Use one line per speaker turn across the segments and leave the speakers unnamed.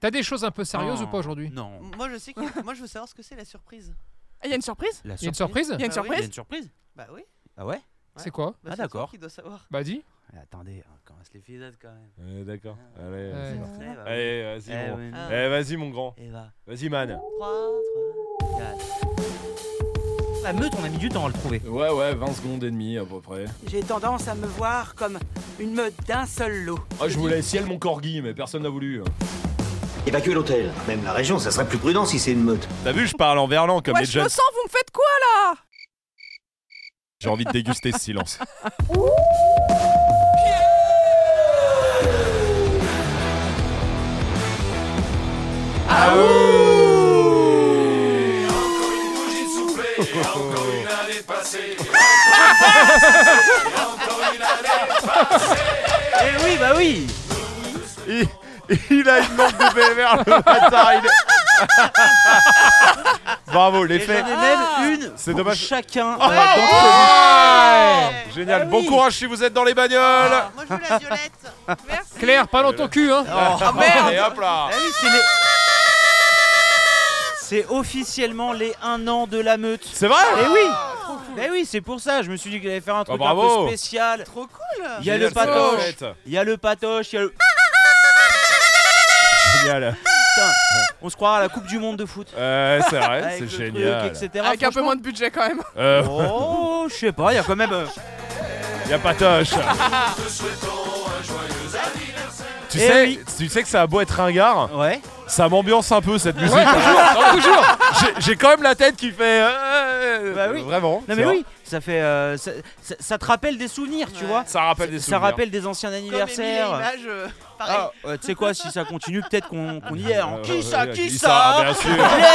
T'as des choses un peu sérieuses
Non.
ou pas aujourd'hui
Oh, Non.
Moi, je sais que. Moi, je veux savoir ce que c'est la surprise.
Ah, Il y a une surprise
La
Il y a une surprise
Il y a une
Bah oui.
Il y a
surprise
une surprise
Bah oui.
Ah ouais
C'est quoi
Bah,
Ah,
c'est toi
d'accord.
Qui doit savoir.
Bah dis.
Eh, Attendez, on commence l'épisode quand même. Ah,
Ouais, D'accord. Allez,
Ouais.
c'est
Euh,
parti.
Eh, bah,
Allez, vas-y,
Eh,
mon...
oui,
Ah.
Eh, vas-y, mon grand.
Eh bah.
Vas-y, man.
3, 3, 4.
La meute, on a mis du temps à le trouver.
Ouais, ouais, 20 secondes et demie à peu près.
J'ai tendance à me voir comme une meute d'un seul lot.
Ah, je voulais ciel mon corgi, mais personne n'a voulu.
Évacuer l'hôtel, même la région, ça serait plus prudent si c'est une meute.
T'as vu, je parle en verlan comme
Ouais,
les
je
jeunes.
le sens, vous me faites quoi là
J'ai envie de déguster ce silence.
Ah
Ah
Eh oui, bah oui
il, il a une lampe de PMR le bâtard. il est- Bravo,
Et j'en ai
l'effet.
même une
C'est
pour
dommage.
chacun.
Oh,
Ouais, d'entre
Ouais.
Génial,
Ah
bon
oui.
courage si vous êtes dans les bagnoles.
Ah, moi, je veux la violette.
Merci.
Claire, pas dans ton cul, hein
vous. Oh,
Ah, Et hop là.
Ah oui, c'est les- C'est officiellement les 1 an de la meute.
C'est vrai Ah,
Eh oui
Ah,
Eh oui, c'est pour ça, je me suis dit qu'il allait faire un truc un
bravo.
peu spécial.
Trop cool.
Il y a le
Génial, c'est
patoche,
parfait.
il y a le patoche, il y a le.
Génial.
On se croira à la Coupe du Monde de foot.
Euh, c'est vrai,
Avec
c'est
le truc,
génial.
etc.
Avec un peu
Franchement,
moins de budget quand même.
Euh,
Oh, je sais pas, il y a quand même. euh,
y a patoche.
Eh
tu, sais,
oui.
tu sais que ça a beau être ringard,
Ouais.
ça m'ambiance un peu cette musique.
Ouais, toujours, toujours.
J'ai- J'ai quand même la tête qui fait. euh, euh,
Bah oui.
Vraiment.
Non
c'est
mais
vrai.
oui, ça fait. euh, ça, ça- ça te rappelle des souvenirs, tu
Ouais.
vois.
Ça rappelle des
Ça
souvenirs.
rappelle des anciens
Ah Comme Émile et
anniversaires.
Image, euh, pareil.
Ah, euh, tu sais quoi, si ça continue, peut-être qu'on qu'on y est. hein.
Euh,
Qui ça
euh,
Qui
qui
ça
Bien sûr.
Yeah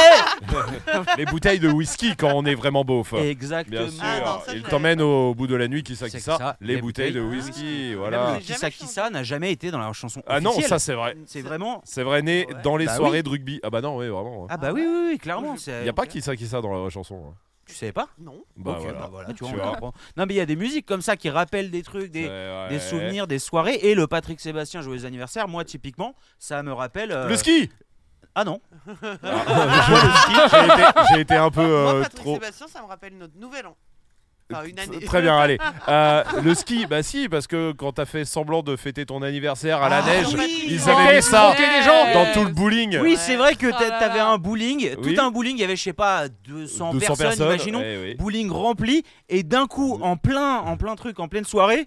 Les bouteilles de whisky quand on est vraiment beauf.
Exactement.
Bien sûr.
Ah non, ça, je
Il
l'avais
t'emmène au bout de la nuit, qui ça,
C'est
qui
que
ça,
ça,
Les, bouteilles, de
de
whisky,
Même
voilà.
le
J'ai
Qui ça
jamais
Qui ça n'a jamais été dans leur chanson
Ah non,
officielle.
ça c'est vrai.
C'est vraiment.
C'est vrai, né
Ouais.
dans les
Bah
soirées de rugby. Ah bah non, oui, vraiment.
Ah bah oui, oui, oui, clairement.
Il
c'est-
n'y a pas qui ça, qui ça dans la chanson. hein.
Tu savais pas
Non.
Bah
Ok,
voilà.
tu vois.
Tu
on
vois.
comprend. Non mais il y a des musiques comme ça qui rappellent des trucs, des,
Ouais,
des
ouais.
souvenirs, des soirées. Et le Patrick Sébastien joyeux anniversaire, moi typiquement, ça me rappelle. euh,
Le ski
Ah non.
J'ai été- J'ai été un peu euh,
Moi, Patrick
trop.
Sébastien, ça me rappelle notre nouvel an. Enfin, une année.
Très bien, allez. Euh, le ski, bah si, parce que quand t'as fait semblant de fêter ton anniversaire à la
Ah,
neige,
oui.
ils
Oh,
avaient mis ça
escroquer les gens.
dans tout le bowling.
Oui,
Ouais.
c'est vrai que
Oh
t'a-
là
t'avais
là.
un bowling,
Oui.
tout un bowling, il y avait je sais pas 200,
200
personnes, imaginons.
eh oui.
Bowling rempli et d'un coup en plein en plein truc en pleine soirée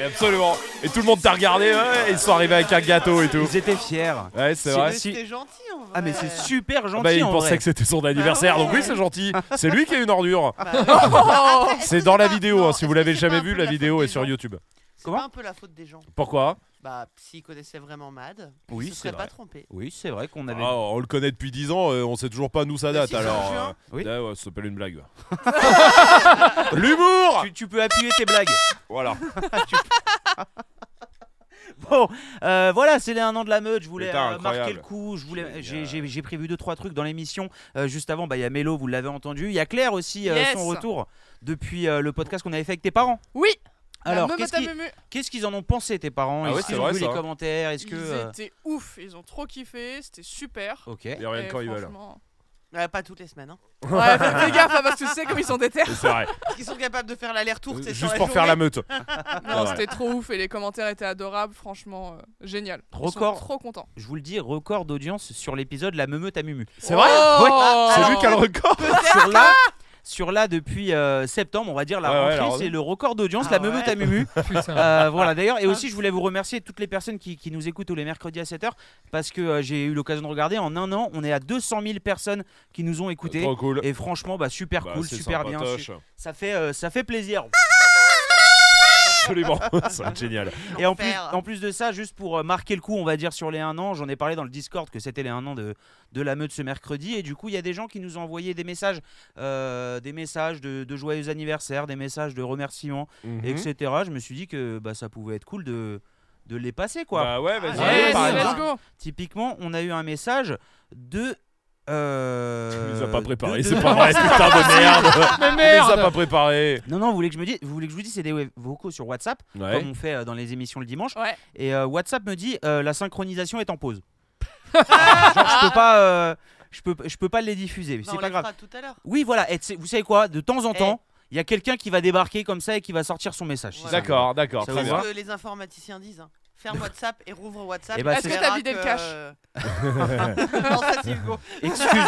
Et Absolument. Et tout le monde t'a regardé, ouais, ils sont arrivés avec un gâteau et tout.
ils étaient fiers
Ouais,
C'est
c'est vrai.
Mais C'était gentil en vrai.
ah mais c'est super gentil
Bah, il
en
pensait
vrai.
que c'était son anniversaire, donc oui, c'est gentil. C'est lui qui a une ordure.
Bah, attends, est-ce
C'est
que
dans la
pas-
vidéo,
non,
hein,
est-ce
si vous
que
l'avez
c'est
jamais
pas un
vu,
peu
la
faute
vidéo
des
est sur
gens
YouTube.
C'est
Comment
pas un peu la faute des gens.
Pourquoi
Bah, s'ils connaissaient vraiment Mad,
Oui,
ils se
c'est
seraient
vrai.
pas trompés.
Oui, c'est vrai qu'on avait
Ah, On le connaît depuis 10 ans, euh, on sait toujours pas nous ça
Mais
date
si, c'est en
alors.
juin.
euh,
Oui.
là, ouais, ça s'appelle une blague. L'humour
tu, tu peux appuyer tes blagues.
Voilà.
Bon, euh, voilà, c'est les 1 an de la meute. Je voulais
Putain,
euh, marquer
incroyable.
le coup. Je voulais,
Génial.
j'ai, j'ai- j'ai prévu deux trois trucs dans l'émission euh, juste avant. Bah, il y a Mélo, vous l'avez entendu. Il y a Claire aussi, euh,
Yes.
son retour depuis euh, le podcast qu'on avait fait avec tes parents.
Oui La
Alors,
meuf
qu'est-ce,
à
qui-
Tamumu,
qu'est-ce qu'ils en ont pensé, tes parents
Ah ouais,
Est-ce
c'est
qu'ils ont
vrai,
vu
ça.
les commentaires Est-ce que,
Ils
euh,
étaient ouf, ils ont trop kiffé, c'était super.
ok.
Il revient
Et
quand ils veulent.
franchement-
Ouais, pas toutes les semaines. Hein.
Ouais, fais fais gaffe hein, parce que tu sais comme ils sont déter.
C'est vrai.
Ils sont capables de faire l'aller-retour.
Euh,
c'est sur
Juste pour faire la
journée.
meute.
Non,
Ouais.
c'était trop ouf et les commentaires étaient adorables, franchement, euh, génial. Ils sont
Record.
trop contents.
Je vous le dis, record d'audience sur l'épisode La Meumeute à Mumu.
C'est vrai
Oh
Ouais,
C'est
Alors,
lui qui a le record
sur là. Sur là depuis euh, septembre, on va dire la
Ouais, ouais,
rentrée,
la rentrée.
c'est le record d'audience,
Ah
la memeute
ouais.
à mumu.
Putain.
Euh, voilà d'ailleurs
Ah.
et aussi je voulais vous remercier toutes les personnes qui, qui nous écoutent tous les mercredis à 7h parce que euh, j'ai eu l'occasion de regarder en un an on est à 200 000 personnes qui nous ont écoutés
Trop cool.
et franchement bah super
Bah,
cool
c'est
super bien
sympatoche.
su- ça fait euh, ça fait plaisir
Absolument. C'est génial.
et en plus,
L'enfer.
en plus de ça juste pour euh, marquer le coup on va dire sur les 1 an j'en ai parlé dans le discord que c'était les 1 an de, de la meute ce mercredi et du coup il y a des gens qui nous ont envoyé des messages euh, des messages de, de joyeux anniversaire des messages de remerciements
Mhm.
etc je me suis dit que bah, ça pouvait être cool de de les passer quoi
Bah ouais, vas-y.
Ah, ouais,
par
c'est-
Yes,
exemple.
let's go.
Typiquement, on a eu un message de. Euh,
Tu les as pas préparés,
de-
c'est
de-
pas vrai, putain de merde.
Mais
Tu les as
merde
pas préparés.
Non, non, vous voulez que je me dise, vous voulez que je vous dise, c'est des web- vocaux sur WhatsApp,
Ouais.
comme on fait euh, dans les émissions le dimanche.
Ouais.
Et euh, WhatsApp me dit, euh, la synchronisation est en pause. je peux pas, euh, je peux, je peux pas les diffuser. mais
Bah,
C'est
on
pas
la
grave.
fera tout à l'heure.
Oui, voilà. et tu sais- vous savez quoi De temps en
Eh.
temps, il y a quelqu'un qui va débarquer comme ça et qui va sortir son message. si
Voilà.
ça vous va.
D'accord, d'accord,
Ça
C'est
très
vous
bien.
ce que les informaticiens disent. hein. Ferme WhatsApp et rouvre WhatsApp.
Eh ben,
tu
c'est-
Est-ce que
verras
t'as vidé le
cache Non, ça c'est Hugo.
Excuse,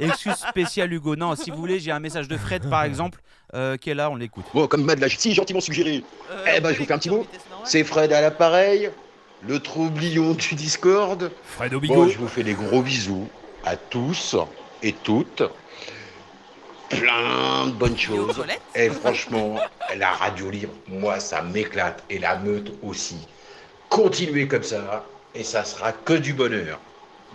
excuse spéciale Hugo. Non, si vous voulez, j'ai un message de Fred par exemple euh, qui est là. On l'écoute.
Bon, comme il m'a de la si gentiment suggéré,
Euh,
Eh ben,
on
je vous fais un petit
l'écoute en
mot.
vitesse normale.
c'est Fred à l'appareil, le troublion du Discord.
Fred
Bon,
Obigo.
je vous fais des gros bisous à tous et toutes. Plein de bonnes
Et aux
choses.
toilettes.
Et franchement, la radio libre, moi, ça m'éclate. Et la meute aussi. Continuez comme ça, et ça sera que du bonheur.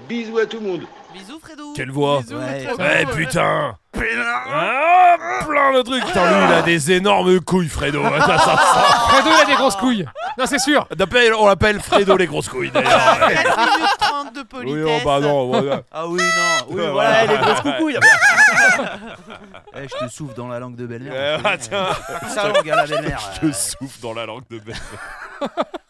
Bisous à tout le monde.
Bisous Fredo.
Quelle voix
Bisous,
Ouais.
trop
Eh
beau.
putain Ah, plein le truc Putain, lui, il a des énormes couilles, Fredo Ça, ça, ça.
Fredo, il a des grosses couilles. Non, c'est sûr.
D'appel- On l'appelle Fredo les grosses couilles, d'ailleurs.
4 minutes 30 de
Oui,
politesse.
oh, bah non, voilà. Ah
Ah oui, non. Oui,
Ouais,
voilà,
voilà.
les grosses coucouilles. Eh, je te souffle dans la langue de belle-mère.
Euh, ah, tiens,
Ça, langue à la belle-mère.
je te souffle dans la langue de bête.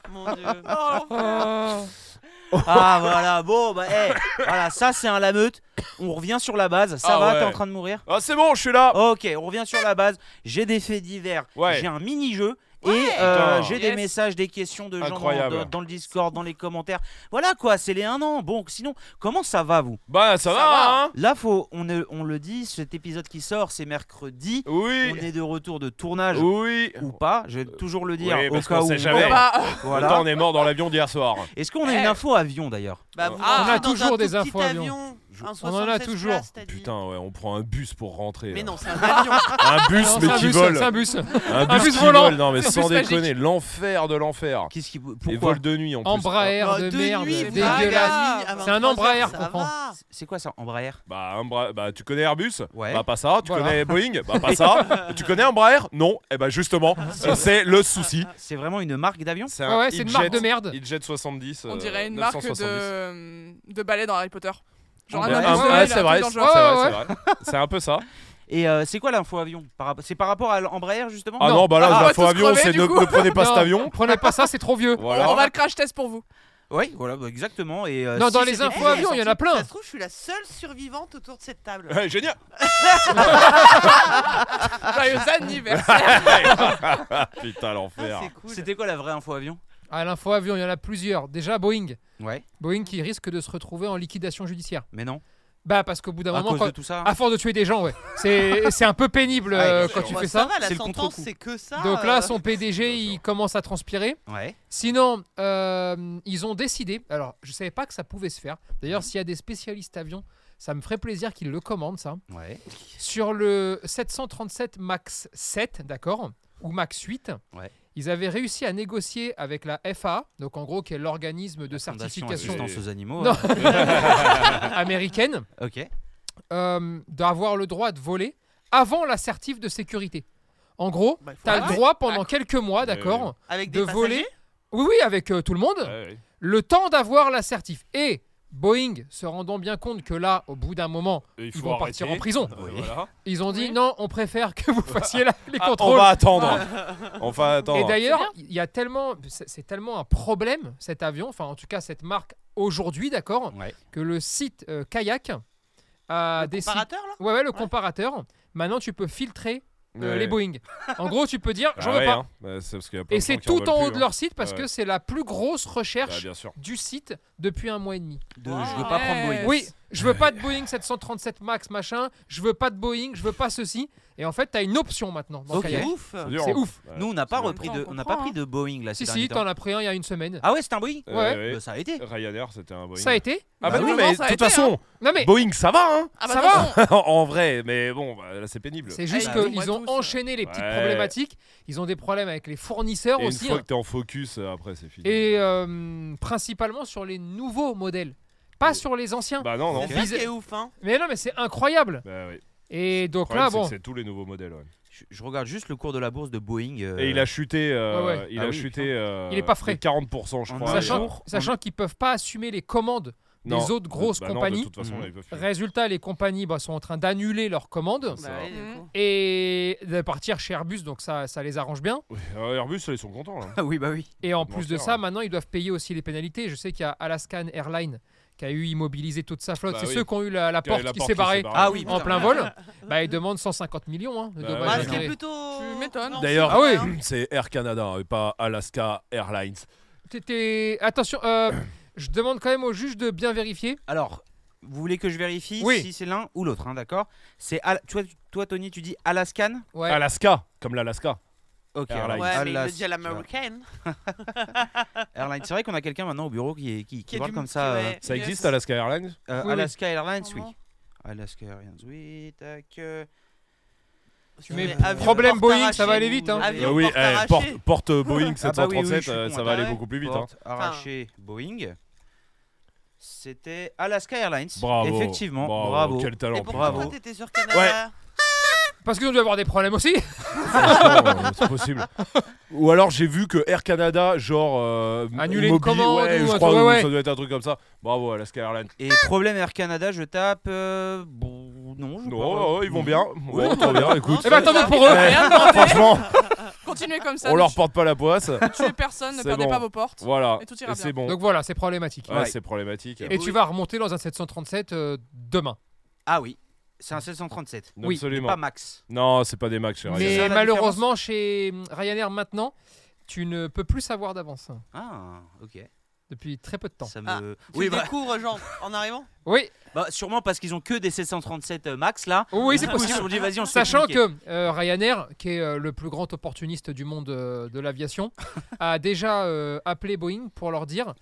Mon dieu.
Oh, l'enfer.
Ah voilà, bon, bah, eh, voilà, ça c'est un lameute. On revient sur la base. Ça
Ah
va, t'es
ouais.
en train de mourir
Ah, c'est bon, je suis là
Ok, on revient sur la base. J'ai des faits divers.
Ouais.
J'ai un mini-jeu.
Ouais.
et euh,
Putain.
j'ai des
Yes.
messages, des questions de gens dans,
Incroyable.
dans- dans le Discord, dans les commentaires. Voilà quoi, c'est les 1 an. Bon, sinon, comment ça va vous
Bah, ça, va,
va.
hein
Là, faut, on, ne- on le dit, cet épisode qui sort, c'est mercredi. On
Oui
est de retour de tournage
Oui
ou pas, je vais toujours le dire
Oui,
au
parce
cas
qu'on
où.
sait
on-
jamais.
Bon, bah,
Voilà.
Attends, on est mort dans l'avion d'hier soir.
Est-ce qu'on a une
Eh.
info avion d'ailleurs
Bah, vous
Ah,
rentrez
on a
dans
toujours
un
des
tout petit
infos avions.
avion,
Je-
un
On en a
76
toujours.
places, t'as dit.
Putain, ouais, on prend un bus pour rentrer.
Ah, Mais
là.
non, c'est un avion.
Un bus,
Non,
mais
c'est un
qui
bus,
vole
C'est un bus.
Un
Un
bus,
bus
qui
volant.
vole, non mais
C'est un
sans
bus magique.
déconner, l'enfer de l'enfer.
Qu'est-ce qui
Les
pourquoi
vols de nuit en plus.
Embraer
Oh,
de,
de
merde.
nuit, vous
dégueulasse.
arrivez à minuit, à
C'est un
23,
Embraer,
Ah, ça
comprends.
va.
C'est quoi ça, Embraer
Bah, Embra- bah, tu connais Airbus
Ouais.
Bah pas ça. Tu
Voilà.
connais Boeing Bah pas ça. tu connais Embraer Non. Eh bah justement,
Ah,
euh, c'est le souci.
C'est vraiment une marque d'avion
C'est
Ouais, ouais, c'est une marque de merde.
Jet 70.
on
euh,
dirait une marque
970.
de, de balai dans Harry Potter. Genre
Ouais,
un
Ouais,
ah,
avion,
ouais,
il a
ah,
un
c'est
truc
vrai, c'est
dangereux.
genre-
vrai,
Ouais,
c'est vrai. C'est un peu ça.
Et euh, c'est quoi l'info avion Par rapport- C'est par rapport à l'Embraer justement
Ah non,
Non.
Ah,
bah
on
là,
va
l'info
tous
avion,
crever,
c'est
du
ne,
coup.
ne prenez pas cet
Non,
avion.
Prenez pas ça, c'est trop vieux.
Voilà.
On va le crash test pour vous.
Oui, voilà, bah, exactement. Et, euh,
Non,
si
dans les
c'était-
infos
Eh,
avions, il y en a
Ça
plein.
se
Ah,
trouve, je suis la seule survivante autour de cette table.
Ouais, Génial.
Joyeux anniversaire.
Putain l'enfer.
Ah, c'est cool.
C'était quoi la vraie info avion
À l'info avion, Ah, il y en a plusieurs. Déjà, Boeing.
Ouais,
Boeing qui risque de se retrouver en liquidation judiciaire.
mais non.
Bah, parce qu'au bout d'un
À
moment,
cause
quand-
de tout ça.
à force de tuer des gens, ouais. C'est c'est un peu pénible
Ouais,
euh,
bien
quand
sûr.
tu
Bah,
fais ça.
va, la
C'est le
sentence,
contre-coup.
c'est que ça.
Donc là,
euh,
son PDG, il commence à transpirer.
Ouais.
Sinon, euh, ils ont décidé. Alors, je savais pas que ça pouvait se faire.
Mhm.
D'ailleurs, s'il y a des spécialistes avions, ça me ferait plaisir qu'ils le commandent, ça.
Ouais.
Sur le 737 MAX 7, d'accord Ou MAX 8,
Ouais.
ils avaient réussi à négocier avec la FAA, donc en gros, qui est l'organisme de
Fondation
certification
assistance aux animaux.
Non.
ouais.
américaine,
Ok.
euh, d'avoir le droit de voler avant l'assertif de sécurité. En gros,
bah, il faut
tu as
avoir-
le droit pendant quelques mois, d'accord
oui.
avec des
De
passagers.
voler Oui, oui, avec euh, tout le monde.
Ouais, ouais.
le temps d'avoir l'assertif. Et Boeing, se rendant bien compte que là, au bout d'un moment,
Et il
Ils vont partir en prison.
Euh, voilà.
ils ont dit
Oui.
non, on préfère que vous fassiez la- les
Ah, on
contrôles.
va attendre. on va
Et
attendre.
d'ailleurs, il y a tellement, c'est c'est tellement un problème cet avion, enfin en tout cas cette marque aujourd'hui, d'accord,
Ouais.
que le site euh, Kayak a
Le
décidé.
comparateur là
Ouais, ouais, le comparateur. Maintenant, tu peux filtrer euh,
Ouais.
les Boeing. En gros, tu peux dire,
Ah
j'en veux
ouais,
pas.
hein. Bah, c'est parce qu'il y a plein
Et
de gens
c'est
qui en
tout en
veulent
haut de
plus, hein.
leur site parce
Ouais.
que c'est la plus grosse
Bah,
recherche
bien sûr.
du site depuis un mois et demi. Ah,
De-
Wow.
Je veux pas prendre Boeing.
Ouais.
Oui, je veux pas de Boeing 737 Max machin, je veux pas de Boeing, je veux pas ceci. Et en fait, t'as une option maintenant dans
Ok.
Kayak.
Ouf.
C'est dur,
C'est
hein.
ouf.
Ouais.
Nous, on n'a pas
Ouais.
repris
Ouais,
de,
on
on n'a pas
comprend,
pris de Boeing là. ces
Si,
derniers
si,
temps.
t'en as pris un il y a une semaine.
Ah ouais, c'était un Boeing
Euh,
Ouais.
ouais.
Bah, Ça a été.
Ryanair, c'était un Boeing.
Ça a été
Ah bah
Bah
non,
oui,
mais
non,
de
ça a
toute
été, hein.
façon,
Non mais bah,
Boeing, ça va, hein
Ah
Ça
non,
va.
non.
En vrai, mais bon, bah, là, c'est pénible. bah,
c'est juste
Ah, ils
qu'ils
vont
ont
tous, euh.
enchaîné les petites
Ouais.
problématiques. Ils ont des problèmes avec les fournisseurs
Et une
aussi.
fois
hein.
que t'es en focus, euh, après, c'est fini.
Et euh, principalement sur les nouveaux modèles, pas sur les anciens.
Bah non, non.
Oh. C'est ça qui
Bizarre.
est ouf, hein.
Mais non, mais c'est incroyable.
Bah oui.
Et
Le
donc
problème,
là,
c'est que
bon,
C'est tous les nouveaux modèles, ouais.
Je, je regarde juste le cours de la bourse de Boeing. euh,
Et il a chuté. euh,
Ouais, ouais.
Il
Ah
a
oui,
chuté. euh,
Il est pas frais.
de 40%, je
En
crois.
un
sachant,
jour, on-
sachant qu'ils peuvent pas assumer les commandes
les
des autres grosses
Non,
compagnies.
de toute façon,
Mhm.
là, ils peuvent plus.
Résultat, les compagnies bah, sont en train d'annuler leurs commandes.
Ça
Bah,
va.
allez, du
Mhm.
coup.
et de partir chez Airbus, donc ça, ça les arrange bien.
Oui, euh, Airbus, là, ils sont contents, là.
Ah oui, bah oui.
Et en
Bon,
plus de
sûr,
ça,
ouais.
maintenant, ils doivent payer aussi les pénalités. Je sais qu'il y a Alaskan Airlines qui a eu immobilisé toute sa flotte,
Bah
c'est
oui.
ceux qui ont eu la, la
Il y a
porte
eu
qui
porte
s'est barrée
Ah oui,
en
putain.
plein vol, bah, ils demandent 150 millions hein, de
Bah
dommages
ouais,
Bah,
non.
et
c'était
intérêts.
plutôt.
Tu m'étonnes.
Non,
D'ailleurs-
c'est
Ah
vrai,
oui.
hein.
C'est Air Canada, hein, et pas Alaska Airlines.
T'étais- Attention, euh, je demande quand même au juge de bien vérifier.
Alors, vous voulez que je vérifie
Oui.
si c'est l'un ou l'autre, hein, d'accord C'est Al- toi, tu- toi, Tony, tu dis Alaskan
Ouais.
Alaska, comme l'Alaska.
Ok,
Airlines.
alors,
Ouais, mais il le
Alas-
dit à l'américaine.
Airlines. C'est vrai qu'on a quelqu'un maintenant au bureau qui, est- qui, qui
Qui a
parle
du-
comme ça. euh,
ouais.
Ça
Yes.
existe, Alaska Airlines
euh,
Oui, oui.
Alaska Airlines, oui.
Vraiment.
Alaska Airlines, oui. Tac. euh,
Mais
Mais avion
problème
porte
Boeing, ça va
arraché,
aller vite. hein.
ou- Avion,
Euh, Oui,
porte
eh,
arrachée.
porte, porte Boeing
Ah bah oui, oui,
737,
je suis
euh,
con,
ça va aller
ouais.
beaucoup plus vite. hein.
Porte arrachée Boeing. C'était Alaska Airlines.
Bravo.
Effectivement, bravo.
Quel talent.
Et pourquoi
bravo.
toi, t'étais sur Canada
Parce qu'ils ont dû avoir des problèmes aussi.
Franchement, euh, c'est possible. Ou alors j'ai vu que Air Canada, genre. euh,
Annuler une
mobile-
commande
ouais,
ou
je
un
crois
truc, ouais,
que ça
ouais.
doit être un truc comme ça. Bravo, Alaska Airlines.
Et problème Air Canada, je tape. euh, bon, non, je
Non,
crois pas.
ouais, Oh, ils vont bien. Ouais, trop bien, écoute.
Eh ben, tant mieux pour eux.
Ouais, franchement,
Continuez comme ça.
on
ne
leur porte pas la poisse.
tuez personne, ne
C'est
perdez
bon.
pas vos portes.
Voilà,
Et tout ira
c'est
bien.
bon.
Donc voilà, c'est problématique.
Ouais,
Ouais.
c'est problématique.
Et tu vas remonter dans un 737 euh, demain.
Ah oui, c'est un 737.
oui,
Absolument.
Pas max.
Non, c'est pas des Macs chez
Mais
Ryanair.
ça, la
malheureusement, chez hum, Ryanair maintenant, tu ne peux plus savoir d'avance hein,
Ah, ok.
depuis très peu de temps.
Ça me...
Ah,
oui,
Oui,
bah,
des cours, genre, en arrivant
Oui,
bah, sûrement parce qu'ils ont que des 737 euh, max là.
oui, c'est
Du coup, ils
possible.
se sont dit, vas-y, on se fait
Sachant
niquer.
que euh, Ryanair, qui est euh, le plus grand opportuniste du monde euh, de l'aviation, a déjà euh, appelé Boeing pour leur dire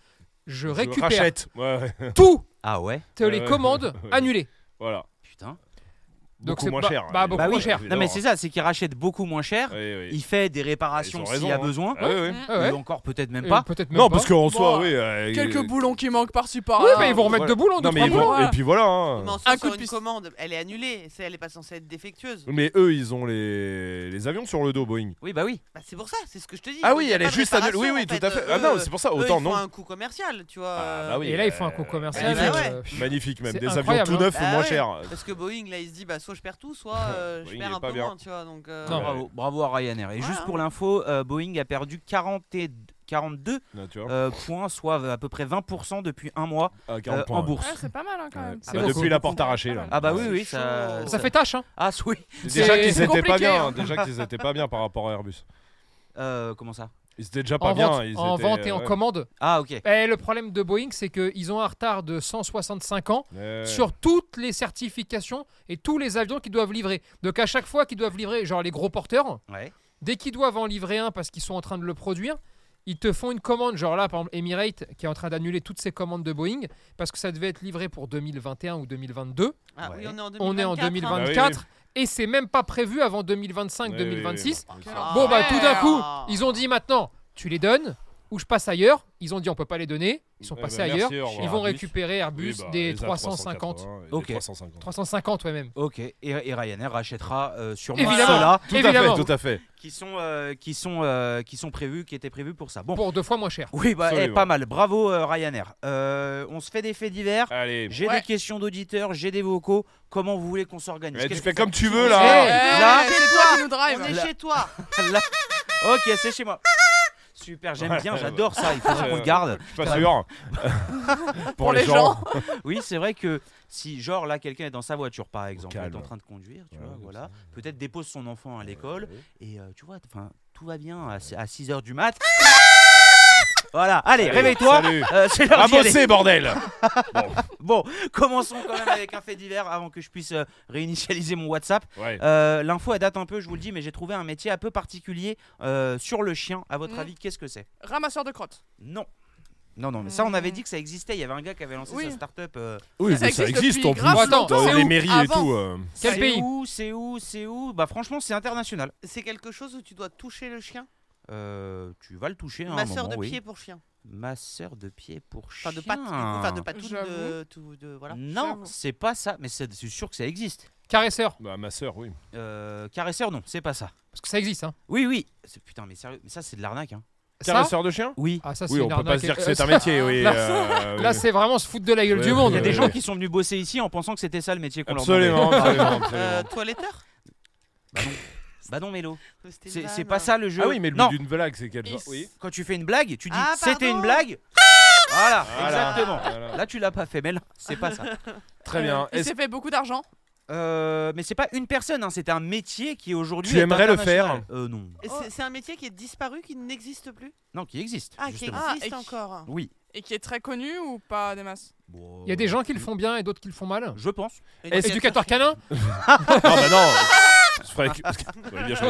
je récupère
Rachète. Ouais, ouais,
toutes
Ah ouais.
les
Ouais,
commandes
ouais.
annulées.
voilà.
Putain.
Donc
Beaucoup
c'est
moins
ba-
cher.
bah, beaucoup
moins
cher.
Non mais c'est ça, c'est qu'ils rachètent beaucoup moins cher.
Oui, oui.
Il fait des réparations
Ils ont
s'il y a
raison,
besoin.
hein. Ah, oui, oui.
Mm.
Ouais, ouais.
Ou encore peut-être même
Et
pas.
Peut-être même
Non,
pas. Bah,
parce qu'en soi,
Bon,
oui. euh,
Quelques
euh,
boulons qui manquent par-ci par-là.
Oui, mais ils vont remettre
voilà.
debout en deux
Non, mais
trois
ils
mois.
vont-
mois.
Et puis voilà. hein.
Mais en soi,
Un coup de
sur une
piste.
commande, elle est annulée. c'est- Elle est pas censée être défectueuse.
Mais eux, ils ont les... les avions sur le dos, Boeing.
Oui bah oui.
Bah, c'est pour ça, c'est ce que je te dis.
Ah
Donc,
oui,
y a
elle
pas
est
de
juste annulée. Oui, oui,
réparation, en
tout à
fait.
fait. Ah
Eux,
non, c'est pour ça,
eux,
autant
ils font
non.
un coût commercial, tu vois.
Ah, bah oui.
Et là, ils font un coup
euh,
commercial.
magnifique.
euh,
Magnifique, même.
C'est
Des avions
incroyable,
tout
hein.
neufs ou
Bah
moins
ouais.
chers.
Parce que Boeing, là, il se dit, bah, soit je perds tout, soit euh,
Boeing,
je
il est
perds un
pas
peu
bien.
moins, tu vois. Donc, euh,
Non.
Bravo, bravo à Ryanair. Et
Ouais,
juste
hein.
pour l'info, euh, Boeing a perdu 40 et 42
Là, tu vois.
euh, points, soit à peu près 20% depuis un mois
Ah,
euh,
40 points.
en bourse.
Ouais, c'est pas mal hein, quand
Ouais.
même.
Bah,
C'est beaucoup.
depuis la porte arrachée, là.
Ah bah oui,
C'est
oui, ça,
Ça fait tâche. Hein.
Ah oui.
Déjà
C'est-
qu'ils
c'est
étaient pas
compliqué,
bien.
hein.
hein, Déjà qu'ils étaient pas bien par rapport à Airbus.
Euh, comment ça
Ils étaient déjà Ah, pas
En
bien.
vente,
ils
en
étaient, euh,
vente et en
ouais.
commande.
Ah ok.
Et le problème de Boeing, c'est qu'ils ont un retard de 165 ans
Ouais.
Euh.
sur toutes les certifications et tous les avions qu'ils doivent livrer. Donc à chaque fois qu'ils doivent livrer, genre les gros porteurs,
Ouais.
dès qu'ils doivent en livrer un parce qu'ils sont en train de le produire, ils te font une commande. Genre là, par exemple, Emirates qui est en train d'annuler toutes ses commandes de Boeing parce que ça devait être livré pour 2021 ou 2022.
ah oui,
Ouais.
on est en 2024.
On est en
hein.
Bah
2024 et c'est même pas prévu avant 2025-2026.
Ouais, ouais, ouais.
Ah.
Bon bah tout d'un coup,
Ah.
ils ont dit maintenant, tu les donnes ou je passe ailleurs. Ils ont dit on peut pas les donner, ils sont
Eh
passés
ben, merci,
ailleurs.
au revoir.
Ils vont
Airbus.
récupérer Airbus
Oui, bah,
des
les A380,
350,
et des
Ok.
350.
350 ouais même.
Ok. Et, et Ryanair rachètera euh, sûrement
Évidemment.
ceux-là
Tout
Évidemment.
à fait, tout à fait.
qui sont euh, qui sont euh, qui sont prévus, qui étaient prévus pour ça. Bon.
Pour deux fois moins cher.
Oui bah eh,
Absolument.
pas mal. Bravo euh, Ryanair. Euh, on se fait des faits divers.
Allez.
J'ai
Ouais.
des questions d'auditeurs, j'ai des vocaux. Comment vous voulez qu'on s'organise
Eh, Tu
Qu'est-ce
fais
que-
comme tu veux
Eh,
là.
Là,
Là, c'est toi qui nous drive.
On est
Là.
chez toi.
Là. Ok, c'est chez moi. Super, j'aime bien, j'adore ça. Il faut qu'on le garde.
Je suis pas sûr.
Pour les gens.
Oui, c'est vrai que si, genre, là, quelqu'un est dans sa voiture, par exemple, il est
calme.
en train de conduire, tu
Ouais,
vois,
comme
voilà, peut-être dépose son enfant à l'école, et euh, tu vois, enfin, tout va bien à, 6h du mat. Voilà, allez, réveille-toi.
Salut.
Euh, c'est l'heure
À
d'y aller.
bosser, bordel.
Bon, commençons quand même avec un fait divers avant que je puisse euh, réinitialiser mon WhatsApp.
Ouais.
Euh, L'info, elle date un peu, je vous le dis, mais j'ai trouvé un métier un peu particulier euh, sur le chien. À votre
Mm.
avis, qu'est-ce que c'est
Ramasseur de crottes.
Non. Non, non, mais ça, on avait
Mm.
dit que ça existait. Il y avait un gars qui avait lancé
Oui.
sa start-up. euh,
Oui,
Ça
mais ça
existe
existe
depuis
en plus.
grave
Attends,
Dans
c'est
les
où
mairies et
Avant.
tout. euh,
Quel
c'est
pays
où C'est où C'est où Bah, franchement, c'est international.
C'est quelque chose où tu dois toucher le chien.
Euh, tu vas le toucher. à un
Masseur
moment,
de
oui.
pied pour chien.
Masseur de pied pour chien.
Enfin, de pattes. du coup. Enfin, de euh, pattes. Tout de,
J'avoue.
tout de, voilà.
Non,
J'avoue.
c'est pas ça. Mais c'est c'est sûr que ça existe.
Caresseur,
Bah, ma sœur, oui.
Euh, caresseur, non, c'est pas ça.
parce que ça existe. Hein.
Oui, oui. C'est- Putain, mais sérieux, mais ça, c'est de l'arnaque. Hein.
Ça,
Caresseur de chien
Oui.
ah, ça
Oui,
c'est
on
une
peut pas
arnaque.
se dire que
Euh,
c'est
ça-
un métier, oui.
Là,
euh, oui.
Là, c'est vraiment se foutre de la gueule
Ouais,
du monde.
Il y a des
Ouais,
gens
ouais.
qui sont venus bosser ici en pensant que c'était ça le métier qu'on leur demandait.
Absolument, absolument,
Euh,
absolument.
toiletteur
Bah non, bah non Mélo.
C'était une
C'est
vanne.
c'est pas ça le jeu.
Ah oui, mais le
non.
but d'une blague, c'est qu'elle. Oui.
Quand tu fais une blague, tu dis
Ah,
c'était une
pardon.
blague. Voilà,
Voilà.
exactement.
Voilà.
Là, tu l'as pas fait, mais là, c'est pas ça.
Très bien.
Il
Est-ce
s'est fait beaucoup d'argent.
Euh, mais c'est pas une personne, hein, c'était un métier qui aujourd'hui.
Tu
est
aimerais le
international. Euh, Non,
Et
Oh.
c'est- C'est un métier qui est disparu, qui n'existe plus
non, qui existe.
Ah,
justement.
qui existe
Ah, et qui-
encore.
Oui.
Et qui est très connu ou pas des masses
Bon,
Il y a des gens qui le font bien et d'autres qui le font mal.
Je pense.
Est-ce éducateur canin ben,
Non, bah non. Je ferais que- Ouais, bien joué.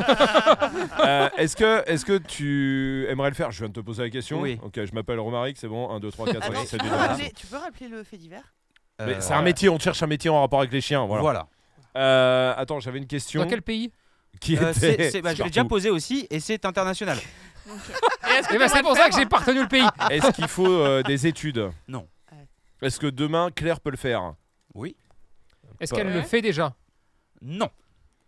Euh, est-ce que, est-ce que tu aimerais le faire Je viens de te poser la question.
Oui.
Ok, je m'appelle Romaric, c'est bon. 1, 2, 3, 4,
Attends,
5,
tu,
7,
peux
8,
rappeler, Ah, tu peux rappeler le fait divers
Euh,
Mais c'est un métier, on cherche un métier en rapport avec les chiens. Voilà.
Voilà.
Euh, attends, j'avais une question.
Dans quel pays
Qui
Euh, c'est-
était.
c'est- bah, je l'ai
partout.
déjà posé aussi et c'est international.
Et est-ce que
Eh ben, c'est
t'aimerais
pour
le
ça que
faire
j'ai pas retenu le pays.
Est-ce qu'il faut euh, des études
Non.
Ouais.
Est-ce que demain Claire peut le faire
Est-ce qu'elle
Ouais.
le fait déjà
Non.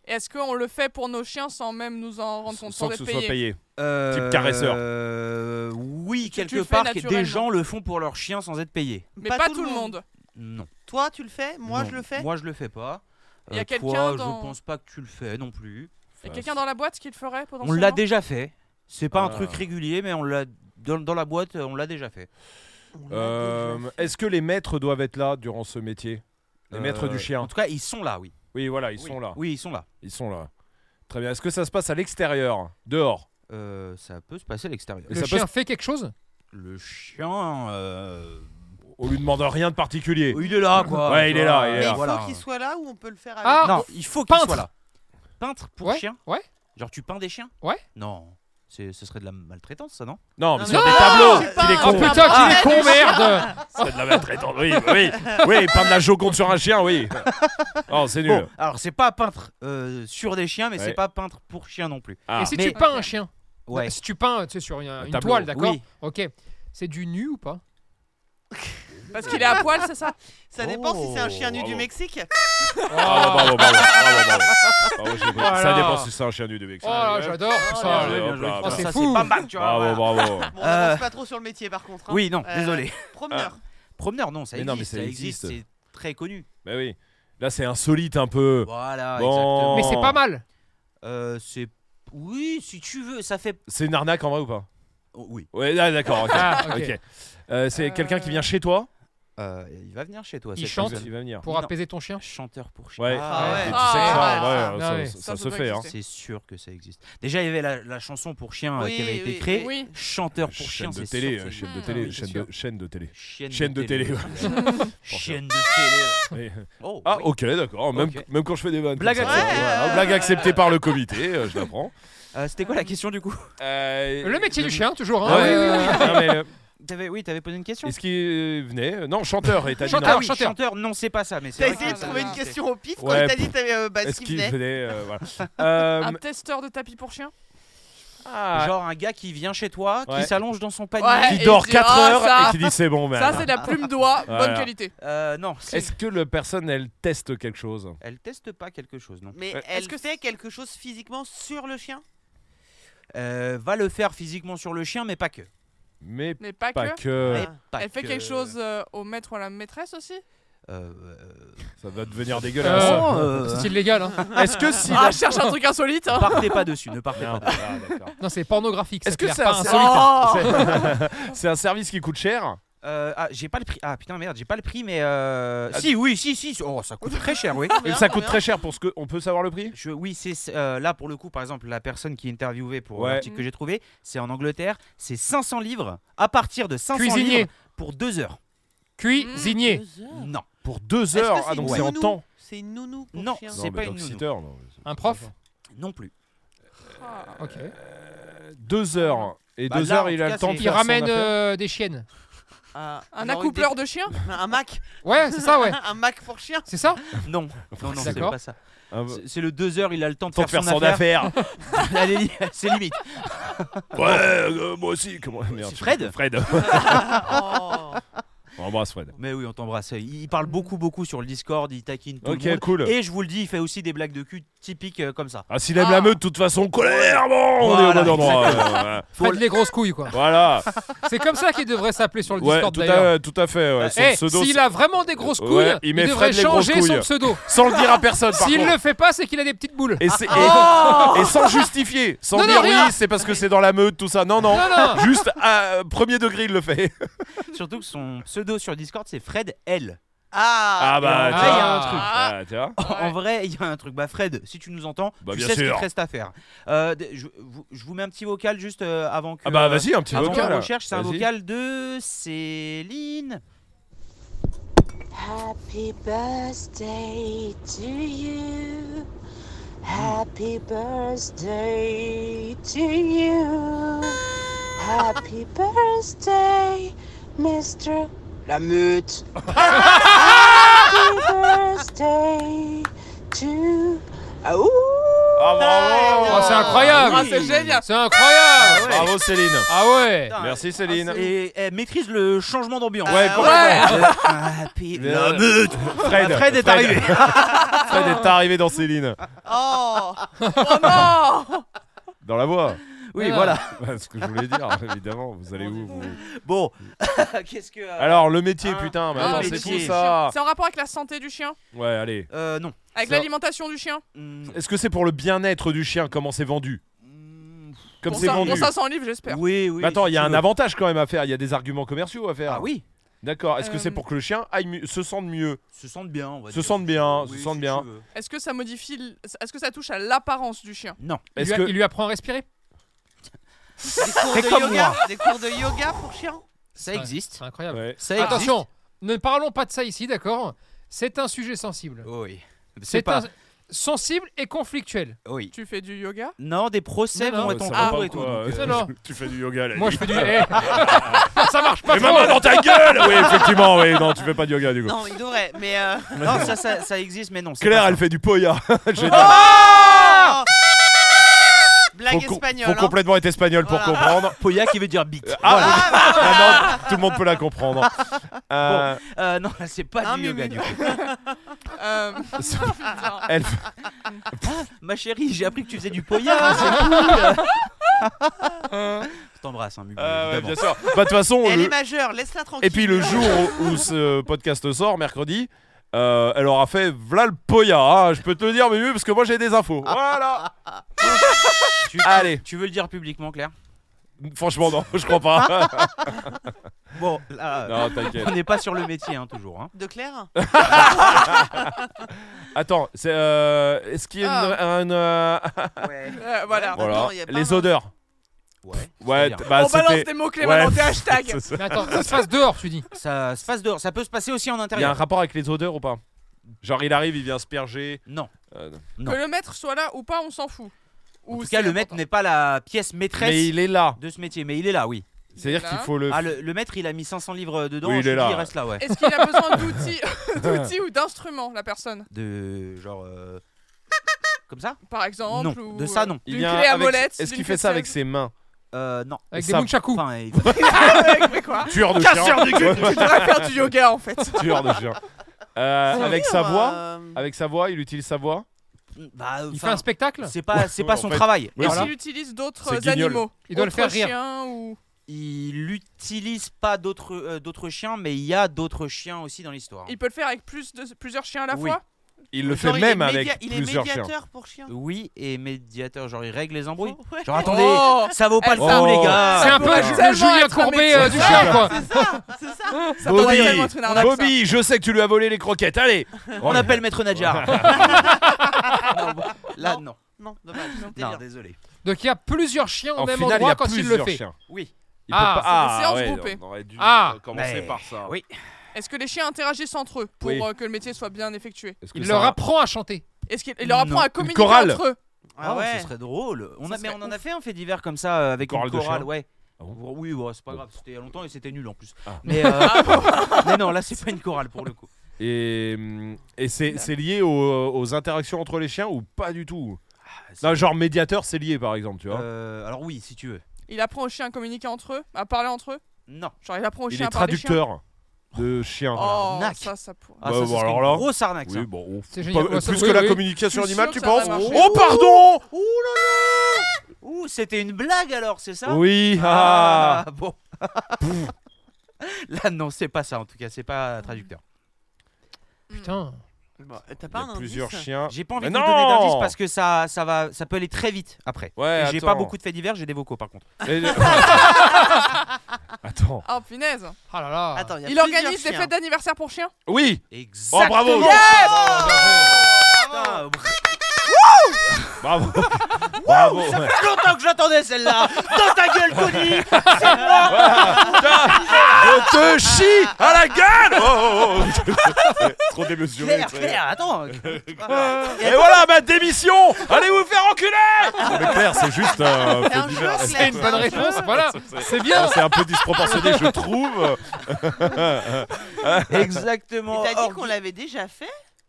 Est-ce qu'on le fait pour nos chiens sans même nous en rendre compte, sans,
Sans que ce
être
soit
payé
payé.
Euh,
Type caresseur.
euh, oui,
Tu- tu
quelque
le fais
part,
naturellement.
des gens le font pour leur chien sans être payés.
Mais pas tout le monde.
Non.
Toi, tu le fais Moi,
Non.
je le fais
Moi, je le fais pas.
Il y a
Euh, toi,
quelqu'un dans-
Je pense pas que tu le fais non plus.
Il y a quelqu'un dans la boîte qui le ferait
On
potentiellement
l'a déjà fait. C'est pas un
Ah.
truc régulier, mais on l'a dans, dans la boîte, on l'a déjà fait.
On l'a
Euh,
déjà fait.
Est-ce que les maîtres doivent être là durant ce métier Les
Euh,
maîtres du chien.
En tout cas, ils sont là, oui.
Oui, voilà, ils
Oui.
sont là.
Oui, ils sont là.
Ils sont là. Très bien. Est-ce que ça se passe à l'extérieur Dehors
Euh, ça peut se passer à l'extérieur.
Et
Le
ça
chien
peut
fait quelque chose
Le chien, euh,
On lui demande rien de particulier.
Oh, il est là, quoi.
Ouais, il est là, il est
Mais
là.
il
euh, Voilà.
faut qu'il soit là ou on peut le faire avec
Ah,
Non, il faut qu'il
Peintre.
soit là. Peintre pour
Ouais,
chien
ouais.
Genre tu peins des chiens
Ouais.
Non, c'est, ce serait de la maltraitance, ça, non
Non, mais
Non,
sur
mais
des
non,
tableaux
tu
Il est
peins.
Oh
con
putain, qu'il est
arrête
con,
les
merde
C'est de la maltraitance, oui, oui. Oui, peindre la Joconde sur un chien, oui. Non, c'est nul.
Bon, alors c'est pas peintre euh, sur des chiens, mais
Ouais.
c'est pas peintre pour chien non plus.
Ah.
Et si
Mais-
tu peins un chien bah,
Ouais.
Si tu peins tu sais, sur une, une
tableau,
toile, d'accord
oui.
Ok. C'est du nu ou pas
Parce qu'il est à poil, c'est ça
Ça dépend si c'est un chien nu
Oh, bah.
du
bravo.
Mexique.
Ah.
Bravo, bravo, bravo, bravo, bravo. Bravo, Ah, j'ai compris. Ça
Voilà.
dépend si c'est un chien du Mexique.
Oh là, j'adore tout ça
là, là.
là. bah,
bien joué,
hop là,
bien joué.
c'est
Ça,
fou.
pas mal, tu vois.
Bravo,
Ah, voilà.
Ah, bravo.
Bon, on
Euh,
avance pas trop sur le métier par contre. hein.
Oui, non,
Euh,
désolé. Ah.
Promeneur.
Promeneur, non, ça
Mais
existe,
non, mais
ça
ça
existe,
existe.
c'est très connu.
Mais Ben oui. Là, c'est insolite un peu.
Voilà,
Euh,
exactement.
Bon.
Mais c'est pas mal.
Euh, c'est oui, si tu veux, ça fait
C'est une arnaque en vrai ou pas
Oh, oui.
Ouais, là, d'accord. ok.
Ah, ok.
Ok. Euh, c'est
Euh,
quelqu'un qui vient chez toi
Euh, il va venir chez toi.
Il
cette
chante.
personne.
Il va venir.
Pour
Non.
apaiser ton chien.
Chanteur pour chien.
Ouais.
Ah ouais.
Et tu sais que
Ah,
ça,
ouais,
en
ça.
vrai, euh,
Non,
ça,
mais
ça-
ça,
ça
ça
se
doit
fait. Hein.
exister.
C'est sûr que ça existe. Déjà, il y avait la, la chanson pour chien euh,
Oui,
qui avait
oui,
été créée.
oui.
Chanteur pour chien,
Chaîne de
c'est
télé,
sûr
euh,
que ça
chaîne de
existe.
télé,
Oui,
chaîne
c'est
de-
sûr.
chaîne de télé.
Chienne
chaîne de télé,
Chienne de télé.
Oui.
Oh,
Ah,
oui.
ok, d'accord. Même,
Ok.
même quand je fais des vannes.
Blague
comme ça,
acceptée.
voilà,
Ouais.
blague acceptée par le comité, euh, je la prends.
Euh, C'était quoi la question du coup
Euh,
Le métier du chien, toujours.
Oh,
Ah Ouais,
Hein,
ouais,
Euh,
ouais. Non, mais, euh,
avais, Oui, t'avais posé une question.
Est-ce qu'il venait euh, Non, chanteur. Et t'as dit non.
Chanteur,
ah, oui, chanteur. non, c'est pas ça, mais c'est
T'as
vrai
essayé de
que-
ça
trouver
va.
une question au pif quand
Ouais,
il t'a dit que t'avais euh, bah, ce
Est-ce
qui
qu'il
venait.
venait euh, voilà. Euh,
Un testeur de tapis pour chien
ah,
Genre un gars qui vient chez toi,
Ouais.
qui s'allonge dans son panier.
Ouais.
qui
Et
dort
il dit, ah,
4 heures
ça.
et qui dit c'est bon,
Ça,
man.
c'est de la plume d'oie, bonne
Voilà.
qualité.
Euh, non, c'est-
Est-ce que la personne, elle teste quelque chose
elle teste pas quelque chose, non.
Mais
Ouais.
elle
Euh, Est-ce que
fait quelque chose physiquement sur le chien
Euh, va le faire physiquement sur le chien, mais pas que.
Mais
Mais pas,
pas
que.
que.
Ouais.
Pas
Elle fait
que.
quelque chose euh, au maître ou à la maîtresse aussi
Euh, euh,
Ça va devenir dégueulasse.
Euh,
non, euh,
C'est illégal. Hein.
Est-ce que si.
Ah, je cherche un truc insolite hein.
Partez pas dessus, ne partez
Non,
pas.
ah, d'accord.
Non, c'est pornographique.
Est-ce que
clair,
c'est
pas
un
insolite.
hein. C'est- C'est un service qui coûte cher
Euh, ah, j'ai pas le prix. Ah putain, merde, j'ai pas le prix, mais. Euh... Si, oui, si, si. si. Oh, ça coûte très cher, oui.
Ah, Et Ça coûte très cher pour ce que. On peut savoir le prix
Je- oui, c'est euh, là pour le coup, par exemple, la personne qui est interviewée pour
Ouais.
l'article que j'ai trouvé, c'est en Angleterre, c'est 500 livres à partir de 500
Cuisinier.
livres pour deux heures.
Cuisinier.
Non,
Pour deux heures Ah, donc c'est en temps
C'est une nounou pour
Non,
chien.
c'est- pas une nounou.
heures. non.
Un prof
non plus.
Ah.
Ok.
Euh, Deux heures. Et
Bah,
deux
là, en
heures, il
tout
a
cas,
le temps de
c'est-
Il
faire son
ramène
affaire.
euh, des chiennes.
Ah,
Un
genre une
accoupleur de chien
dé- Un Mac.
Ouais, c'est ça, ouais.
un Mac pour chien.
C'est ça
Non, non, non, c'est
D'accord.
pas ça.
Un-
C'est- C'est le deux heures, il a le temps de
Temps
faire,
de faire son affaire.
affaire. Elle est li- c'est limite.
euh, Ouais, euh, moi aussi. Comment... Merde,
Fred
Fred.
Oh.
On embrasse Fred.
Mais oui, on t'embrasse. Il il parle beaucoup, beaucoup sur le Discord, il taquine tout
Ok,
le monde.
cool.
Et je vous le dis, il fait aussi des blagues de cul typiques euh, comme ça.
Ah, s'il aime la
Ah.
meute, de toute façon, colère, bon, on est au
Voilà,
bon endroit. euh, voilà.
Fred les grosses couilles, quoi.
Voilà,
C'est comme ça qu'il devrait s'appeler sur le
ouais,
Discord
tout
d'ailleurs.
à, tout à fait. ouais. Son
Eh,
pseudo,
s'il a vraiment des grosses
Ouais,
couilles,
il
il,
met
devrait
Fred les grosses
changer son
couilles.
pseudo.
sans le dire à personne, par
S'il
contre.
le fait pas, c'est qu'il a des petites boules.
Et, c'est- et-
Oh
et sans justifier, sans
Oh Non, non,
dire
rien.
oui, c'est parce que c'est dans la meute, tout ça. Non, non.
Non, non.
Juste à premier degré, il le fait.
Surtout que son pseudo sur Discord, c'est Fred L.
Ah,
Ah bah,
Ah, il
tu
y
vois.
a un truc.
Ah, tu vois.
En vrai, il y a un truc. Bah, Fred, si tu nous entends,
Bah,
tu
bien
sais ce qu'il
sûr.
te reste à faire. Euh, d- je, vous, je vous mets un petit vocal juste euh, avant que.
Ah bah,
euh,
vas-y, un petit
avant
vocal.
qu'on recherche, c'est un
Vas-y.
vocal de Céline.
Happy birthday to you. Happy birthday to you. Happy birthday, Mr. La Meute. Happy birthday to. Ah, ouh.
Ah, bravo.
Oh, c'est incroyable.
Ah, c'est génial.
C'est incroyable.
Bravo, Céline.
Ah ouais.
Putain,
Merci, Céline.
Et eh, elle maîtrise le changement d'ambiance.
Ouais, complètement.
Euh, happy-
Euh,
La meute.
Fred,
Fred est arrivé.
Fred est arrivé dans Céline.
Oh
Oh non
Dans la voix.
Oui,
Ah.
voilà.
Bah, ce que je voulais dire, évidemment. Vous allez où vous
Bon, qu'est-ce que. euh,
Alors, le métier,
Ah,
putain. mais
ah,
attends,
le
c'est
métier.
fou ça.
C'est en rapport avec la santé du chien
Ouais, allez.
euh, non.
Avec
Ça-
l'alimentation du chien
Mm,
Est-ce que c'est pour le bien-être du chien Comment c'est vendu
mm,
Comme
Mmh. Pour
c'est
ça-
vendu.
Pour 500 livres, j'espère.
Oui, oui.
Mais attends,
si
il y a
tu
un
veux.
avantage quand même à faire. Il y a des arguments commerciaux à faire.
Ah oui,
D'accord. Est-ce que c'est
Euh,
pour que le chien aille mieux- se sente mieux
se sentent bien. On va
Se
dire.
sentent bien,
Oui,
se
si
sentent
tu
bien.
veux.
Est-ce que ça modifie. l- Est-ce que ça touche à l'apparence du chien
Il
Est-ce
lui, a-
que
il lui apprend à respirer.
Des cours
Fais
de
comme
yoga
moi.
Des cours de yoga pour chiens
Ça
Ouais.
existe.
C'est incroyable.
Ouais.
Ça existe.
Attention, ne parlons pas de ça ici, d'accord C'est un sujet sensible.
Oui. C'est
C'est
pas.
un- sensible et conflictuel.
Oui.
Tu fais du yoga
Non, des procès
Non, non.
vont
Ouais,
être
ça
en
va
Ah,
pas
cours
ou
et tout.
quoi,
donc,
euh,
euh,
non.
Tu fais du yoga. Là.
Moi, je fais du. Eh.
Ah.
ça marche pas
Mets ma
trop.
main dans ta gueule Oui, effectivement, oui. Non, tu fais pas de yoga du coup.
Non, il devrait, mais. euh,
Non, ça, ça, ça Ah existe, mais non. c'est
Claire,
pas
elle fait du poya. Génial.
Oh
faut,
Blague
com-
espagnole.
faut
hein.
complètement être espagnol pour
Voilà.
comprendre.
ça. Poya qui veut dire bite.
Ah,
Voilà.
ah, non, tout le monde peut la comprendre. Euh,
Euh, non, là, c'est pas
Un
du yoga.
mumu.
du coup.
Euh, putain.
elle-
Ma chérie, j'ai appris que tu faisais du poya. hein, c'est cool. Je t'embrasse, hein, Mumu.
Euh, ouais,
évidemment.
bien sûr. Bah, de toute façon,
Elle
le-
est majeure, laisse-la tranquille.
et puis le jour où, où ce podcast sort, mercredi, euh, elle aura fait v'là le poya. hein. je peux te le dire, mais oui, parce que moi j'ai des infos. Voilà.
Tu-
Allez.
Tu veux le dire publiquement, Claire
Franchement, non, je crois pas.
Bon, là, euh,
non, t'inquiète.
on n'est pas sur le métier, hein, toujours. hein.
De Claire
Attends, c'est, euh, est-ce qu'il y
Ah.
a une- un, euh,
Euh, voilà.
Bon,
voilà.
il y a pas
les
un-
odeurs.
Ouais.
Ouais,
c'est-à-dire-
t- bah
on balance
c'était.
des mots-clés
ouais.
maintenant, des hashtags.
C'est ça.
Mais attends, ça se passe dehors, tu dis.
Ça se passe dehors. Ça peut se passer aussi en
Il y a un
intérieur.
rapport avec les odeurs ou pas Genre il arrive, il vient se perger.
Non.
euh, non.
Non.
Que le maître soit là ou pas, on s'en fout.
En
Ou
tout cas,
c'est
le maître
important.
n'est pas la pièce maîtresse
Mais il est là.
de ce métier, mais il est là, oui.
C'est-à-dire
Là.
qu'il faut le.
Ah, le, le maître, il a mis 500 livres dedans.
Oui, il
je
est
dis,
là.
Il reste là, ouais.
Est-ce qu'il a besoin d'outils, d'outils ou d'instruments, la personne
De genre. euh, Comme ça
Par exemple
Non,
ou,
de ça,
euh,
non.
Il
D'une
vient
clé à
avec-
molette.
Est-ce
d'une
qu'il
clé
fait
de
ça avec
saize.
ses mains
Euh, non.
Avec
Ça-
des munchaku.
Enfin, il-
Ah, Mais quoi
Tueur de
Casseur
chien.
de gueule.
Tu devrais faire du yoga en fait.
Tueur de chien. Euh, avec sa voix.
Euh,
Avec sa voix, il utilise sa voix.
Bah,
Il fait
enfin,
un spectacle
c'est pas, c'est pas
Ouais, en
son
fait.
travail.
Oui,
Est-ce
voilà.
qu'il utilise
C'est
d'autres
guignol.
animaux
Il doit le
Autres
faire rire.
chiens ou...
Il utilise pas d'autres euh, d'autres chiens, mais il y a d'autres chiens aussi dans l'histoire.
Il peut le faire avec plus de, plusieurs chiens à la
Oui.
fois
Il le
genre,
fait
il est
même
média-
avec
Il est
plusieurs chiens.
médiateur pour chiens.
Oui, et médiateur, genre il règle les embrouilles.
Ouais.
Genre attendez,
Oh
ça vaut pas le
Elle
coup,
s'en-
les gars.
C'est un peu
pourrait
le- le
tellement
Julien
être un
Courbet
métier.
euh, du chien, quoi.
C'est ça, c'est ça.
Ça pourrait
Bobby,
tellement être une arnaque, ça.
Bobby, je sais que tu lui as volé les croquettes. Allez.
On appelle Maître Nadjar. Non, bon, Là, non.
Non, dommage. c'était
Non,
bien.
désolé.
Donc il y a plusieurs chiens au
En
même
finale, il y
endroit
a
quand il le
plusieurs
fait.
chiens.
Oui.
Il peut
Ah,
pas-
c'est
des
ah,
séances
ouais,
groupées.
on aurait dû
Ah.
euh, commencer
Mais-
par ça.
oui.
Est-ce que les chiens interagissent entre eux pour
Oui.
euh, que le métier soit bien effectué
Est-ce que
Il
ça-
leur apprend à chanter.
Est-ce qu'il il leur apprend
Non.
à
Une
communiquer
chorale.
entre eux
Ah
Ah ouais.
ouais.
Ce serait drôle. On
Ça
a, mais
serait
on en a fait un fait divers comme ça euh, avec
Chorale de
une chorale,
chien.
ouais.
Ah bon
oui, ouais, c'est pas
Bon.
grave, c'était il y a longtemps et c'était nul en plus.
Ah.
Mais, euh, mais non, là c'est pas une chorale pour le coup.
Et, hum, et c'est
Bah.
c'est lié aux, aux interactions entre les chiens ou pas du tout
Ah, c'est-
Non, genre médiateur, c'est lié par exemple, tu vois.
Euh, alors oui, si tu veux.
Il apprend aux chiens à communiquer entre eux, à parler entre eux
Non.
Genre il apprend aux
il
chiens
est
à parler chiens
traducteur. de chien.
Oh,
arnaque.
ça, ça pourrait.
Ah,
Bah,
ça,
bon,
ce serait
alors
une
là.
grosse arnaque, ça.
Oui, bon, on-
C'est génial.
pas-
Ouais, ça-
plus
oui,
que la
oui.
communication
Je suis
animale,
sûr
tu
que ça va
penses
marcher.
Oh, pardon
Ouh là là Ouh, c'était une blague alors, c'est ça
Oui, ah.
Ah, bon. Là, non, c'est pas ça, en tout cas, c'est pas traducteur.
Putain.
Bon, Euh, T'as
Il y
pas
a
un
plusieurs
indice
chiens.
J'ai pas envie
Mais
de vous donner
non
d'indices parce que ça, ça, va, ça peut aller très vite après.
Ouais,
Et J'ai pas
attends.
beaucoup de faits divers, j'ai des vocaux par contre.
Mais- Enfin, Attends.
Ah, punaise.
Ah là là.
Attends, il y a
Il
plusieurs
organise des
chiens.
fêtes d'anniversaire pour chiens
Oui
Exactement.
Oh, bravo
Eh,
Oh.
Putain,
Bravo Bravo
Ça fait longtemps que j'attendais celle-là Dans ta gueule, Connie C'est moi
On te chie à la gueule Oh, oh, oh. Trop démesuré.
Claire,
tu sais.
Claire, attends
Et voilà ma démission Allez vous faire enculer Non, mais Claire, c'est juste euh, un fait
un
divers.
jeu,
euh, C'est une bonne réponse, voilà. C'est bien.
Ah, C'est un peu disproportionné, je trouve.
Exactement
Mais t'as dit
Orga-
qu'on l'avait déjà fait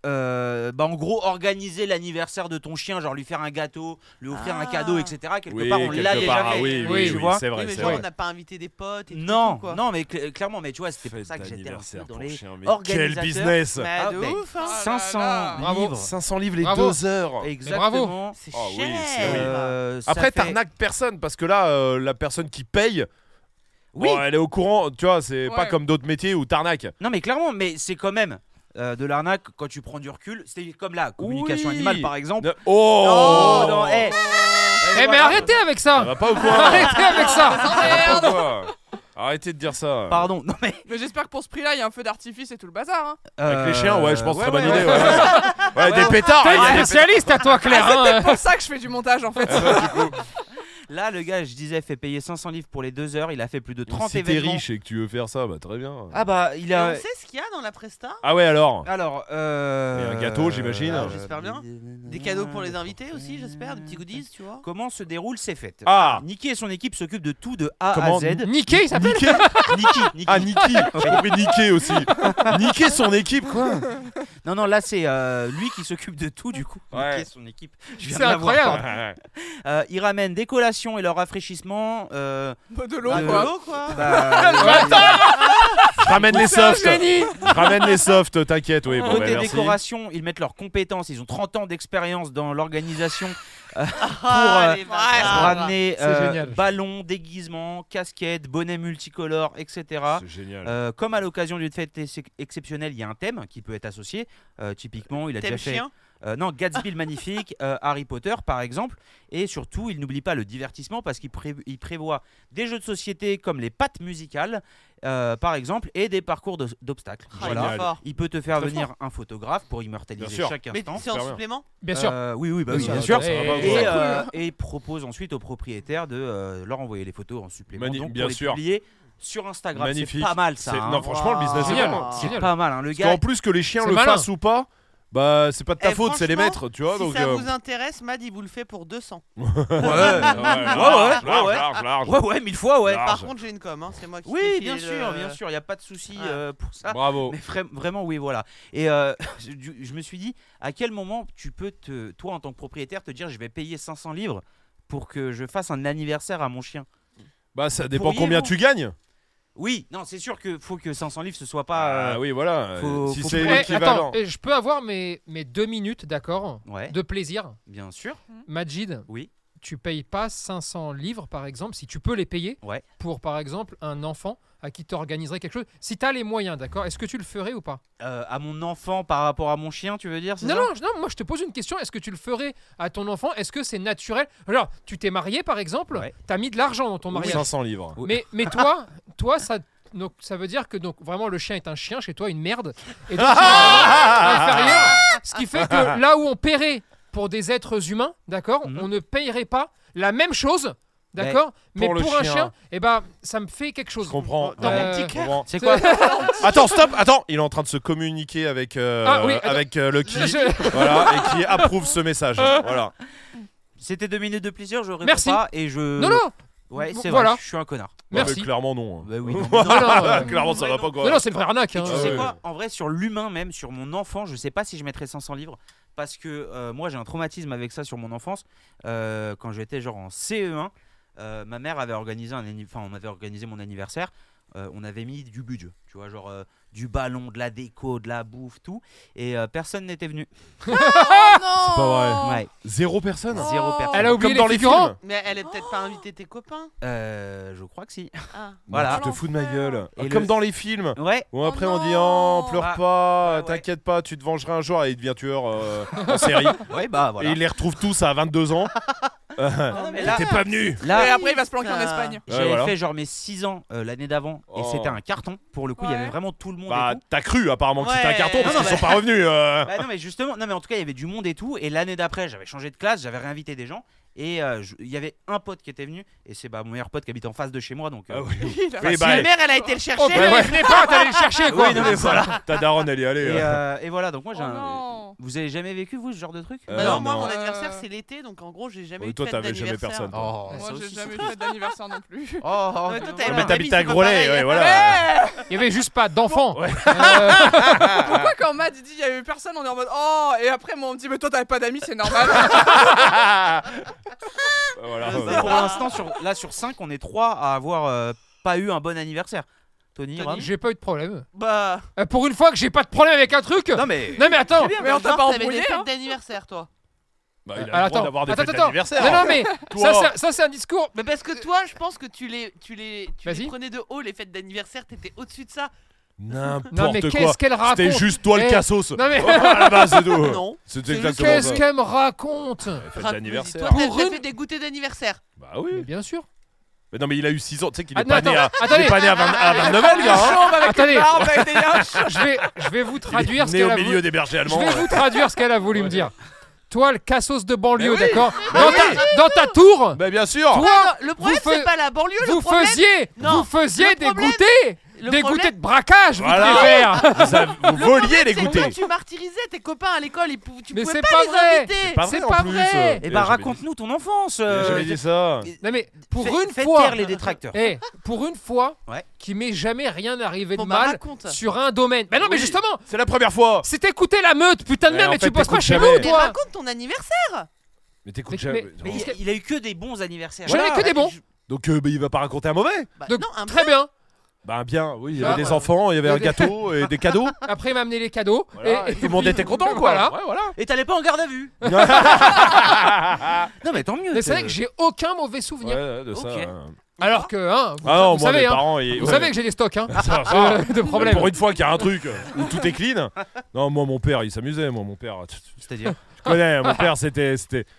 Euh, bah, En gros, organiser l'anniversaire de ton chien, genre lui faire un gâteau, lui offrir
Ah.
un cadeau, etc. Quelque
Oui,
part, on l'a
quelque
déjà
part, Ah
fait.
oui,
Oui,
oui,
tu
oui,
vois.
c'est vrai,
Oui, mais
c'est
genre, on
vrai.
n'a pas invité des potes et tout,
Non,
quoi.
non, mais cl- clairement, mais tu vois, c'est pour
Fête
ça que j'étais
d'anniversaire
un peu dans
pour
les
chien, mais Quel
organisateurs.
business
Mais
Ah,
de
ben,
ouf, hein.
Ah là
500
là.
Bravo.
livres.
500 livres les
Bravo.
2 heures.
Exactement.
C'est
Ah oui,
cher.
c'est- oui.
Euh, ça
Après,
fait-
t'arnaques personne parce que là, euh, la personne qui paye,
Oui,
bon, elle est au courant. Tu vois, c'est pas
Ouais.
comme d'autres métiers où t'arnaques.
non, mais clairement, mais c'est quand même euh, de l'arnaque quand tu prends du recul. C'était comme la communication
Oui.
animale, par exemple.
Ne- Oh
Oh, non, eh.
Eh,
Eh,
mais
voilà.
arrêtez avec
Ça
ça.
va pas ou quoi
Arrêtez avec
Ça
ça.
va pas ou quoi Arrêtez de dire ça.
Pardon, non mais.
Mais j'espère que pour ce prix-là, il y a un feu d'artifice et tout le bazar. Hein.
Avec les chiens, ouais, je pense très bonne idée. Ouais,
euh, ouais.
Ouais,
Ouais,
des pétards.
T'es
il y a des
une spécialiste à toi,
Ah,
Claire. hein.
C'est pour ça que je fais du montage en fait.
Là, le gars, je disais, fait payer 500 livres pour les deux heures. Il a fait plus de
pétards.
30
si t'es
événements.
riche et que tu veux faire ça, bah très bien.
Ah bah, il
Et
a.
on sait ce qu'il y a dans la presta
Ah ouais, alors
Alors, euh.
Et un gâteau, j'imagine.
euh,
J'espère bien. Des
Ah,
cadeaux pour les invités aussi, j'espère, des petits goodies, tu vois.
Comment se déroulent ces fêtes
Ah
Niki et son équipe s'occupent de tout de A
Comment
à Z.
Niqué, il s'appelle.
Niquer
Niki, Niki.
Ah, Niki J'ai compris niquer aussi. Niquer son équipe, quoi
Non, non, là c'est euh, lui qui s'occupe de tout du coup.
Ouais.
Niki et son équipe. Je viens
C'est
de l'avoir,
incroyable.
pardon. Euh, il ramène des collations et leur rafraîchissement. euh,
De l'eau,
Bah, de
quoi.
l'eau.
Oh, quoi
bah,
Je Ramène les
C'est un
softs
génie.
Je Ramène les softs, t'inquiète, oui, bon, bah,
Ah, Côté
merci.
décoration, ils mettent leurs compétences. Ils ont 30 ans d'expérience dans l'organisation.
Ah,
euh,
les
Pour
bâtards.
ramener
C'est
euh,
génial.
ballons, déguisements, casquettes, bonnets multicolores, etc.
C'est génial.
Euh, comme à l'occasion d'une fête ex- exceptionnelle, il y a un thème qui peut être associé. Euh, typiquement, il a
T'aimes
déjà fait.
chien
Euh, non, Gatsby le magnifique, euh, Harry Potter par exemple. Et surtout, il n'oublie pas le divertissement parce qu'il pré- il prévoit des jeux de société comme les pattes musicales, euh, par exemple, et des parcours de- d'obstacles.
Ah, il est
Voilà.
Génial.
fort.
Il peut te faire
Très
venir un photographe pour immortaliser
Bien sûr.
chaque
Mais
instant.
c'est en
Super bien.
supplément
Bien sûr.
Euh, oui, oui, bah
Bien
oui,
sûr,
bien sûr.
ça va pas
Et-
vous
Et,
en-
euh, et propose ensuite aux propriétaires de euh, leur envoyer les photos en supplément.
Mani-
donc
bien
pour les
sûr.
publier sur Instagram. C'est
Magnifique.
pas mal ça.
C'est-
hein.
Non, franchement, le business est
Génial.
bon.
C'est
génial.
pas mal. hein. Le
Parce
gars,
qu'en plus que les chiens
C'est
le
malin.
fassent ou pas, bah c'est pas de ta
Eh,
faute, c'est les
franchement,
maîtres, tu vois.
Si
donc,
ça
euh,
vous intéresse, Mad, il vous le fait pour 200.
Ouais, large,
ouais, ouais.
large, large.
ouais, ouais, mille fois, ouais.
Ah,
Par
je-
contre, j'ai une com, hein, c'est moi qui t'ai
Oui,
filé
bien
le-
sûr,
euh,
bien sûr, il n'y a pas de souci
Ah.
euh, pour ça.
Bravo.
Mais vra- vraiment, oui, voilà. Et euh, je, du- je me suis dit, à quel moment tu peux, te, toi, en tant que propriétaire, te dire, je vais payer 500 livres pour que je fasse un anniversaire à mon chien
Bah ça dépend
pourriez-vous
combien tu gagnes.
Oui, non, c'est sûr que faut que 500 livres, ce soit pas... euh,
Ah oui, voilà.
faut-
euh, Si
faut
c'est
prendre-
Eh,
l'équivalent.
attends, eh, je peux avoir mes, mes deux minutes, d'accord
Ouais,
De plaisir.
bien sûr.
Majid,
Oui.
tu payes pas 500 livres, par exemple, si tu peux les payer
Ouais.
pour, par exemple, un enfant à qui tu organiserais quelque chose. Si tu as les moyens, d'accord Est-ce que tu le ferais ou pas
Euh, à mon enfant par rapport à mon chien, tu veux dire c'est
non,
ça
non, je- non, moi je te pose une question. Est-ce que tu le ferais à ton enfant Est-ce que c'est naturel Alors, tu t'es marié, par exemple,
Ouais.
tu as mis de l'argent dans ton mariage.
500 livres.
Oui.
Mais, mais toi, toi ça, donc, ça veut dire que donc, vraiment le chien est un chien, chez toi une merde. Et donc, il est vraiment inférieur. Ce qui fait que là où on paierait pour des êtres humains, d'accord,
Mhm.
on ne payerait pas la même chose, d'accord, mais
pour
pour,
le
un
chien.
chien, eh ben, ça me fait quelque chose. Euh,
Je comprends.
Dans mon
Ouais,
petit
je
cœur.
comprends.
C'est quoi
euh, Attends, stop, attends, il est en train de se communiquer avec, euh,
Ah oui, attends.
avec euh, Lucky,
Je- je- Euh.
voilà, et qui approuve ce message. Voilà.
C'était deux minutes de plaisir, je réponds
Merci.
pas et je...
Non, non,
Ouais, c'est
Voilà.
vrai, je suis un connard.
Ouais, mais
merci.
clairement non.
Bah oui, non, mais non.
Non, non, euh,
clairement ça va pas quoi.
non, non, c'est le vrai arnaque.
Et
hein.
tu
Ah
sais
ouais.
quoi En vrai, sur l'humain même, sur mon enfant, je sais pas si je mettrais 500 livres. Parce que euh, moi, j'ai un traumatisme avec ça sur mon enfance. Euh, quand j'étais genre en CE1, euh, ma mère avait organisé, un anni- enfin, on avait organisé mon anniversaire. Euh, on avait mis du budget. Tu vois, genre, euh, du ballon, de la déco, de la bouffe, tout. Et euh, personne n'était venu.
Oh non
C'est pas
Ouais.
Zéro personne
Oh.
Zéro personne.
Elle a oublié
Comme dans
les
les
figurants.
films
Mais elle est peut-être pas invité tes copains.
Euh, je crois que si.
Ah.
Voilà.
Tu te fous de ma gueule. Ah,
Et
Comme
le-
dans les films.
Ouais.
Bon,
Oh
après, on dit
non.
Oh, pleure
Ah,
pas,
ouais.
t'inquiète pas, tu te vengeras un jour. Et il devient tueur euh, en série.
Ouais, bah voilà.
Et il les retrouve tous à 22 ans. Euh,
Non, non, mais
Et
là,
T'es pas venu
Et
là,
après, il va se planquer en
Ah.
Espagne.
Ouais,
j'avais
voilà.
fait genre mes 6 ans euh, l'année d'avant. Et
Oh.
c'était un carton. Pour le coup, il y avait
Ouais.
vraiment tout le monde. et
Bah,
tout.
t'as cru apparemment que c'était un
Ouais.
carton parce
Non,
qu'ils
non,
sont pas revenus. euh.
Bah non mais justement, non mais en tout cas il y avait du monde et tout et l'année d'après j'avais changé de classe, j'avais réinvité des gens et euh, je- il y avait un pote qui était venu et c'est bah mon meilleur pote qui habite en face de chez moi donc euh,
Ah oui.
Il a-
Oui, bah,
Ma
elle-
mère, elle a été le
Oh,
chercher.
bah,
ouais.
venez pas, t'allais le chercher, quoi.
Oui, non, mais voilà.
Ta daronne, elle y est allée.
Et,
euh.
euh, et voilà donc moi j'ai
Oh
un-
non.
Vous avez jamais vécu vous ce genre de truc
Euh,
Bah non, moi,
non.
mon anniversaire,
Euh.
c'est l'été, donc en gros, j'ai jamais
Euh,
eu de
toi,
fête
t'avais jamais
d'anniversaire.
personne. toi.
Oh,
Moi,
ça
j'ai
aussi,
jamais eu
c'est-
de fête d'anniversaire non plus.
Oh, oh,
Ouais, toi,
non,
t'as-
Non,
voilà.
ta
mais
vie,
t'habites à
c'est pas
Grolet,
pareil.
Eh,
ouais, voilà.
Il y avait juste pas d'enfants.
Ouais.
Euh,
Pourquoi quand on m'a dit il y avait eu personne, on est en mode oh et après moi on me dit mais toi t'avais pas d'amis c'est normal.
Ah, Voilà.
Je sais
Pour l'instant sur là sur 5 on est 3 à avoir euh, pas eu un bon anniversaire. Tony,
Tony.
Ram
j'ai pas eu de problème.
Bah.
Euh, pour une fois que j'ai pas de problème avec un truc.
Non mais
Non mais attends.
bien,
mais on t'a
genre,
pas
t'avais
embrouillé,
des
hein.
fêtes d'anniversaire, toi.
Bah,
Euh,
il a le droit d'avoir des fêtes d'anniversaire.
Non, non, mais ça,
Toi.
c'est un- ça, c'est un discours.
Mais parce que toi, je pense que tu les, tu les, tu les
Vas-y.
prenais de haut, les fêtes d'anniversaire, t'étais au-dessus de ça.
Non, mais
N'importe quoi.
qu'est-ce qu'elle
C'était
raconte
juste toi
Eh.
le cassos.
Non, mais-
À la base, c'est tout.
Non.
C'était
C'est juste
exactement
Qu'est-ce
ça.
qu'elle me raconte
Fête
Raconte- Toi,
d'anniversaire.
t'as
Pour
t'as
une-
fait des goûters d'anniversaire.
Bah
Mais
oui.
Bien sûr.
Mais non, mais il a eu 6 ans. Tu sais qu'il
Ah,
est
non,
pas né à
attends,
il est pas
attendez.
né à 20 à 29 ans, le gars. hein.
Chambre avec
Attendez.
une barbe, avec des yinches.
Je vais, je vais vous
Il est
traduire ce
Né
qu'elle
au
a voulu.
milieu des bergers
Je
allemands.
vais
ouais.
vous traduire ce qu'elle a voulu
Ouais.
me dire. Toi, le cassos de banlieue,
Mais oui.
d'accord dans, ta- dans ta tour,
Bah bien sûr.
Toi,
Ah non, le problème,
vous fe-
c'est pas la banlieue,
vous
le problème.
faisiez,
Non.
vous faisiez
Le
des
problème-
goûters,
le
des
problème-
goûters de braquage, vous
Voilà.
devez faire.
Vous avez- vous voliez
C'est
les
que toi,
goûters.
tu martyrisais tes copains à l'école, ils pou- tu
Mais
pouvais
c'est
pas,
pas
les
vrai.
inviter.
Pas
C'est
vrai, en
pas
plus. euh,
vrai. ben,
eh
Et
bah
j'avais dit-
raconte-nous ton enfance.
J'avais
euh,
dit ça.
Non mais pour
fais-
une
faites
fois,
taire les détracteurs.
Eh, pour une fois,
Ouais.
qui m'est jamais rien arrivé
Bon,
de
bah,
mal
raconte.
sur un domaine. Mais non, mais
Oui.
justement,
C'est la première fois.
c'est écouter la meute, putain de
Ouais,
merde,
en
mais
fait,
tu bosses pas
t'écoutes
chez
jamais.
nous,
Mais
toi.
raconte ton anniversaire.
Mais t'écoutes
Mais-
jamais.
Mais il, il a eu que des bons anniversaires.
J'en ai
Voilà.
que des bons.
Donc euh, bah, il va pas raconter un mauvais.
Bah,
Donc,
non, un
très bien.
Bah bien, oui, il y
Bah,
avait des enfants, il y avait
Il y a
un
des-
gâteau et des cadeaux.
Après, il m'a amené les cadeaux.
Voilà,
et,
et tout le monde était content quoi.
Voilà.
Ouais, voilà.
Et t'allais pas en garde à vue. non mais tant mieux.
Mais c'est vrai
t'es-
que j'ai aucun mauvais souvenir.
Ouais, de ça.
Ok.
hein.
Alors que, hein, vous,
Ah non,
vous
moi
savez,
mes
hein,
parents ils-
vous
ouais.
savez que j'ai des stocks hein,
Ça, ça.
euh, de problèmes.
Pour une fois qu'il y a un truc euh, où tout est clean. Non, moi mon père, il s'amusait, moi mon père.
C'est-à-dire.
Je connais, mon père c'était c'était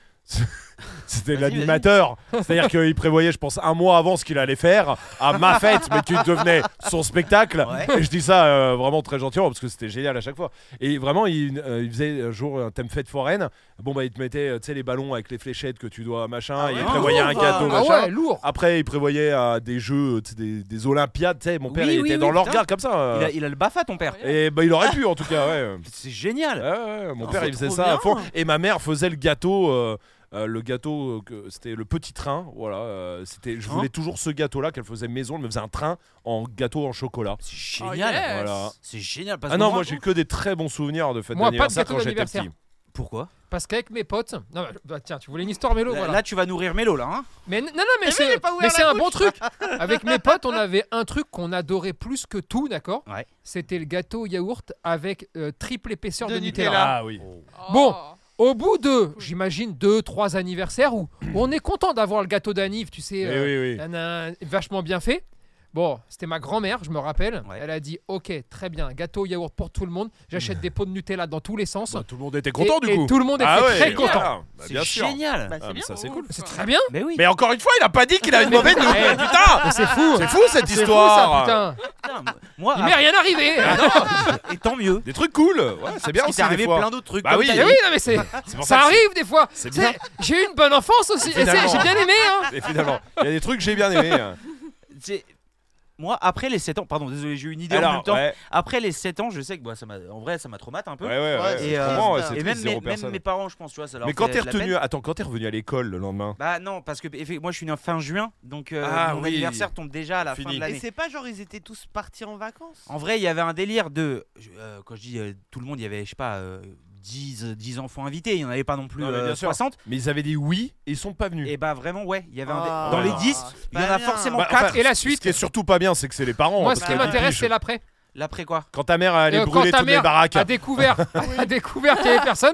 c'était
Vas-y,
l'animateur. C'est-à-dire qu'il prévoyait, je pense, un mois avant ce qu'il allait faire à ma fête, mais qui devenait son spectacle.
Ouais.
Et je dis ça euh, vraiment très gentiment parce que c'était génial à chaque fois. Et vraiment, il, euh, il faisait un jour un thème fête foraine. Bon, bah, il te mettait, euh, tu sais, les ballons avec les fléchettes que tu dois, machin.
Ah
il
ouais. bah
prévoyait un
Ah
cadeau,
Ah
machin.
ouais, lourd.
Après, il prévoyait euh, des jeux, tu sais, des, des Olympiades. tu sais, Mon père,
Oui,
il
oui,
était
oui,
dans leur
putain.
regard comme ça. euh.
Il a, il a le bafa ton père.
Et bah, il aurait pu, en tout cas, ouais.
C'est génial.
Ouais, ouais, mon
Ah,
père
c'est
il faisait
trop
ça
bien.
à fond et ma mère faisait le gâteau euh, euh, le gâteau euh, que c'était le petit train voilà euh, c'était je
Hein
voulais toujours ce gâteau là qu'elle faisait maison elle me faisait un train en gâteau en chocolat
C'est
Oh,
génial.
yes.
Voilà.
C'est génial parce
ah
que
non moi j'ai que des très bons souvenirs de fête
Moi, pas de
d'anniversaire
gâteau
quand j'étais
d'anniversaire.
petit
Pourquoi
Parce qu'avec mes potes. Non, bah, tiens, tu voulais une histoire mélo,
là,
voilà.
là, tu vas nourrir Mélo là. Hein
Mais n- non, non,
Mais
mais
oui,
c'est
j'ai pas ouvert
mais
la
c'est un
bouche.
bon truc. Avec mes potes, on avait un truc qu'on adorait plus que tout, d'accord
Ouais.
C'était le gâteau au yaourt avec euh, triple épaisseur de,
De
Nutella.
Nutella.
ah oui
Bon.
Oh.
Au bout de, j'imagine, deux, trois anniversaires où on est content d'avoir le gâteau d'anniv, tu sais,
Eh
euh,
oui oui
nanan, vachement bien fait. Bon, c'était ma grand-mère, je me rappelle.
Ouais.
Elle a dit Ok, très bien, gâteau au yaourt pour tout le monde. J'achète des pots de Nutella dans tous les sens.
Bah, tout le monde était content
et,
du coup
Et tout le monde était
ah ouais,
très content.
voilà. Bah,
C'est
bien sûr
génial.
Bah,
Ah,
c'est
mais
bien.
ça c'est
ouf.
cool
C'est très bien.
mais oui.
mais encore une fois il a pas dit qu'il avait une mauvaise nouvelle
Eh,
putain
mais c'est
hein.
fou.
c'est fou cette
C'est fou,
histoire
ça, putain.
Putain, moi.
Il m'est rien arrivé.
ah, non, et tant mieux.
des trucs cool ouais c'est bien
Parce qu'il
aussi
t'est
des
arrivé
fois
plein d'autres trucs.
Bah
comme
oui.
t'as
Eh
dit.
oui, non, mais c'est.
C'est pour
Ça
que c'est-
arrive des fois.
c'est bien
C'est- J'ai eu une bonne enfance aussi. et c'est-
Finalement.
J'ai bien aimé. Hein.
Et finalement, il y a des trucs que j'ai bien aimé. hein.
C'est- Moi, après les 7 ans, pardon, désolé, j'ai eu une idée en même temps.
ouais,
Après les 7 ans, je sais que bah, ça m'a, en vrai, ça m'a traumaté un peu.
ouais, ouais,
Ouais,
ouais,
c'est
c'est
et euh,
vraiment,
et
c'est
et
triste,
même,
zéro
mes, même
personne.
mes parents, je pense, tu vois, ça leur
mais quand
fait
t'es
de la peine.
retenu, attends, quand t'es revenu à l'école le lendemain,
Bah non, parce que effe- moi je suis né en fin juin, donc euh,
Ah
mon
oui.
anniversaire tombe déjà à la fin
Fini.
de
Et
l'année.
c'est pas genre ils étaient tous partis en vacances
En vrai, il y avait un délire de. je- euh, quand je dis euh, tout le monde, il y avait, je sais pas, euh, 10, euh, 10 enfants invités, il n'y en avait pas non plus
Non, mais
euh,
bien sûr.
60.
mais ils avaient dit oui et ils sont pas venus.
Et bah vraiment, ouais, il y avait un dé-
Ah,
Dans
ouais,
les
non.
10,
c'est
il y en
pas
a
bien.
forcément
Bah,
4.
enfin,
Et la
Ce
suite
qui est surtout pas bien, c'est que c'est les parents.
Moi,
Oh, parce
ce qui
qu'elles
m'intéresse,
pigent.
c'est l'après.
L'après quoi
Quand ta mère allait
Et, euh, quand
brûler
ta
toutes les
mère
baraques.
a découvert, a découvert qu'il y avait personne,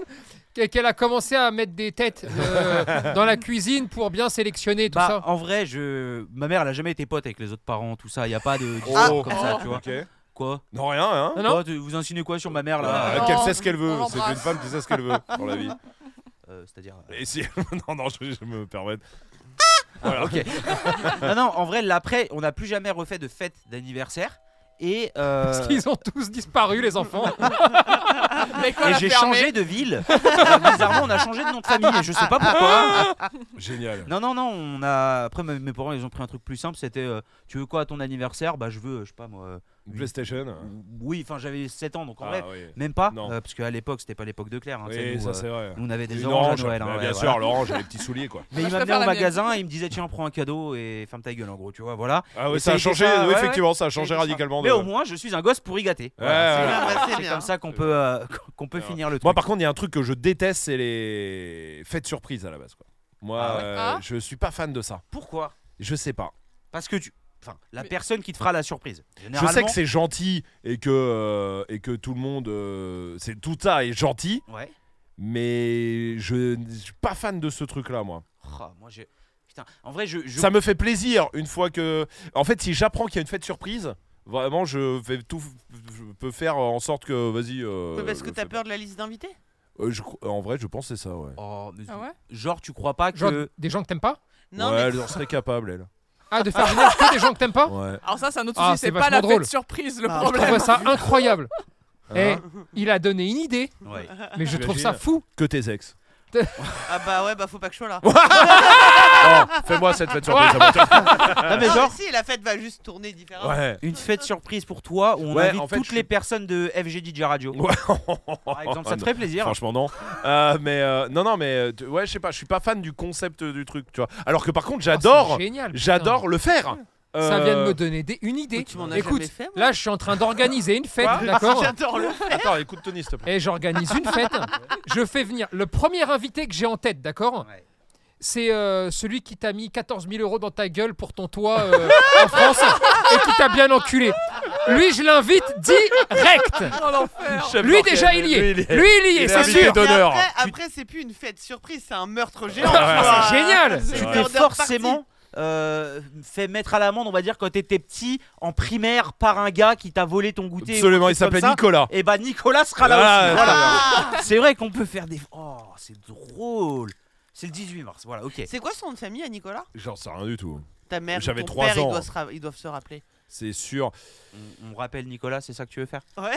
qu'elle qu'elle a commencé à mettre des têtes euh, dans la cuisine pour bien sélectionner tout
Bah,
ça.
en vrai, je... ma mère, elle a jamais été pote avec les autres parents, tout ça. Il n'y a pas de
Ah,
discours comme ça, tu vois.
Ok.
Quoi
Non, rien, hein
Non, non.
Quoi, tu- Vous insinuez quoi sur ma mère, là
Ah, qu'elle
Non,
sait ce qu'elle veut.
on
C'est une
l'embrasse.
femme qui sait ce qu'elle veut dans la vie.
Euh, C'est-à-dire. euh,
Et si... non, non, je, je me permets.
Ah, ok. non, non, en vrai, l'après, on n'a plus jamais refait de fête d'anniversaire. Et, euh,
Parce qu'ils ont tous disparu, les enfants.
et
L'école a
j'ai
fermé.
changé de ville. Euh, bizarrement, on a changé de nom de famille. Et je sais pas pourquoi.
Génial.
Non, non, non. On a... Après, mes mes parents, ils ont pris un truc plus simple. C'était euh, Tu veux quoi à ton anniversaire Bah, je veux, euh, je sais pas moi. euh,
Une PlayStation.
Oui, enfin, j'avais 7 ans, donc en
Ah,
vrai,
oui.
même pas.
Non.
euh, parce qu'à l'époque, c'était pas l'époque de Claire. hein, tu sais,
Oui,
nous,
ça
euh,
c'est vrai.
nous, on avait des
Une
oranges
orange,
à Noël. hein,
bah,
ouais,
bien
voilà.
sûr, l'orange, elle a les petits souliers quoi.
Mais
Moi,
il
je
m'a
préfère
au
la mienne.
magasin, il me disait tiens prends un cadeau et ferme ta gueule en gros, tu vois, voilà.
Ah
Mais
oui,
ça a
ça a
été
changé,
ça,
oui,
ouais,
effectivement, ça a changé
C'est ça.
radicalement.
Mais
de-
au moins je suis un gosse pourri gâté. c'est-
Ouais, ouais.
Ah, bah, c'est
c'est
bien.
comme ça qu'on peut euh, qu'on peut finir le truc.
Moi, par contre, il y a un truc que je déteste, c'est les fêtes surprises à la base. Quoi. Moi,
Ah ouais.
euh,
Ah.
je suis pas fan de ça.
Pourquoi
Je sais pas.
Parce que tu enfin la
Mais-
personne qui te fera la surprise.
Je
Généralement,
sais que c'est gentil et que euh, et que tout le monde, euh, c'est tout ça est gentil,
Ouais.
mais je, ne suis pas fan de ce truc-là, moi.
Oh, moi j'ai Putain, en vrai je, je-
Ça me fait plaisir une fois que, en fait, si j'apprends qu'il y a une fête surprise, vraiment, je vais tout, je peux faire en sorte que, vas-y. euh,
Oui, parce que
le
t'as
fais
peur de la liste d'invités
pas. Euh, je cro- en vrai, je pense que c'est ça, ouais.
Oh, mais-
Ah ouais
genre tu crois pas que
Genre, des gens que t'aimes pas
Non,
ouais,
mais
elle en serait capable, elle.
Ah, de faire venir que des gens que t'aimes pas
Ouais.
Alors ça, c'est un autre
Ah,
souci,
c'est
c'est pas la
vachement drôle.
fête surprise le
Ah,
Je
problème.
trouve ça incroyable. Eh,
Hein
il a donné une idée,
Ouais.
mais je trouve
J'imagine.
ça fou.
que tes ex.
ah bah ouais, bah faut pas que je sois là.
Non,
Oh,
fais-moi cette fête surprise. à moi, toi.
Non, mais
Non,
genre
mais si, la fête va juste tourner différemment.
Ouais.
une fête surprise pour toi où on
Ouais,
invite
en fait,
toutes
je
les
suis-
personnes de FG DJ Radio. Par exemple, ça te ferait plaisir.
Franchement non. Euh, mais euh, non non mais euh, tu- ouais je sais pas, je suis pas fan du concept euh, du truc, tu vois. Alors que par contre
Ah,
j'adore,
c'est génial, putain.
j'adore le faire.
Ça vient de
Euh,
me donner des- une idée.
Mais tu m'en as
Écoute,
jamais fait, moi.
là, je suis en train d'organiser une fête, d'accord
J'adore le.
Attends, écoute Tony s'il te plaît.
Et j'organise une fête. Je fais venir le premier invité que j'ai en tête, d'accord
Ouais.
C'est euh, celui qui t'a mis 14 000 euros dans ta gueule pour ton toit euh, en France et qui t'a bien enculé. Lui, je l'invite direct.
Ah,
Oh, l'enfer.
Lui, déjà, il y est. Lui, il y
il
est,
est
c'est
invité
sûr.
Mais
d'honneur.
Après, après, c'est plus une fête surprise, c'est un meurtre géant.
Ah,
tu
ouais,
vois.
C'est génial.
C'est
tu
vrai.
t'es
Murder
forcément euh, fait mettre à l'amende, on va dire, quand t'étais petit, en primaire, par un gars qui t'a volé ton goûter.
Absolument, il s'appelait Nicolas.
Et bah Nicolas sera là
Ah,
aussi.
ouais.
Voilà. C'est vrai qu'on peut faire des. Oh, c'est drôle. C'est le 18 mars, voilà, ok.
C'est quoi son nom de famille à Nicolas
J'en sais rien du tout.
Ta mère,
J'avais
ton
trois
père,
ans. hein,
Ils, doivent se ra- ils doivent se rappeler.
C'est sûr.
On, on rappelle Nicolas, c'est ça que tu veux faire
Ouais.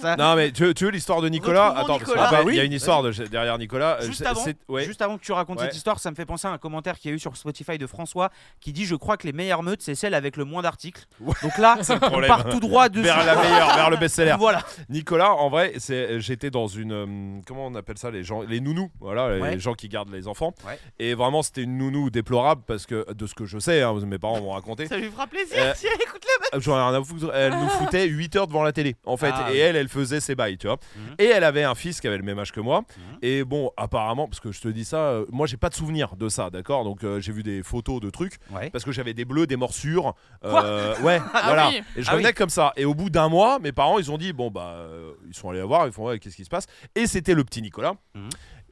Ça-
Non mais tu veux, tu veux l'histoire de Nicolas
Retrouvons
Attends, parce
Nicolas.
qu'après,
Ah bah oui.
il y a une histoire de- derrière Nicolas. Euh,
Juste
c'est-
avant,
c'est- ouais.
Juste avant que tu racontes
Ouais.
cette histoire, ça me fait penser à un commentaire qu'il y a eu sur Spotify de François qui dit Je crois que les meilleures meutes, c'est celles avec le moins d'articles.
Ouais.
Donc là,
le
on
problème.
part tout droit dessus.
vers la meilleure, vers le best-seller.
Voilà.
Nicolas, en vrai, c'est j'étais dans une euh, comment on appelle ça les gens les nounous, voilà les
Ouais.
gens qui gardent les enfants.
Ouais.
Et vraiment, c'était une nounou déplorable parce que de ce que je sais, hein, mes parents m'ont raconté,
Ça lui fera plaisir
Eh.
Euh,
si elle écoute la
euh, j'en ai rien à foutre, elle nous foutait 8 heures devant la télé en fait
Ah,
et
oui.
elle elle faisait ses bails, tu vois.
Mhm.
Et elle avait un fils qui avait le même âge que moi
Mhm.
et bon, apparemment parce que je te dis ça, euh, moi j'ai pas de souvenir de ça, d'accord Donc euh, j'ai vu des photos de trucs
Ouais.
parce que j'avais des bleus, des morsures. euh, ouais, voilà.
oui.
Et je
Ah
venais
oui.
comme ça. Et au bout d'un mois, mes parents, ils ont dit bon, bah, euh, ils sont allés la voir, ils font ouais, qu'est-ce qui se passe Et c'était le petit Nicolas.
Mhm.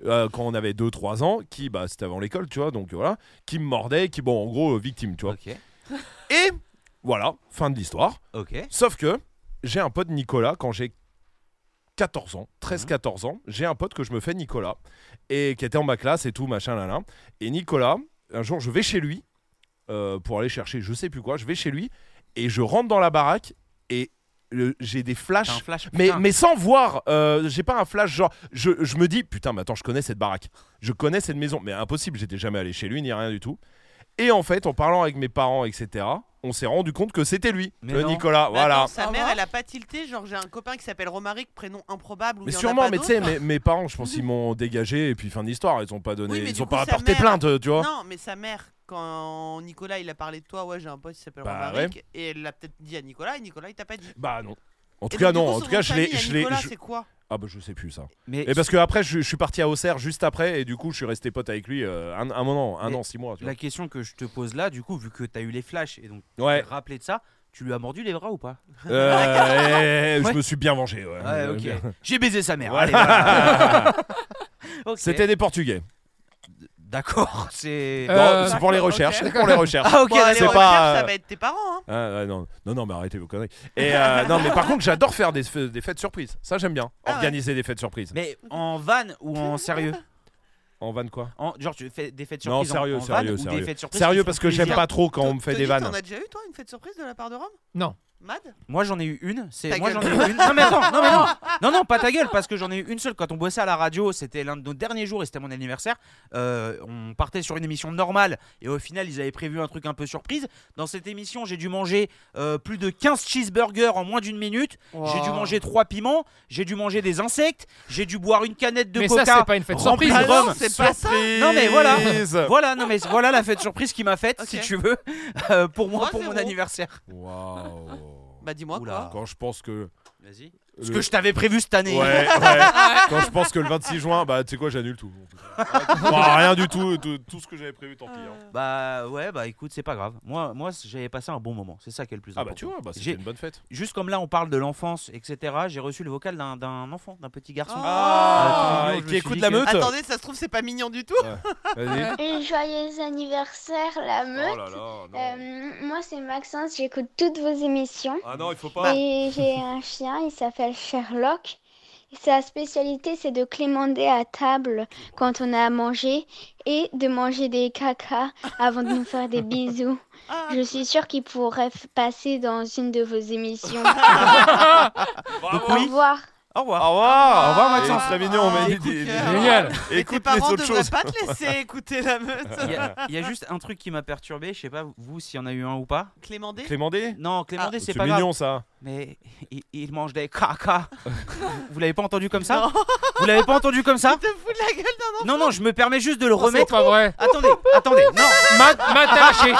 euh, quand on avait 2-3 ans, qui, bah, c'était avant l'école, tu vois, donc voilà, qui me mordait, qui, bon, en gros, euh, victime, tu vois.
Ok,
Et voilà, fin de l'histoire.
ok.
Sauf que j'ai un pote Nicolas quand j'ai 14 ans,
Mhm.
13-14 ans, j'ai un pote que je me fais Nicolas, et qui était en ma classe et tout, machin, là, là. Et Nicolas, un jour, je vais chez lui euh, pour aller chercher je sais plus quoi, je vais chez lui, et je rentre dans la baraque, et le- j'ai des
T'as un
flashs.
flash.
Mais,
putain.
mais sans voir, euh, j'ai pas un flash genre, je, je me dis, putain, mais attends, je connais cette baraque, je connais cette maison, mais impossible, j'étais jamais allé chez lui, ni rien du tout. Et en fait, en parlant avec mes parents, etc., on s'est rendu compte que c'était lui,
Mais
le
non.
Nicolas, voilà.
Bah, Attends, sa
Ah
mère,
bon
elle a pas tilté. Genre, j'ai un copain qui s'appelle Romaric, prénom improbable. ou
Mais
il y en a
sûrement,
pas
mais tu sais,
d'autres.
mes, mes parents, je pense, ils m'ont dégagé et puis fin d'histoire. Ils ont pas donné,
Oui, mais
ils
du
ont
coup,
pas
sa
porté
mère-
plainte, tu vois.
Non, mais sa mère, quand Nicolas il a parlé de toi, ouais, j'ai un pote qui s'appelle
Bah
Romaric, et elle l'a peut-être dit à Nicolas, et Nicolas il t'a pas dit.
Bah non. En tout
Et
cas,
donc, du
non.
coup,
En
son
tout
nom
cas,
de
je l'ai,
famille à
je l'ai.
Nicolas,
je-
c'est quoi
Ah bah je sais plus ça.
Mais
Et parce que après, je, je suis parti à Auxerre juste après et du coup, je suis resté pote avec lui euh, un, un moment, un
Mais
an, six mois. tu
la question que je te pose là, du coup, vu que t'as eu les flashs et donc
vois. Ouais.
rappeler de ça, Tu lui as mordu les bras ou pas
Euh, eh, Je
Ouais.
me suis bien vengé. ouais. Euh,
Ouais, ok.
Bien.
J'ai baisé sa mère.
Voilà.
allez, voilà. Ok.
C'était des Portugais.
D'accord, c'est.
Euh,
Non, c'est pour les recherches. c'est pour les recherches.
Ah, ok,
Bon, les
c'est
recherches,
pas,
ça
euh,
va être tes parents. Hein.
Ah, ouais, non. non, non, mais arrêtez vos conneries. Et euh, non, mais par contre, j'adore faire des, f- des fêtes surprises. Ça, j'aime bien.
Ah ouais.
Organiser des fêtes surprises.
Mais en vanne ou en sérieux
En van quoi
En- Genre, tu fais des fêtes
Non,
surprises
sérieux,
en, en vanne
sérieux,
ou des
sérieux.
fêtes surprises
Sérieux
qui
parce
font
que j'aime
plaisir
pas trop quand on me fait
Tony,
des vannes.
T'en as déjà eu, toi, une fête surprise de la part de Rome
Non.
Mad
Moi, j'en ai eu une. C'est
Ta
moi, j'en
gueule.
ai eu une. Non, mais attends, non, mais non, non, non, pas ta gueule, parce que j'en ai eu une seule quand on bossait à la radio. C'était l'un de nos derniers jours et c'était mon anniversaire. Euh, on partait sur une émission normale et au final, ils avaient prévu un truc un peu surprise. Dans cette émission, j'ai dû manger euh, plus de 15 cheeseburgers en moins d'une minute. J'ai dû manger trois piments. J'ai dû manger des insectes. J'ai dû boire une canette de
Mais
coca.
ça, c'est pas une fête
remplie
surprise.
de
Ah non,
rhum.
c'est pas ça.
Non, mais voilà.
Surprise.
Voilà, non mais voilà la fête surprise qui m'a faite,
Ok.
si tu veux, euh, pour moi,
Trois
pour mon
zéro.
anniversaire.
Waouh.
Bah, dis-moi quoi.
Oula.
Quand je pense que.
Ah. Vas-y.
le-
Ce que je t'avais prévu cette année.
Ouais, ouais. Quand je pense que le 26 juin, bah tu sais quoi, j'annule tout. Bah, rien du tout, tout, tout ce que j'avais prévu, tant pis. hein.
Euh.
Bah ouais, bah écoute, c'est pas grave. Moi, moi c- j'avais passé un bon moment. C'est ça qui est le plus
Ah
important.
bah tu vois, bah, c'était
J'ai-
une bonne fête.
Juste comme là, on parle de l'enfance, etc. J'ai reçu le vocal d'un- d'un enfant, d'un petit garçon.
Oh.
Ah, tout mignon,
et
je
qui
me
écoute
suis
la
dit que-
meute.
Attendez, ça se trouve, c'est pas mignon du tout. Euh,
Vas-y. Oh
Et joyeux anniversaire, la meute.
là là,
Euh, moi, c'est Maxence, j'écoute toutes vos émissions.
Ah non, il faut
Et j'ai un chien, il s'appelle Sherlock. Sa spécialité, c'est de clémander à table quand on a à manger et de manger des caca avant de nous faire des bisous.
Ah.
Je suis sûre qu'il pourrait f- passer dans une de vos émissions.
Donc
Au
oui,
revoir.
au revoir.
Au revoir, au revoir
Ah,
Maxence,
ah,
très mignon, mais
ah,
il-
écoute,
il-
euh,
Génial.
il-
Mais tes
écoute les
parents
autres
devraient
choses.
pas te laisser écouter la
Il y,
meute.
a- il y a juste un truc qui m'a perturbé. Je sais pas vous s'il y en a eu un ou pas.
Clémandé
Clémandé Ah,
Non, Clémandé, c'est
C'est
pas grave.
mignon ça.
Mais il, il mange des caca. vous vous l'avez pas entendu comme ça Vous l'avez pas entendu comme ça
Te fous de la gueule d'un enfant Oh,
Non, non, je me permets juste de le
C'est
remettre.
pas vrai.
Attendez, attendez, non,
Matt, Matt, t'as lâché.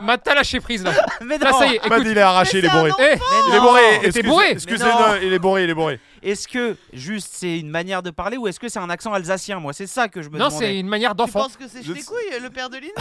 Matt, t'as lâché prise là.
mais non.
Là, Ah, ça y est,
Matt,
écoute.
Ah bah, il est arraché,
Mais
il est
c'est un
bourré.
enfant.
Eh,
Il est bourré. excusez-
bourré.
Excusez,
Mais
non,
non.
il est bourré, il est bourré.
Est-ce que juste c'est une manière de parler ou est-ce que c'est un accent alsacien Moi, c'est ça que je me
non, c'est
demandais.
une manière
Tu
d'enfant.
penses que c'est
Je
je
sais-
couilles, le père de Lina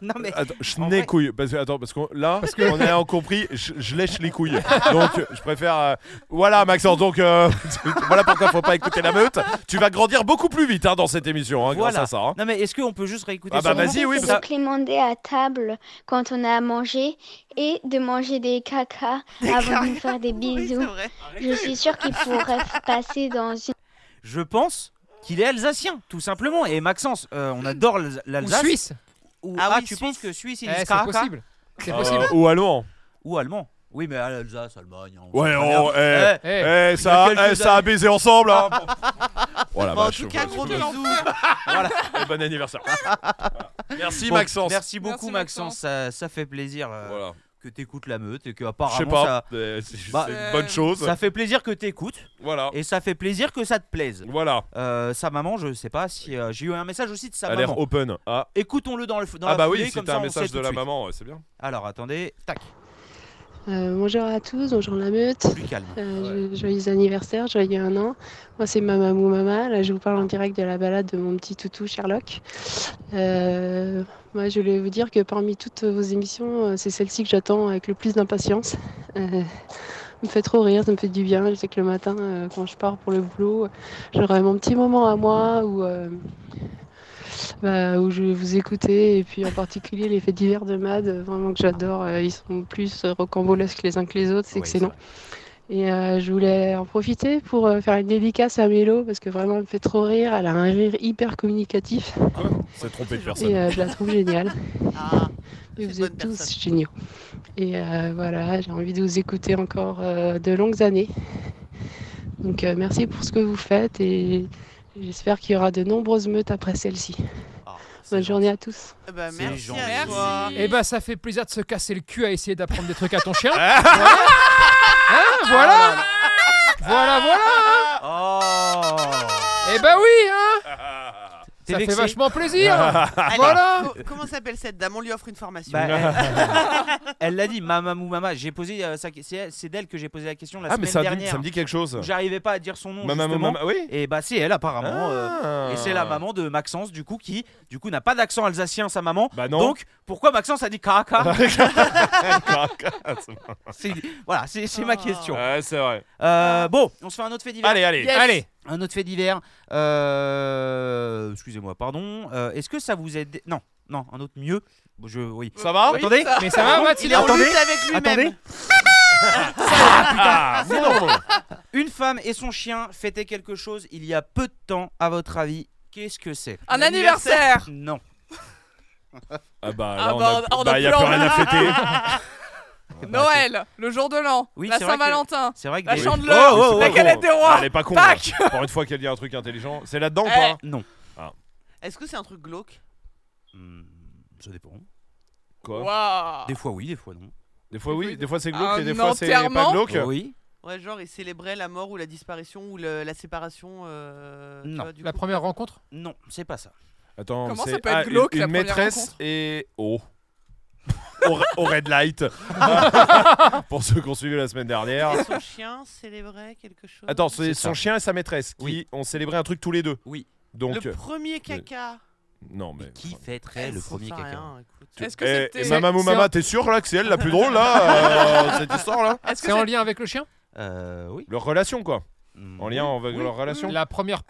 Non mais
Attends, je
En
n'ai
vrai-
couilles. Parce, que- attends, parce que là, on a compris, je, je lèche les couilles. Donc, je préfère. euh, voilà, Maxence. Donc, euh, voilà pourquoi faut pas écouter la meute. Tu vas grandir beaucoup plus vite hein, dans cette émission, hein, grâce
Voilà.
à ça. hein.
non mais est-ce qu'on peut juste réécouter
Ah bah
ce moment
vas-y, oui,
c'est
parce
de clémander à table quand on a à manger et de manger des caca avant de nous faire des
Oui, c'est
bisous.
vrai.
Je suis sûre qu'il pourrait f- passer dans une
Je pense qu'il est alsacien, tout simplement. Et Maxence, euh, on adore l'Als-
Ou
l'Alsace.
suisse.
Ou-
Ah
ah,
oui,
tu
Suisse.
penses que Suisse, il
Eh,
est
c'est
Skaka
possible. C'est
Euh,
possible.
ou allemand.
ou allemand Oui, mais à l'Alsace, Allemagne. on
Ouais,
sait très
oh,
bien.
eh.
Eh,
Eh,
Eh,
Il y
ça,
a quelques
eh, ça a baisé ensemble. Hein. Oh Voilà,
Bon, en tout cas, gros bisous.
Bon anniversaire. Voilà. Merci,
bon,
Maxence.
Merci beaucoup,
Merci,
Maxence.
Maxence.
Ça, ça fait plaisir euh,
Voilà.
que t'écoutes la meute et que
Je sais
apparemment
pas.
ça,
euh, C'est
Bah,
c'est une bonne chose.
ça fait plaisir que t'écoutes
Voilà.
et ça fait plaisir que ça te plaise.
Voilà.
Euh, sa maman, je sais pas si euh, j'ai eu un message aussi de sa
A
maman.
l'air open. Ah.
Écoutons-le dans le f- dans
Ah
la
bah
foulée,
oui,
comme
c'était
ça
un
on sait
message
tout
de la
suite.
maman, ouais, c'est bien.
Alors attendez, tac,
Euh, bonjour à tous, bonjour la meute.
plus calme.
Euh, jo- Joyeux anniversaire, joyeux un an. Moi, c'est Mamamou Mama. Là, je vous parle en direct de la balade de mon petit toutou Sherlock. Euh, moi, je voulais vous dire que parmi toutes vos émissions, euh, c'est celle-ci que j'attends avec le plus d'impatience. Euh, ça me fait trop rire, ça me fait du bien. Je sais que le matin, euh, quand je pars pour le boulot, j'aurai mon petit moment à moi où, euh, bah, où je vais vous écouter. Et puis, en particulier, les faits divers de Mad, euh, vraiment que j'adore. Euh, Ils sont plus euh, rocambolesques les uns que les autres. C'est
Ouais,
excellent.
c'est vrai.
Et euh, je voulais en profiter pour euh, faire une dédicace à Mélo parce que vraiment elle me fait trop rire. Elle a un rire hyper communicatif
C'est trompé de
et
personne.
euh, je la trouve géniale.
Ah,
Et
C'est
vous
une
êtes
bonne
tous
personne.
géniaux. Et euh, voilà, j'ai envie de vous écouter encore euh, de longues années. Donc euh, merci pour ce que vous faites et j'espère qu'il y aura de nombreuses meutes après celle-ci.
Ah, c'est
Bonne
gentil.
journée à tous.
eh ben,
C'est
merci
gentil.
à toi.
Eh ben, ça fait plaisir de se casser le cul à essayer d'apprendre des trucs à ton chien. voilà. Hein, voilà.
Ah.
voilà, voilà.
Oh
Eh ben oui, hein.
T'es
Ça fait
vexé
vachement plaisir
Allez,
Voilà
co- Comment s'appelle cette dame On lui offre une formation.
Bah, elle- elle l'a dit, Mamamou Mama. J'ai posé euh, sa- c'est c'est d'elle que j'ai posé la question la
Ah, mais
semaine
ça, me dit-
dernière.
ça me dit quelque chose.
où J'arrivais pas à dire son nom.
Maman,
justement.
maman, oui.
Et bah c'est elle apparemment. euh,
Ah.
et c'est la maman de Maxence du coup qui du coup n'a pas d'accent alsacien sa maman.
Bah non.
Donc pourquoi Maxence a dit caca
D'accord.
C'est- Voilà, c'est c'est ma question.
Ouais, c'est vrai.
Euh, bon, on se fait un autre fait divers.
Allez, allez.
Yes.
Allez
Un autre fait divers. Euh, Excusez-moi, pardon. Euh, Est-ce que ça vous aide Non, non, un autre mieux. Bon, Je, oui.
Ça va
Oui,
Attendez.
ça-
Mais ça va, Matt,
Il
il
est
est
en
Attendez,
lutte avec
Attendez.
lui-même.
Ah, c'est normal.
Une femme et son chien fêtaient quelque chose il y a peu de temps, à votre avis, qu'est-ce que c'est
Un anniversaire
Non.
Ah bah,
Ah
là, on
bah,
a,
on a
bah, y a
plus
plus
envie.
rien à fêter.
Noël, le jour de l'an,
Oui,
la
c'est vrai que-
Saint-Valentin,
C'est vrai que.
la
des-
chandeleur,
Oh, oh, oh,
la
oh.
galette des rois.
Elle est pas con.
Tac.
hein. Pour une fois qu'elle dit un truc intelligent, c'est là-dedans hein. Ah, ou
Eh.
pas
Non.
Est-ce que c'est un truc glauque
Hmm, ça dépend.
Quoi
Waouh.
Des fois oui, des fois non.
Des fois oui, des fois c'est glauque
Un
et des fois c'est pas
enterrement
glauque.
Oui.
Ouais, genre il célébrait la mort ou la disparition ou le- la séparation. euh, tu
Non.
vois, du
La
couple.
première rencontre
Non, c'est pas ça.
Attends,
Comment ça
c'est- ah,
peut être
une-
glauque,
une,
la première
maîtresse
rencontre
et oh. au, re- au red light. Pour ceux qui ont suivi la semaine dernière.
Et son chien célébrait quelque chose.
Attends, c'est
C'est ça.
son chien et sa maîtresse qui
Oui.
ont célébré un truc tous les deux.
Oui.
Donc
le
euh,
premier caca.
Ah, non mais.
Qui
Eh,
fêterait le premier
J'en sais
caca
rien, écoute.
Est-ce que
Eh,
c'était.
et
Est-ce
Mama
c'est-
Moumama, t'es sûr là que c'est elle la plus drôle là euh, cette histoire là
que
C'est en
c'est-
lien avec le chien
Euh, oui.
Leur relation quoi.
Hmm,
En lien avec
oui.
leur relation.
La première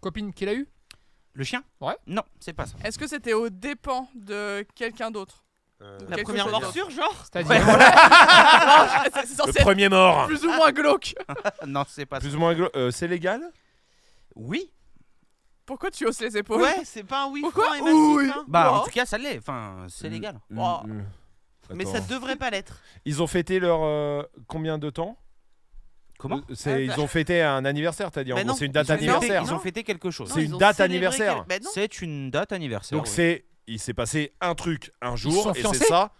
copine qu'il a eue
Le chien
Ouais.
Non, c'est pas ça.
est-ce que c'était aux dépens de quelqu'un d'autre
Euh,
La
Quelque
première
chose d'autre.
morsure, genre
C'est-à-dire
Ouais,
Ah, C'est c'est
Le
censé être
premier mort.
plus ou moins glauque.
non, c'est pas ça.
Plus ou moins glo- euh, c'est légal
Oui.
Pourquoi tu hausses les épaules
Ouais, c'est pas un oui
Pourquoi
franc et massif.
Oui.
hein.
Bah,
Non.
en tout cas, ça l'est. Enfin, c'est
Mm.
légal.
Mm,
Oh.
mm.
Mais ça
Attends.
devrait pas l'être.
Ils ont fêté leur euh, combien de temps
Comment
Euh, c'est-
Ah, bah.
Ils ont fêté un anniversaire, t'as dit. en
Mais
gros,
non,
c'est une date
Bah ils, ont fêté,
anniversaire.
ils ont fêté quelque chose.
C'est
Non, ils
une
ont
date
célébré
anniversaire.
quel- Bah non.
C'est une date anniversaire.
Donc
oui.
c'est, il s'est passé un truc un
Ils
jour
sont
et c'est
fiancés
ça.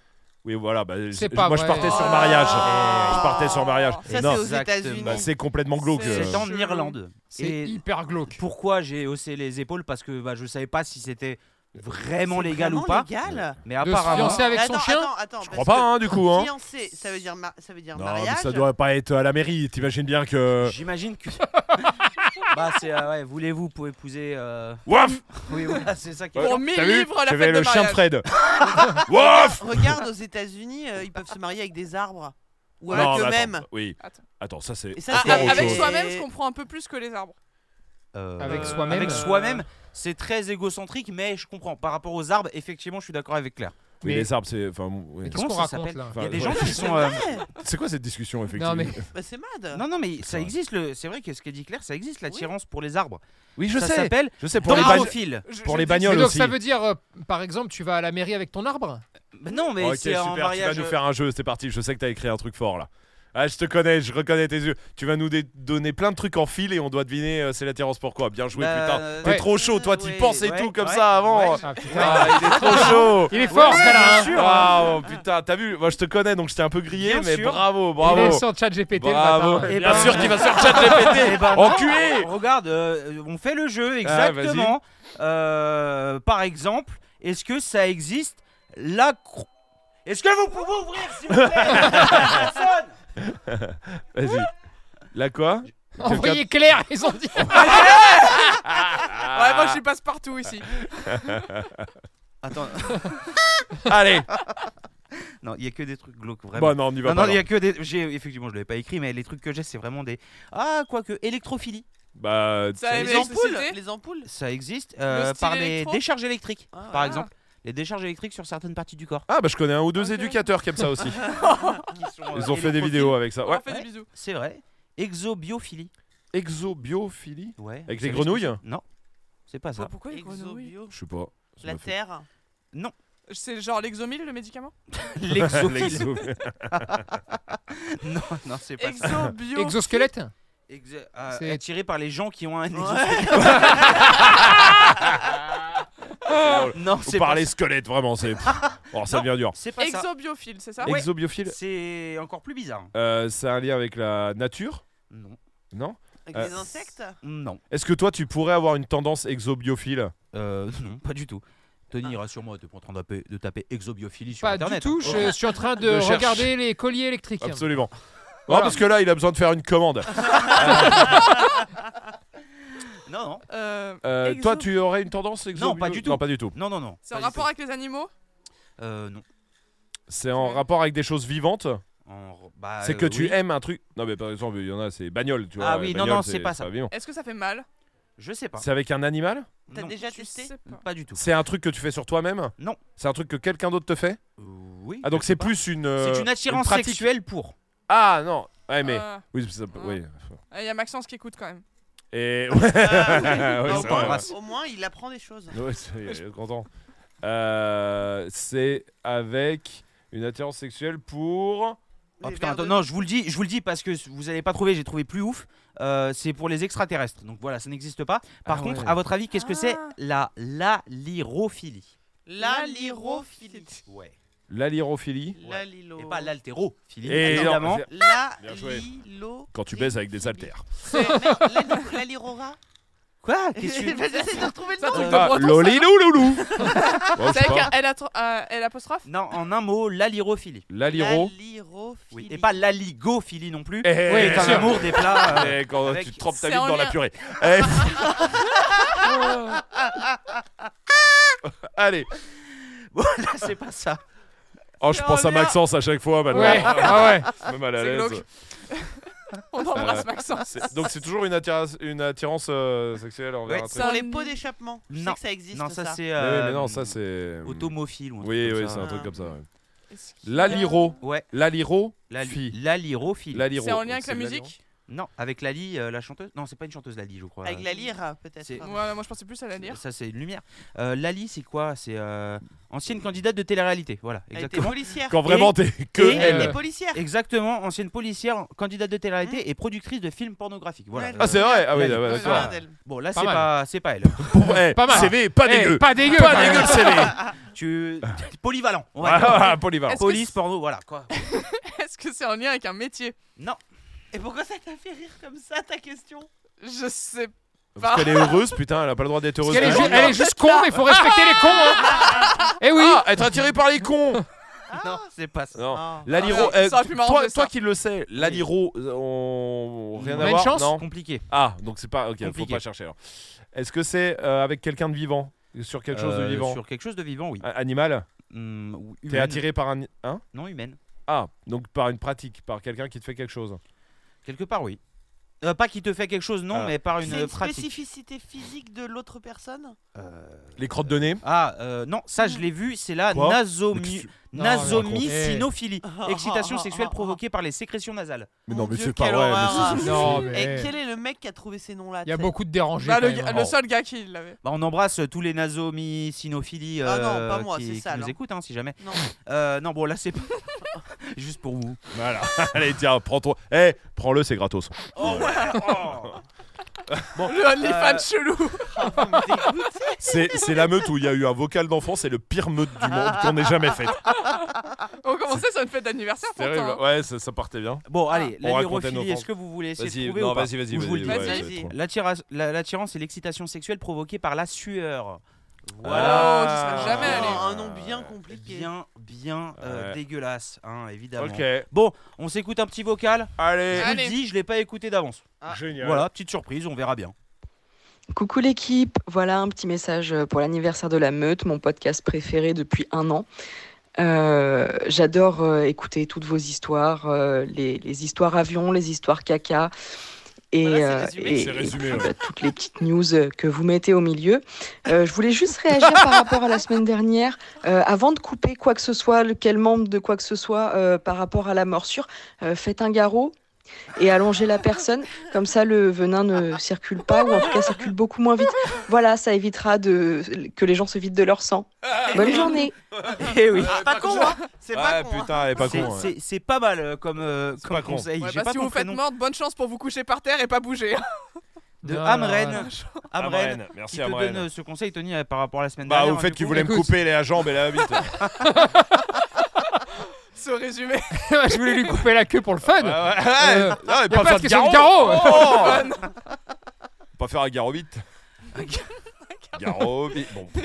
Oui, voilà. bah, je-
C'est pas
moi, je
vrai.
partais sur mariage.
Ah.
Je partais sur mariage.
Ça, c'est
non,
aux
Exactement.
États-Unis.
bah, c'est complètement glauque.
C'est-
C'est
euh.
en
Je-
Irlande.
C'est
Et-
hyper glauque.
pourquoi j'ai haussé les épaules parce que bah, je savais pas si c'était vraiment
C'est
légal
vraiment
ou pas.
légal
Mais
De se
apparemment,
fiancer avec son
Attends,
chien
attends, attends,
Je
parce
crois pas,
que
hein, du coup. Hein.
Fiancé, ça veut dire, ma- ça veut dire
Non, mais
mariage.
ça doit pas être à la mairie. T'imagines bien que.
j'imagine que. bah, c'est. euh, ouais, voulez-vous pour épouser. euh,
Waf.
Oui, voilà, c'est ça qui est.
Pour
Ouais,
mille
t'as vu
livres, la
J'avais
fête de
le chien de
mariage.
Fred. Waf.
Regarde, aux États-Unis, euh, ils peuvent se marier avec des arbres. Ou
Non,
avec
mais attends,
eux-mêmes.
Oui.
Attends.
Attends, ça c'est.
Et ça,
Ah,
encore
c'est-
autre
Avec
chose.
soi-même, je comprends un peu plus que les arbres.
Euh,
Avec soi-même.
Avec soi-même, c'est très égocentrique, mais je comprends. Par rapport aux arbres, effectivement, je suis d'accord avec Claire.
Oui,
Mais-
les arbres, c'est. Enfin, bon, oui.
Mais qu'est-ce
Comment
qu'on
ça
raconte
s'appelle
là
Il y a
Enfin,
des
ouais.
gens qui
C'est
sont. euh,
vrai.
C'est quoi cette discussion, effectivement
mais-
Bah, c'est mad.
Non, non, mais ça
vrai.
existe. Le... C'est vrai que ce qu'a dit Claire, ça existe l'attirance pour les arbres.
Oui, je
ça
sais.
s'appelle
Je sais pour les, bagno-
dendrophile.
Je-
pour
je
les
dis-
Mais
bagnoles
donc
aussi.
ça veut dire, euh, par exemple, tu vas à la mairie avec ton arbre
Bah non, mais
ok,
c'est
super,
en
tu
mariage. euh,
vas nous faire un jeu, c'est parti. Je sais que t'as écrit un truc fort là. Ah, je te connais, je reconnais tes yeux. Tu vas nous dé- donner plein de trucs en fil et on doit deviner euh, c'est l'attirance pour quoi. Bien joué,
Bah,
putain. T'es
ouais.
trop chaud, toi, t'y
Ouais,
penses et
ouais,
tout comme
ouais,
ça avant.
ouais.
Ah, putain.
Ah, il est trop chaud.
Il est fort ce gars-là hein.
Ah, oh, putain, t'as vu Moi, je te connais, donc j'étais un peu grillé,
Bien
mais
sûr.
bravo,
Il est
bravo.
sur chat GPT
Bravo.
le matin.
Et
Bien
ben-
sûr qu'il va sur ChatGPT.
Eh ben non,
Enculé.
Regarde, euh, on fait le jeu
Ah,
exactement. Euh, par exemple, est-ce que ça existe la cro- Est-ce que vous pouvez ouvrir s'il vous plaît Personne
Vas-y. La quoi
Envoyez Claire, ils ont dit.
Ouais, moi je suis passe-partout ici.
Attends,
Allez.
non, il y a que des trucs glauques vraiment.
Bon, Bah, non, on y va
non, non,
pas.
il
là.
y a que des. j'ai- Effectivement, je l'avais pas écrit, mais les trucs que j'ai, c'est vraiment des. Ah, quoique, électrophilie,
Bah,
Ça
Les
Mais
ampoules
c'était-
Les ampoules
ça existe euh,
Le style
par les
électro
décharges électriques,
Ah,
par
ah.
exemple. Les décharges électriques sur certaines parties du corps.
Ah, bah, je connais un ou deux
Ok.
éducateurs qui aiment ça aussi.
qui sont,
Oh
euh,
Ils ont fait des
électrophiles.
vidéos avec ça.
On
Ouais.
fait
Ouais.
des bisous.
C'est vrai. Exobiophilie.
Exobiophilie
Ouais. Vous savez
Avec les
ce que
grenouilles
c'est Non, c'est pas ça.
Pourquoi les grenouilles
Exobio.
Je sais pas. ça
La
m'a fait-
terre.
C'est genre l'exomile, le médicament
L'exophile.
L'exo-
non, non, c'est pas ça.
Exobio.
Exosquelette
Exo- euh,
C'est-
attiré par les gens qui ont un
Ouais.
Non,
Ou
c'est
par
pas
les
ça.
squelettes, vraiment, c'est. Oh, ça
Non.
devient dur.
C'est pas ça.
Exobiophile, c'est ça
Ah Ouais.
Exobiophile,
C'est encore plus bizarre.
euh, c'est un lien avec la nature
Non.
Non
Avec
Euh,
des insectes
Non.
Est-ce que toi, tu pourrais avoir une tendance exobiophile Ah.
Euh, non, pas du tout. Tony ira sur moi, tu es en train de taper, de taper exobiophilie sur
Pas du
internet.
tout,
hein.
je suis en train
Je
de,
cherche.
regarder les colliers électriques.
Absolument. Non,
Voilà.
parce que là, il a besoin de faire une commande.
Non, non.
Euh,
Euh,
exo-
toi, tu aurais une tendance exobio
pas du tout.
Non, pas du tout.
Non, non, non.
C'est en
pas du
rapport avec les animaux
tout. Euh, non.
C'est en rapport avec des choses vivantes.
En- bah,
c'est que
euh,
tu
oui.
aimes un truc. Non, mais par exemple, il y en a, c'est bagnole, tu vois.
Ah oui, non,
bagnole,
non, c'est pas ça.
vivant.
Est-ce que ça fait mal
Je sais pas.
C'est avec un animal
T'as
Non,
déjà
Tu
testé
sais pas.
Pas du tout.
C'est un truc que tu fais sur toi-même
Non.
C'est un truc que quelqu'un d'autre te fait
Euh, oui.
Ah, donc
je
c'est
sais pas.
plus une. euh,
C'est une attirance
pratique.
sexuelle pour. Oh,
Ah, non. Ouais, mais.
Euh,
Oui, ça peut- oui.
Il y a Maxence qui écoute quand même.
Et.
Ah,
Ouais,
on
c'est vrai.
t'embrasse.
Au moins, il apprend des choses.
Ouais, c'est- il est content. Euh, c'est avec une attirance sexuelle pour.
Oh
Les
putain,
vers
attends,
de-
non, je vous le dis, je vous le dis parce que vous n'allez pas trouver, j'ai trouvé plus ouf. Euh, c'est pour les extraterrestres. Donc voilà, ça n'existe pas. Par
Ah
contre,
ouais.
à votre avis, qu'est-ce que c'est
Ah.
la lalirophilie
La lirophilie.
Ouais.
l'alirophilie.
La lilo.
Et pas l'haltérophilie,
Et non,
évidemment.
c'est-
Ah,
La
Bien joué.
lilo.
Quand tu baises avec des haltères.
C'est- Merde, La, li- la lirora.
Quoi Qu'est-ce que tu-
J'essaie de retrouver le
Ça,
nom.
Euh,
truc de
Ah,
breton, ça.
Lolilou loulou Bon, je
C'est
sais
avec
pas.
un L, atro- euh, L apostrophe
Non, en un mot, l'alirophilie.
L'aliro.
La lirophilie.
Oui. Et pas l'aligophilie non plus.
Eh,
oui,
eh,
t'as
sûr.
l'amour des plats. euh,
Eh, quand
avec-
tu trempes ta
C'est
bite
en
dans la
lien-
purée. Eh. Allez,
Bon, là, c'est pas ça.
oh, je
C'est
pense
en
à
lien-
Maxence à chaque fois maintenant.
Ouais, ah ouais.
Je suis Même à la
C'est
l'aise. Euh,
glauque. On embrasse Maxence.
C'est- Donc c'est toujours une attirance, une attirance euh, sexuelle envers
Ouais,
un truc.
Pour les pots d'échappement. Je
Non.
sais que ça existe.
Non, ça, c'est.
Mais oui,
euh,
mais non, ça c'est.
Automophile ou un
Oui,
truc comme
oui,
ça.
c'est un truc
Ah.
comme ça. ouais.
Est-ce qu'il y a-
L'aliro.
Ouais,
L'aliro.
la-
Fille.
l'alirophilie.
L'aliro.
C'est en lien avec la
C'est l'aliro.
musique
Non, avec Lali, euh, la chanteuse. Non, c'est pas une chanteuse Lali, je crois.
Avec la lyre, peut-être.
C'est-
Ouais, moi je pensais plus à la lire.
Ça, c'est une lumière. Euh, Lali, c'est quoi C'est euh, ancienne candidate de télé-réalité. Voilà,
Elle était
exactement.
policière.
Quand vraiment t'es que
et-
Elle
elle.
était policière.
Exactement, ancienne policière, candidate de télé-réalité et productrice de films pornographiques. Voilà.
Ouais,
Ah, c'est vrai Ah oui,
Lali.
ouais,
Je me souviens
d'accord.
d'elle.
Bon, là,
Pas
c'est
mal.
pas, c'est pas elle.
Pour- eh,
Pas mal.
CV, pas
Eh,
dégueu.
Pas dégueu.
Pas
quand
dégueu
même.
le CV.
tu polyvalent. on va dire.
Ah, Polyvalent.
Est-ce que
Police,
c'est-
porno, voilà quoi.
Est-ce que c'est en lien avec un métier
Non,
Et pourquoi ça t'a fait rire comme ça, ta question
Je sais pas.
Parce qu'elle est heureuse, putain, elle a pas le droit d'être
Parce
heureuse.
qu'elle est,
Ah,
ju- elle est juste con, mais il faut respecter les cons. Et oui.
Ah, être attirée par les cons
non, c'est pas ça.
Non.
Ah.
L'aliro,
Ah,
eh,
ça aurait pu m'arranger,
toi, toi
ça.
qui le sais, l'aliro, euh, on... rien
On a
à
une
voir.
chance
non
Compliqué.
Ah, donc c'est pas. Ok, faut
Compliqué.
pas chercher alors. Est-ce que c'est euh, avec quelqu'un de vivant Sur quelque chose
Euh,
de vivant
Sur quelque chose de vivant, oui.
Un Animal
Hum, ou
T'es
humaine.
attiré par un. Hein
Non, humaine.
Ah, donc par une pratique, par quelqu'un qui te fait quelque chose.
Quelque part, oui. Euh, pas qui te fait quelque chose, non,
Ah.
mais par
C'est
une,
une
pratique.
spécificité physique de l'autre personne
Euh,
Les crottes de nez
Ah, euh, non, ça je l'ai vu, c'est la
Quoi
nasomu-
Mais qu'est-ce que-
Non,
nasomicinophilie.
raconte. Eh.
Excitation sexuelle provoquée par les sécrétions nasales.
Mais
Mon
non, mais
Dieu,
c'est pas
quelle
vrai. mais
horreur.
c'est-
Non, mais.
Et quel est le mec qui a trouvé ces noms-là
Il y a
tu sais
beaucoup de dérangés.
Bah, le,
quand même,
gars-
Oh.
hein.
le seul gars qui l'avait.
Bah, on embrasse euh, tous les nasomicinophiles
Ah non,
euh,
pas moi,
qui,
c'est
qui
sale,
nous
hein.
écoutent, hein, si jamais.
Non.
Euh, non, bon, là c'est pas- juste pour vous.
Voilà. Allez, tiens, prends-toi. Eh, prends-le, c'est gratos.
Oh, ouais, oh.
Le OnlyFans
Euh,
chelou.
C'est c'est la meute où il y a eu un vocal d'enfant, c'est le pire meute du monde qu'on ait jamais fait.
On commençait sur une fête d'anniversaire pourtant. hein.
Ouais, ça, ça partait bien.
Bon, allez,
On racontait nos
l'allirophilie,
offenses.
est-ce que vous voulez essayer de
Vas-y,
trouver
non,
ou pas
vas-y, vas-y,
Ou je vous le
vas-y.
dis.
ouais,
Vas-y,
ça va
vas-y.
être trop.
L'attira- la- L'attirance et l'excitation sexuelle provoquée par la sueur.
Oh,
Voilà.
j'y serais jamais
Oh,
allé. Ah.
un nom bien compliqué.
Bien, bien euh,
Ouais.
dégueulasse, hein, évidemment.
Ok,
Bon, on s'écoute un petit vocal.
allez.
Je vous le
Allez.
dis, je l'ai pas écouté d'avance.
Ah.
Génial.
Voilà, petite surprise, on verra bien.
Coucou l'équipe, voilà un petit message euh, pour l'anniversaire de la Meute, mon podcast préféré depuis un an. Euh, J'adore euh, écouter toutes vos histoires, euh, les, les histoires avions, les histoires caca et,
Voilà, c'est
euh,
résumé.
et-
C'est
et
résumé,
puis,
ouais.
bah, toutes les petites news euh, que vous mettez au milieu. Euh, je voulais juste réagir par rapport à la semaine dernière, Euh, avant de couper quoi que ce soit, lequel membre de quoi que ce soit euh, par rapport à la morsure, euh, faites un garrot et allongez la personne. Comme ça, le venin ne circule pas, ou en tout cas circule beaucoup moins vite. Voilà, ça évitera de... que les gens se vident de leur sang. Bonne journée
Eh
Euh,
oui.
Ah, pas con, hein C'est
Ah
pas con. hein.
putain, elle est pas
C'est-
con. ouais.
C'est c'est pas mal euh, comme, euh,
C'est
comme
pas con.
conseil.
Ouais,
J'ai
bah,
pas
si
ton
vous faites
prénom.
morte, bonne chance pour vous coucher par terre et pas bouger. hein,
De
Non,
Amren.
non,
Amren.
Amren,
Qui
merci
te
Amren.
donne euh, ce conseil, Tony, euh, par rapport à la semaine
Bah,
dernière.
au
hein,
fait
du
qu'il
coup.
voulait me
Écoute.
couper la jambe et la bite.
ce résumé.
je voulais lui couper la queue pour le fun. Euh,
ouais. Non, mais
y
pas
a pas
faire
de
de
question de
garrot.
garrot.
Oh. Pas faire un garrot vite. Garrot vite. Oh, Bon.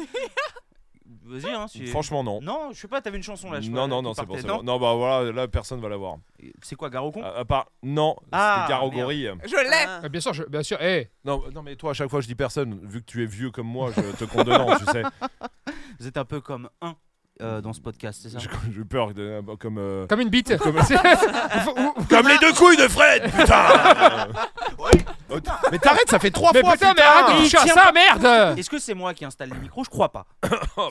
Vas-y, hein. si-
Franchement, non.
Non, je sais pas, t'avais une chanson là. je sais
Non,
pas,
non,
qui
non, c'est bon,
partait.
c'est bon. Non, bah voilà, là, personne va l'avoir.
C'est quoi, Garocon
à, à part. Non,
Ah,
c'était Garo
merde.
Gorille.
Je l'ai.
Ah, bien sûr, je- bien sûr. Eh,
Non, non, mais toi, à chaque fois, je dis personne. Vu que tu es vieux comme moi, je te compte dedans, tu sais.
Vous êtes un peu comme un euh, dans ce podcast, c'est ça
J'ai peur de. Comme. euh,
comme une bite.
Comme,
C'est-
Comme les deux couilles de Fred, putain Oh, t- Mais t'arrêtes, ça fait trois
Mais
fois
putain, mais arrête de
Il
toucher à
tient pas-
ça, merde
Est-ce que c'est moi qui installe les micros Je crois pas.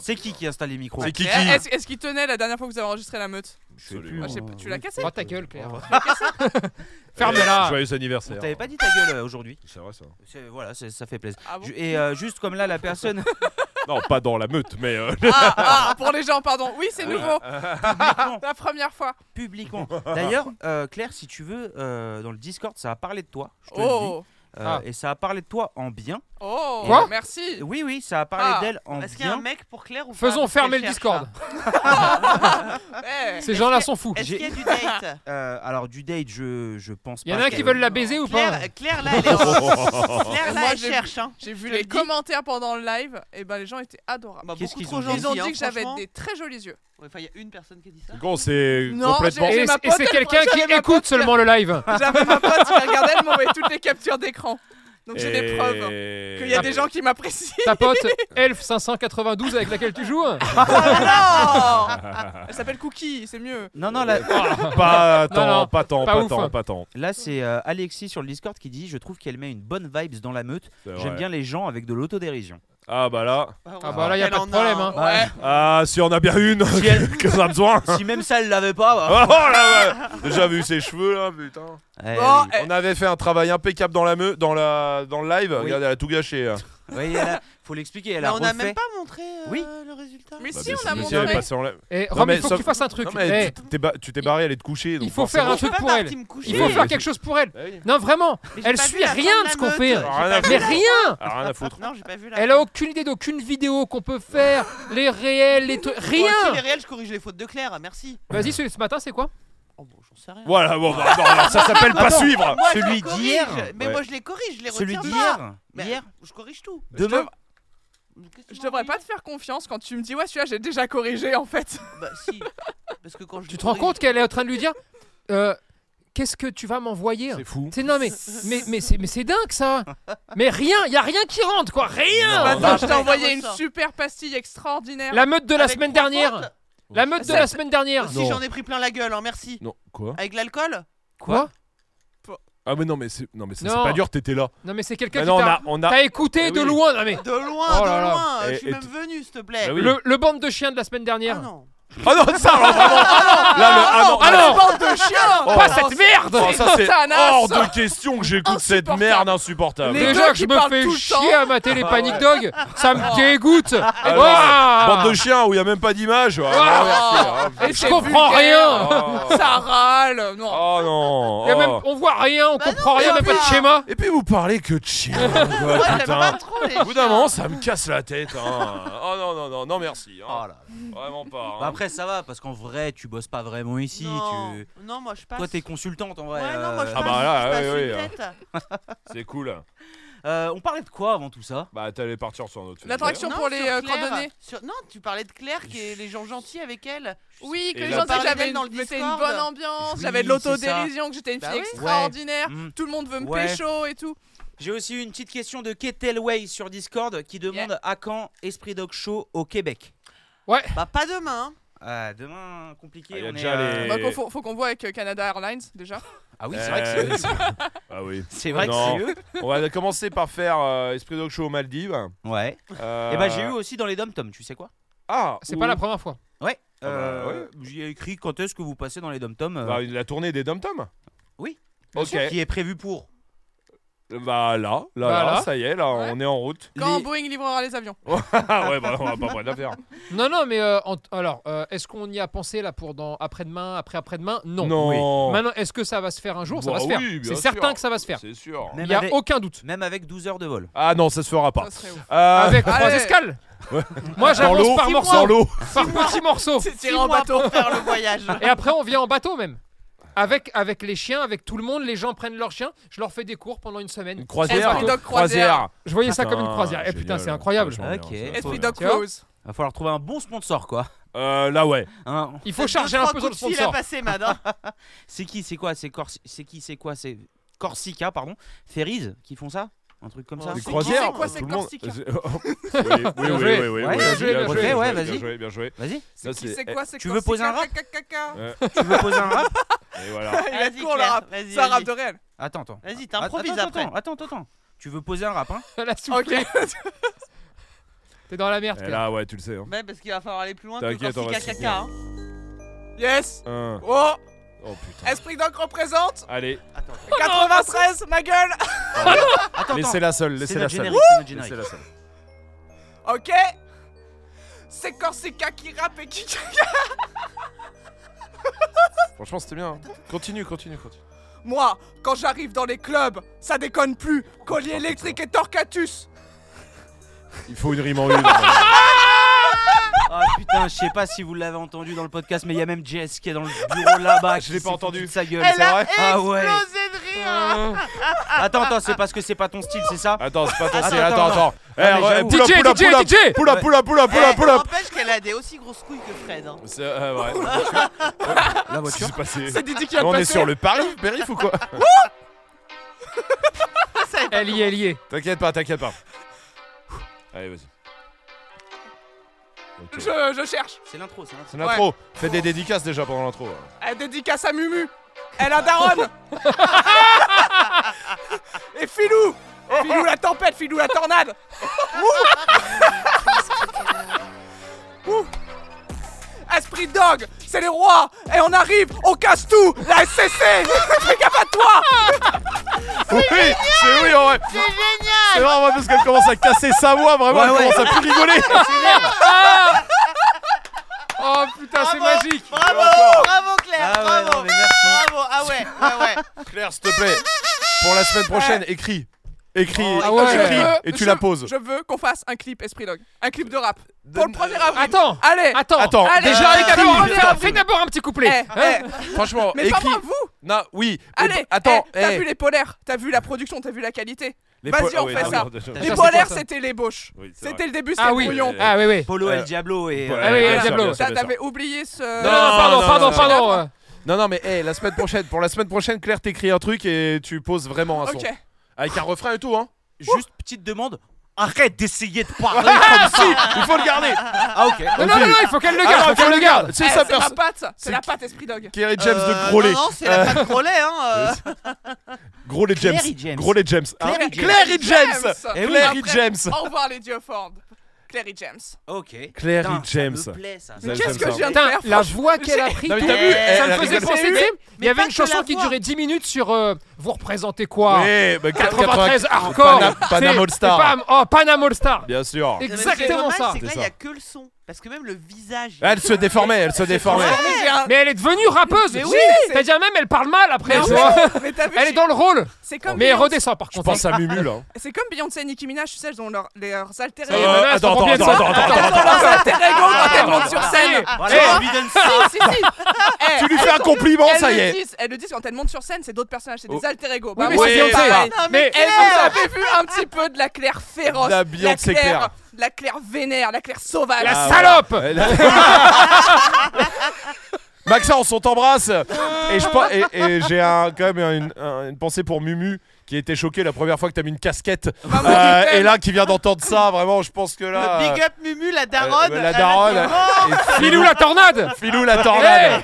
C'est qui qui installe les micros
C'est qui
Et Eh, Est-ce est-ce qu'il tenait la dernière fois que vous avez enregistré la meute
Je sais plus.
Absolument.
Ah, je sais pas, Tu l'as cassé
Oh, ta gueule, Claire.
Allez,
Ferme-la.
Joyeux
On
anniversaire.
t'avait pas dit ta gueule euh, aujourd'hui.
C'est vrai ça.
C'est- Voilà, c'est- ça fait plaisir.
Ah bon
Je- Et euh, juste comme là, la personne.
Non, pas dans la meute, mais. euh,
ah, ah, pour les gens, pardon. Oui,
Ah,
c'est nouveau.
Publiquement.
La première fois.
publiquement. D'ailleurs, euh, Claire, si tu veux, euh, dans le Discord, ça a parlé de toi. Je te le dis.
Oh,
Euh,
Ah.
Et ça a parlé de toi en bien.
oh,
Quoi
merci.
Oui, oui, ça a parlé
Ah,
d'elle en
Est-ce qu'il y a un
bien.
mec pour Claire ou pas
Faisons
Parce qu'elle
fermer le
cherche
Discord.
Eh,
Ces gens-là sont fous.
ça. Est-ce
J'ai-
qu'il y a du date
Euh, alors, du date, je, je pense
Il y en
pas
a un
que-
qui veulent la baiser ou pas
Claire, Claire, là, elle est en- Claire, là,
Moi,
elle
j'ai-
cherche. Hein.
J'ai vu
Je
les
le dis.
commentaires pendant le live. Et ben, les gens étaient adorables.
Bah,
Qu'est-ce
beaucoup
qu'ils
trop
ont dit
gentils,
Ils ont dit
hein,
que j'avais
franchement.
des très jolis yeux.
Ouais, enfin, il y a une personne qui a dit ça.
Bon, c'est
Non,
complètement.
j'ai-
Et
ma
et c'est
pote,
quelqu'un
elle-
qui
j'avais ma
écoute
pote,
seulement le live.
J'avais ma pote qui regardait, elle m'envoyait toutes les captures d'écran. Donc j'ai des preuves qu'il y a
Ah,
des gens qui m'apprécient.
Ta pote, Elf 592 avec laquelle tu joues.
Ah, non Elle s'appelle Cookie, c'est mieux.
Non, non, là,
Pas euh,
Non, non,
tant, pas tant,
pas
pas
ouf. hein.
tant, pas tant.
là c'est euh, Alexis sur le Discord qui dit Je trouve qu'elle met une bonne vibes dans la meute.
C'est vrai.
J'aime bien les gens avec de l'autodérision.
Ah bah là.
Ah bah là, y a
Elle
pas de
en
problème,
un.
hein.
Ouais.
Ah, si on a bien une
Si elle-
que ça a besoin.
si même ça, elle l'avait pas.
Oh
bah.
là ouais. Déjà vu ses cheveux là, putain.
Eh
Bon,
oui.
eh,
On avait fait un travail impeccable dans la meu, dans la, dans le live.
Oui.
Regarde, elle a tout gâché. hein.
Oui, elle a- faut l'expliquer. Elle
Mais
a
on n'a
refait.
même pas montré euh,
Oui.
le résultat.
mais
Bah,
si,
bien
on a
sûr,
montré.
si, elle est passée en live.
Et
Non,
Rob,
mais
Eh, il faut
sauf-
qu'il fasse un truc.
Non mais
Eh,
tu t'es ba- tu t'es barré, elle est de coucher.
Il faut faire un
Je peux
truc
pas
pour elle.
partir me coucher.
Il faut
Oui,
faire
mais
quelque
c'est-
chose pour elle.
truc.
Non, vraiment,
Mais j'ai
elle
pas vu
suit
la fin
rien
de
de
la
ce qu'on
meute.
fait.
J'ai
Rien à
pas
Mais
vu-
foutre.
rien.
Ah, rien à foutre.
Non, j'ai pas vu la
Elle
fin.
a aucune idée d'aucune vidéo qu'on peut faire, les réels, les trucs,
Moi aussi, les
rien.
réels, je corrige les fautes de Claire, merci.
Vas-y, ce ce matin, c'est quoi
Oh bon, j'en sais rien.
Voilà, bon, bah, non, alors, ça s'appelle pas
Attends.
suivre.
Moi, je
Celui
les corrige,
d'hier.
Mais
Ouais.
moi, je les corrige, je les
Celui
retiens pas.
d'hier.
Mais
Hier.
Je corrige tout.
Demain.
Qu'est-ce que
Je
tu
devrais
m'en
pas te faire confiance quand tu me dis ouais celui-là j'ai déjà corrigé en fait.
dis Bah si. Parce que quand je
Tu te rends
corrige-
compte qu'elle est en train de lui dire euh, Qu'est-ce que tu vas m'envoyer
C'est fou.
C'est non mais mais mais c'est mais c'est dingue ça. Mais rien, y a rien qui rentre quoi, rien.
Non,
Attends, je t'ai
non,
envoyé
non,
une
ça.
super pastille extraordinaire.
La meute de la
Avec
semaine
trois
dernière.
fautes,
La meute de
Ça-
la semaine dernière.
Aussi,
Non.
j'en ai pris plein la gueule, hein, merci.
Non, quoi
Avec l'alcool
Quoi
Ah mais non mais c'est non mais ça, c'est
Non.
pas dur, t'étais là.
Non mais c'est quelqu'un
Mais
qui
Bah non, on a
t'a
on a
t'as écouté
Eh
de
oui.
loin. Non mais
De loin,
Oh là
de
là.
loin.
Ah,
Et-
je suis
et
même
tu-
venu, s'il te plaît.
Bah oui.
le, le bande de chiens de la semaine
Ah
dernière.
non.
Ah non, ça alors vraiment. Là, le-
Ah non,
Bande de chiens
Oh.
pas cette merde.
Oh, ça c'est
Thanas.
hors de question que j'écoute cette
Insupportable.
merde insupportable.
Les-
Déjà
deux
que je
qui
me
parlent
fais
tout le
chier
temps.
à mater les
Ah
Panic
ouais.
Dog, ça me dégoûte.
non,
Ouah.
Ah, Bande de chiens où il y a même pas d'image.
Ah.
Ah, merci, hein.
Et
Je
c'est
comprends
vulgaire.
Ah.
Ça râle. Non.
Oh non.
Y a
oh.
même- on voit rien, on comprend rien, même pas de schéma.
Et puis vous parlez que de chiens. quoi,
Moi, j'aime pas
putain.
trop les
Au bout d'un
chiens.
moment, ça me casse la tête. hein. Oh non non non non merci. hein.
Oh là là.
Vraiment pas.
Bah
hein.
après, ça va, parce qu'en vrai, tu bosses pas vraiment ici.
non.
Tu...
non, moi, je passe.
Toi, t'es consultante en vrai.
Ouais, non, moi, je
euh,
Ah
passe,
bah là,
je passe
ouais,
une
ouais,
tête.
C'est cool.
euh, on parlait de quoi avant tout ça
Bah t'allais partir sur un autre. sujet.
L'attraction
Non,
pour les
sur
euh,
Claire,
cordonniers.
sur- Non, tu parlais de Claire, qui est les gens gentils avec elle.
Oui, que
Et
les
la-
gens disaient que
Parler
j'avais
d'elle dans le
une, c'était une
Discord.
bonne ambiance,
Oui,
j'avais de
c'est ça.
l'autodérision, que j'étais une
Bah
fille
oui.
extraordinaire,
Mm.
tout le monde veut me
Ouais.
pécho et tout.
J'ai aussi une petite question de Ketelway sur Discord qui demande à quand Esprit Dog Show au Québec
Bah, pas demain. hein.
Ah, Demain, compliqué.
Ah, y a
on est,
déjà les-
Bah,
Et-
faut- faut, faut qu'on voit avec euh, Canada Airlines déjà.
Ah oui, c'est vrai
Euh,
que c'est-
Ah oui.
c'est vrai que
Non.
c'est eux.
On va commencer par faire euh, Esprit Dog Show aux Maldives.
Ouais.
Euh,
Et bah, j'ai eu aussi dans les dom-toms, tu sais quoi
Ah
C'est
ou-
pas la première fois.
Ouais.
Ah bah,
euh, J'y ai écrit quand est-ce que vous passez dans les dom-toms euh,
bah, La tournée des Dom Tom
Oui.
Ok.
qui est prévu pour.
Bah là, là, là,
Bah, là.
ça y est, là,
Ouais.
on est en route.
Quand
Les-
Boeing livrera les avions.
Ah ouais, bah on va pas prendre l'affaire.
Non, non, mais euh, en- alors, euh, est-ce qu'on y a pensé là pour dans après-demain, après-après-demain Non.
Non.
Maintenant, est-ce que ça va se faire un jour Ça
Bah
va se faire.
oui, bien
C'est
sûr.
certain que ça va se faire.
C'est sûr.
Il
Même,
n'y a
avec...
aucun doute.
même avec 12 heures de vol.
Ah non, ça se fera pas.
Ça serait ouf.
Euh,
Avec trois
Allez.
escales Moi,
Dans
j'avance
l'eau,
par
six
morceau.
mois. Dans l'eau.
Par petits morceaux.
C'est tiré en bateau faire le voyage.
Et après, on vient en bateau même. Avec, avec les chiens, avec tout le monde, les gens prennent leurs chiens, je leur fais des cours pendant une semaine.
Une croisière.
Esprit
Dog croisière. Croisière.
Je voyais ça comme une
Putain,
croisière. Et
génial.
putain, c'est incroyable.
Ah, j'aime bien,
Ok.
ça.
Esprit Dog
Tu vois
Close.
Va falloir trouver un bon sponsor, quoi.
Euh, là, ouais.
Hein,
Il faut charger un peu sur le
Il a
sponsor.
passé, Mad. hein.
C'est qui C'est quoi C'est Corsi- c'est qui C'est quoi C'est Corsica, pardon. Ferries qui font ça Un truc comme ça
Des
Oh, C'est qui,
croisières
c'est quoi, c'est
tout le monde- oh,
Corsica
oui, oui, oui, oui, oui,
Ouais,
oui,
bien
oui,
joué,
bien
bien
joué,
joué, ouais,
bien
vas-y.
joué, bien joué.
Vas-y.
Ça,
Qui c'est quoi C'est
Tu veux poser un rap
Corsica, caca, caca.
Ouais,
Tu veux poser un rap
Et voilà.
Il est
Vas-y,
court le
Claire,
rap.
vas-y,
C'est un
vas-y.
rap de réel.
Attends, attends.
Vas-y, t'improvises
Attends,
après.
Attends, attends, attends. Tu veux poser un rap, hein
Elle a soufflé.
Ok.
T'es dans la merde.
Et
Pierre.
là, ouais, tu le sais. Hein.
Ouais, Ben, parce qu'il va falloir aller plus loin que
T'inquiète, on va
Corsica
se souvenir.
Caca. hein.
Yes.
Un.
Oh,
Oh putain.
Esprit Dog représente
Allez,
Oh,
93, ma gueule.
Ah,
Attends, attends.
laissez-la seule,
C'est notre
laissez-la seule.
générique, c'est notre générique.
Laissez-la seule.
Ok. C'est Corsica qui rappe et qui
Franchement, c'était bien. hein. Continue, continue, continue.
Moi, quand j'arrive dans les clubs, ça déconne plus. Collier électrique et torcatus.
Il faut une rime en une.
Ah putain, je sais pas si vous l'avez entendu dans le podcast, mais il y a même Jess qui est dans le bureau là-bas.
Je
qui
l'ai
s'est
pas
foutue
entendu.
de Sa gueule.
Elle a
Ah ouais.
explosé de rire.
Attends, attends, c'est parce que c'est pas ton style, c'est ça
Attends, c'est pas ton
Attends,
style,
attends,
Attends, attends. Eh,
mais
re-
j'avoue.
pull up,
DJ,
pull up, pull up.
DJ.
Pull up, pull up, pull up, pull up,
Eh,
pull up.
N'empêche qu'elle a des aussi grosses couilles que Fred. hein.
C'est euh, ouais.
La
Qu'est-ce qui
voiture
s'est passé
C'est Didi qui
Là,
a
On
passé.
est sur le Paris, périph' ou quoi
Elle y est liée.
T'inquiète pas, t'inquiète pas. Allez, vas-y. Ok.
Je, je cherche.
C'est l'intro, c'est l'intro.
C'est l'intro. Fais des dédicaces déjà pendant l'intro. hein.
Elle dédicace à Mumu. Elle a Daronne. et Filou. Filou la tempête, Filou la tornade. Ouh. Ouh. Esprit Dog, c'est les rois. Et on arrive, on casse tout. La SCC. Fais gaffe à toi.
Oui, c'est oui, en vrai. C'est génial. C'est vraiment parce qu'elle commence à casser sa voix, vraiment.
Ouais,
elle
ouais.
commence à plus Ah. rigoler.
Oh putain, c'est magique.
Bravo,
Encore.
bravo Claire,
Ah ouais, non,
bravo.
mais merci.
Bravo, ah ouais, ouais, ouais.
Claire, s'il te plaît, pour la semaine prochaine, écris. Écris,
Ah ouais.
écris,
Je veux-
et tu
je-
la poses.
Je veux qu'on fasse un clip Esprit Dog. Un clip de rap. Pour le 1er avril.
Attends.
Allez.
Attends.
Attends,
Allez,
déjà
euh,
écris.
D'abord,
Attends,
fais-
attends.
Fais d'abord un petit
Eh,
couplet.
eh,
hein.
Franchement,
mais pas
écris.
moi, vous
Non, oui. mais
Allez,
p- attends,
eh, t'as
eh.
vu les polaires, t'as vu la production, t'as vu la qualité.
Les
Vas-y,
po-
on
oui,
fait
non,
ça.
non, déjà.
Les
c'est
polaires,
quoi, ça
c'était l'ébauche.
Oui, c'est
C'était le début, c'était
Ah
le
oui.
brouillon.
Eh,
Ah oui, oui.
Polo
Euh,
El Diablo et.
Ouais,
Ah oui,
bien
El
sûr,
Diablo.
bien sûr,
T'as-
bien sûr.
T'avais euh, oublié ce.
Non,
Non,
non, pardon,
non, non,
pardon, pardon. euh.
Non, non, mais eh, la semaine prochaine, pour la semaine prochaine, Claire t'écris un truc et tu poses vraiment un son.
Ok.
Avec un refrain et tout, hein.
Juste petite demande. Arrête d'essayer de parler comme
Ah, Si,
ça.
il faut le garder.
Ah ok.
Non, non, non, non, il faut qu'elle le
Ah,
garde.
non,
faut qu'elle le garde.
C'est
Eh,
sa
c'est ma
personne.
patte, ça.
C'est
c'est la
qui-
patte Esprit Dog.
Kerry James
Euh,
de Grolet.
Non, non, c'est la patte Grolet, hein. euh.
Grolet James.
Clary James.
Grolet James. hein.
Clary James.
Clary James.
Eh oui.
Clary
Après-
James.
Au revoir les diophorbes. Clary James.
Ok.
Clary
Putain,
James.
Ça me plaît ça.
Mais
Qu'est-ce que
ça.
je viens de
Putain,
faire
la
franchement
voix qu'elle a
j'ai-
pris.
Non, mais t'as vu
Ça
elle-
me
elle
faisait
rigole.
penser,
Mais
tu sais, il y
pas
avait une
que
chanson
la
qui
voix.
durait 10 minutes sur euh, Vous représentez quoi
Ouais, bah,
93 hardcore
Panam, Panam
C'est-
All Star.
c'est Pam- Oh, Panam All Star
Bien sûr.
Non, mais
Exactement
ce qui est dommage,
ça.
C'est que là,
C'est
il y
ça.
a que le son. Parce que même le visage.
Ah, Elle se déformait, elle se déformait.
Mais j'ai un-
Mais elle est devenue rappeuse
Mais oui, c'est-
C'est-à-dire même, elle parle mal après,
Mais en
tu vois.
fait, mais t'as vu,
Elle est
j'ai-
dans le rôle
c'est comme
Mais elle
Beyoncé-
redescend par
Je
contre
pense à Mumu là.
C'est comme Beyoncé et Nicki Minaj, tu sais, elles ont leurs- leurs alter
Ça y est,
ego.
maintenant, elles
attends,
sont
attends,
bien
attends,
ça.
attends, attends,
Elles ont leurs alter ego quand elles montent sur
Ça y est.
scène.
Voilà,
Eh.
lui donne ça.
Si, si, si. Eh,
Tu lui fais un compliment,
elles
ça y
le
est.
Disent, elles le disent quand elles montent sur scène, c'est d'autres personnages, c'est
Oh.
des alter ego.
Oui,
Bah,
mais
moi,
oui,
c'est
c'est pareil.
Beyoncé, là.
Non,
Mais
mais
Et vous avez vu un petit peu de la Claire féroce,
La Beyoncé
la
Claire.
Claire, la Claire vénère, la Claire sauvage.
La
Ah,
salope
Maxence, on t'embrasse. Et je pense- et, et j'ai un, quand même une, un- une pensée pour Mumu qui était choquée la première fois que t'as mis une casquette.
Bah,
Maman,
Euh,
je
et
t'aime.
là, qui vient d'entendre ça, vraiment, je pense que là.
Le big up Mumu, la daronne.
euh, la daronne. et
Filou la tornade
Filou la tornade.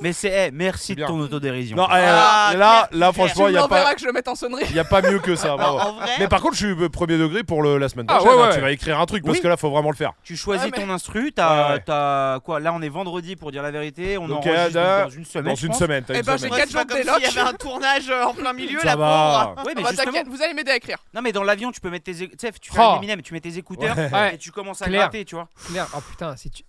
Mais c'est. eh, merci de
bien.
ton autodérision.
Non, euh,
Ah,
là,
Claire,
là,
Claire.
tu
franchement, il y a
m'enverras
pas,
que je le mette en sonnerie.
y a pas mieux que ça.
Non,
bravo.
en vrai.
Mais par contre, je suis premier degré pour le, la semaine
Ah,
prochaine.
ouais,
hein,
ouais.
Tu vas écrire un truc parce
Oui.
que là, faut vraiment le faire.
Tu choisis
Ouais, mais-
ton instru, t'as
Ouais, ouais.
t'as- quoi Là, on est vendredi pour dire la vérité, on
Donc,
enregistre
euh,
dans une semaine.
Dans
je
une
pense.
semaine, t'as
Eh
une
ben,
semaine.
j'ai
Ouais, c'est pas
Gadget
comme
des
s'il y
Locks.
avait un tournage euh, en plein milieu,
Ça
la
va.
pauvre.
Ouais, mais
Bah,
justement.
t'inquiète, vous allez m'aider à écrire.
Non, mais dans l'avion, tu peux mettre tes. éc- Tu sais, tu fais
Oh.
un Eminem, tu mets tes écouteurs
Ouais.
et tu commences à
Claire.
gratter, tu vois.
Claire, oh putain, si tu...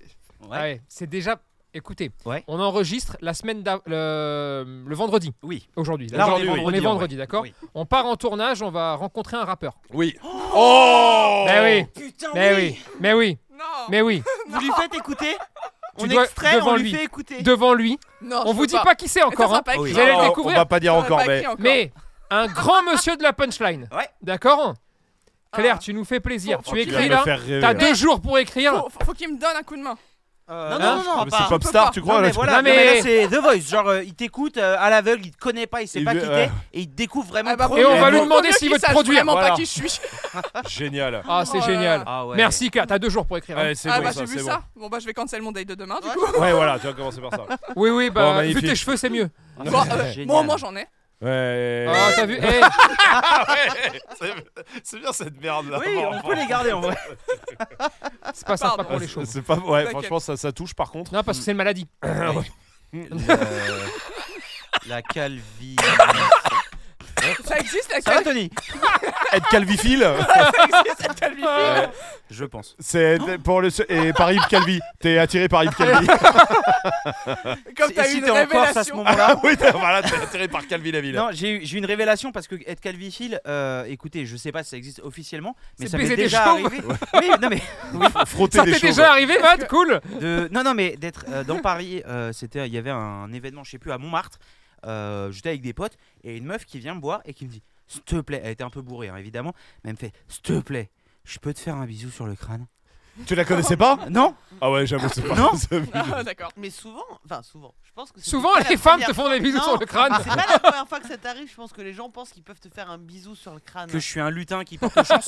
Ouais.
Ah ouais, c'est déjà... Écoutez,
Ouais.
on enregistre la semaine d'av- le... le vendredi,
Oui.
aujourd'hui.
Là, on est
on
vendredi,
est
ouais.
vendredi, d'accord
Oui.
On part en tournage, on va rencontrer un rappeur.
Oui. Oh
Mais Ben oui
Putain,
Mais
oui.
oui Mais oui Mais oui
Vous lui faites écouter
Tu
On
dois-
extrait,
devant
on lui,
lui.
fait écouter.
Devant lui
Non,
On
je
vous
peux
dit
pas.
pas qui c'est encore,
sera
hein.
pas
écrit.
Vous allez
Non,
le
on
découvrir
va pas dire On va encore, pas mais- écrit
encore.
Mais un grand monsieur de la punchline
Ouais.
D'accord Claire, tu nous fais plaisir.
Faut-
tu
faut qu'il
écris
va me
là.
faire rêver.
T'as deux jours pour écrire.
Faut, faut- faut qu'il me donne un coup de main.
non, non,
hein
non, non,
Mais
pas.
c'est Popstar, tu crois
Euh, Non, mais
là,
voilà,
Non,
non, mais
mais-
là, c'est The Voice. Genre, euh, il t'écoute euh, à l'aveugle, il te connaît pas, il sait
Il
pas
veut-
qui t'es,
ouais.
et il te découvre vraiment.
Ah bah,
Et
faut-
on va
faut
lui demander
mieux
s'il
qu'il
veut te
sache
produire.
vraiment
Voilà.
pas qui je suis.
Génial.
Ah, c'est
Oh là
génial.
Ah ouais.
Merci, Claire. T'as deux jours pour écrire. hein.
Ouais, c'est
ah
bon,
bah
ça,
j'ai vu
c'est
ça. Bon. bah je vais cancel mon date de demain du coup.
bon. Ouais, voilà, tu vas commencer par ça.
Oui, oui,
Bon,
bah, vu
magnifique.
tes cheveux, c'est mieux.
Bon, euh,
Génial.
bon, moi j'en ai.
Ouais.
Ah, t'as vu Eh,
Ah Ouais, c'est- C'est bien cette merde là.
Oui, on peut les garder en vrai.
C'est pas sympa
Pardon.
pour les choses.
C'est pas ouais,
T'inquiète.
franchement ça, ça touche par contre. Euh,
Non, parce que c'est une maladie.
Le- La calvie.
Ça existe la
Ça va, Tony
calvie
Être calvifile,
Je pense.
c'est pour le et par Yves Calvi. T'es attiré par Yves Calvi.
Comme
Si-
t'as eu
si
une
t'es en Corse à ce
révélation.
moment-là.
Ah oui, t'es- voilà, t'es attiré par Calvi la ville.
Non, j'ai eu j'ai eu une révélation parce que être calvifile, euh, écoutez, je sais pas si ça existe officiellement, mais
C'est
ça m'est
baiser des
déjà
chauves.
arrivé. Oui, non mais
Frotter
Ça
des
t'est
choses.
déjà arrivé, Matt Cool
de- non non mais d'être euh, dans Paris, euh, c'était il y avait un événement, je sais plus à Montmartre. euh, J'étais avec des potes et une meuf qui vient me boire et qui me dit, s'il te plaît, elle était un peu bourrée hein, évidemment, mais elle me fait, s'il te plaît, je peux te faire un bisou sur le crâne
Tu la connaissais pas
Non,
Ah ouais, j'avoue c'est pas.
Non.
c'est-
Ah, D'accord.
Mais souvent, enfin souvent, je pense que c'est
Souvent,
pas la
les femmes te
première
font des
fois-
bisous
Non,
sur le crâne.
C'est pas la première fois que ça t'arrive, je pense que les gens pensent qu'ils peuvent te faire un bisou sur le crâne.
que je suis un lutin qui porte chance.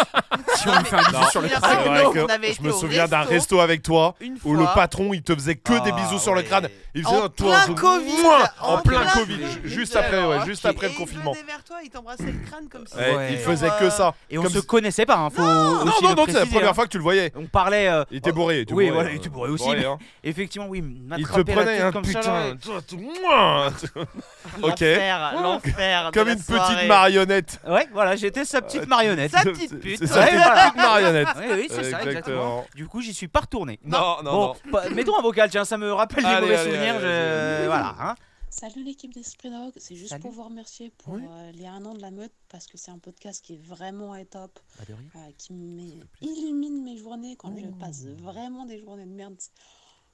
si on me fait un bisou
Non,
sur le
c'est
crâne.
C'est
Ah,
vrai
non,
que
on avait
je me
été au
souviens d'un
resto.
resto avec toi
Une fois.
où le patron il te faisait que des bisous sur le
Ah,
crâne.
ouais.
Il faisait
En
un tour un
plein
zoom.
Covid
Mouah En plein
plein
Covid,
Covid.
ju- juste après ouais, juste après le
Et
confinement.
Il venait vers toi, il t'embrassait le crâne comme si.
Ouais,
Ouais.
Il faisait que ça.
Et on
Comme
se
si-
connaissait pas, hein, faut
Non,
aussi le
non, non, c'est la
préciser, hein.
première fois que tu le voyais.
On parlait. euh,
Il était bourré. il était
oui,
bourré,
voilà,
euh,
il était bourré aussi.
bourré, hein.
mais effectivement, oui,
Il te
m'attrapait la
prenait
tête
un
comme ça. là,
putain.
et-
toi, toi, mouah. Ok.
L'enfer, l'enfer. de
Comme
la
une
soirée.
petite marionnette.
Ouais, voilà, j'étais sa petite
Euh,
marionnette.
Sa petite pute.
C'est sa
Ouais,
petite
voilà.
petite marionnette.
Oui, oui, c'est ça, exactement. Du coup, j'y suis pas retourné.
Non, non,
bon, pa- mettons un vocal, tiens, ça me rappelle des
Allez,
mauvais
allez,
souvenirs.
allez,
je-
allez.
Voilà. hein.
Salut l'équipe d'Esprit Dog, c'est juste
Salut.
pour vous remercier pour
Oui.
euh, les 1 an de la meute parce que c'est un podcast qui est vraiment est top,
Pas de rien.
euh, qui m'é- illumine mes journées quand je passe vraiment des journées de merde.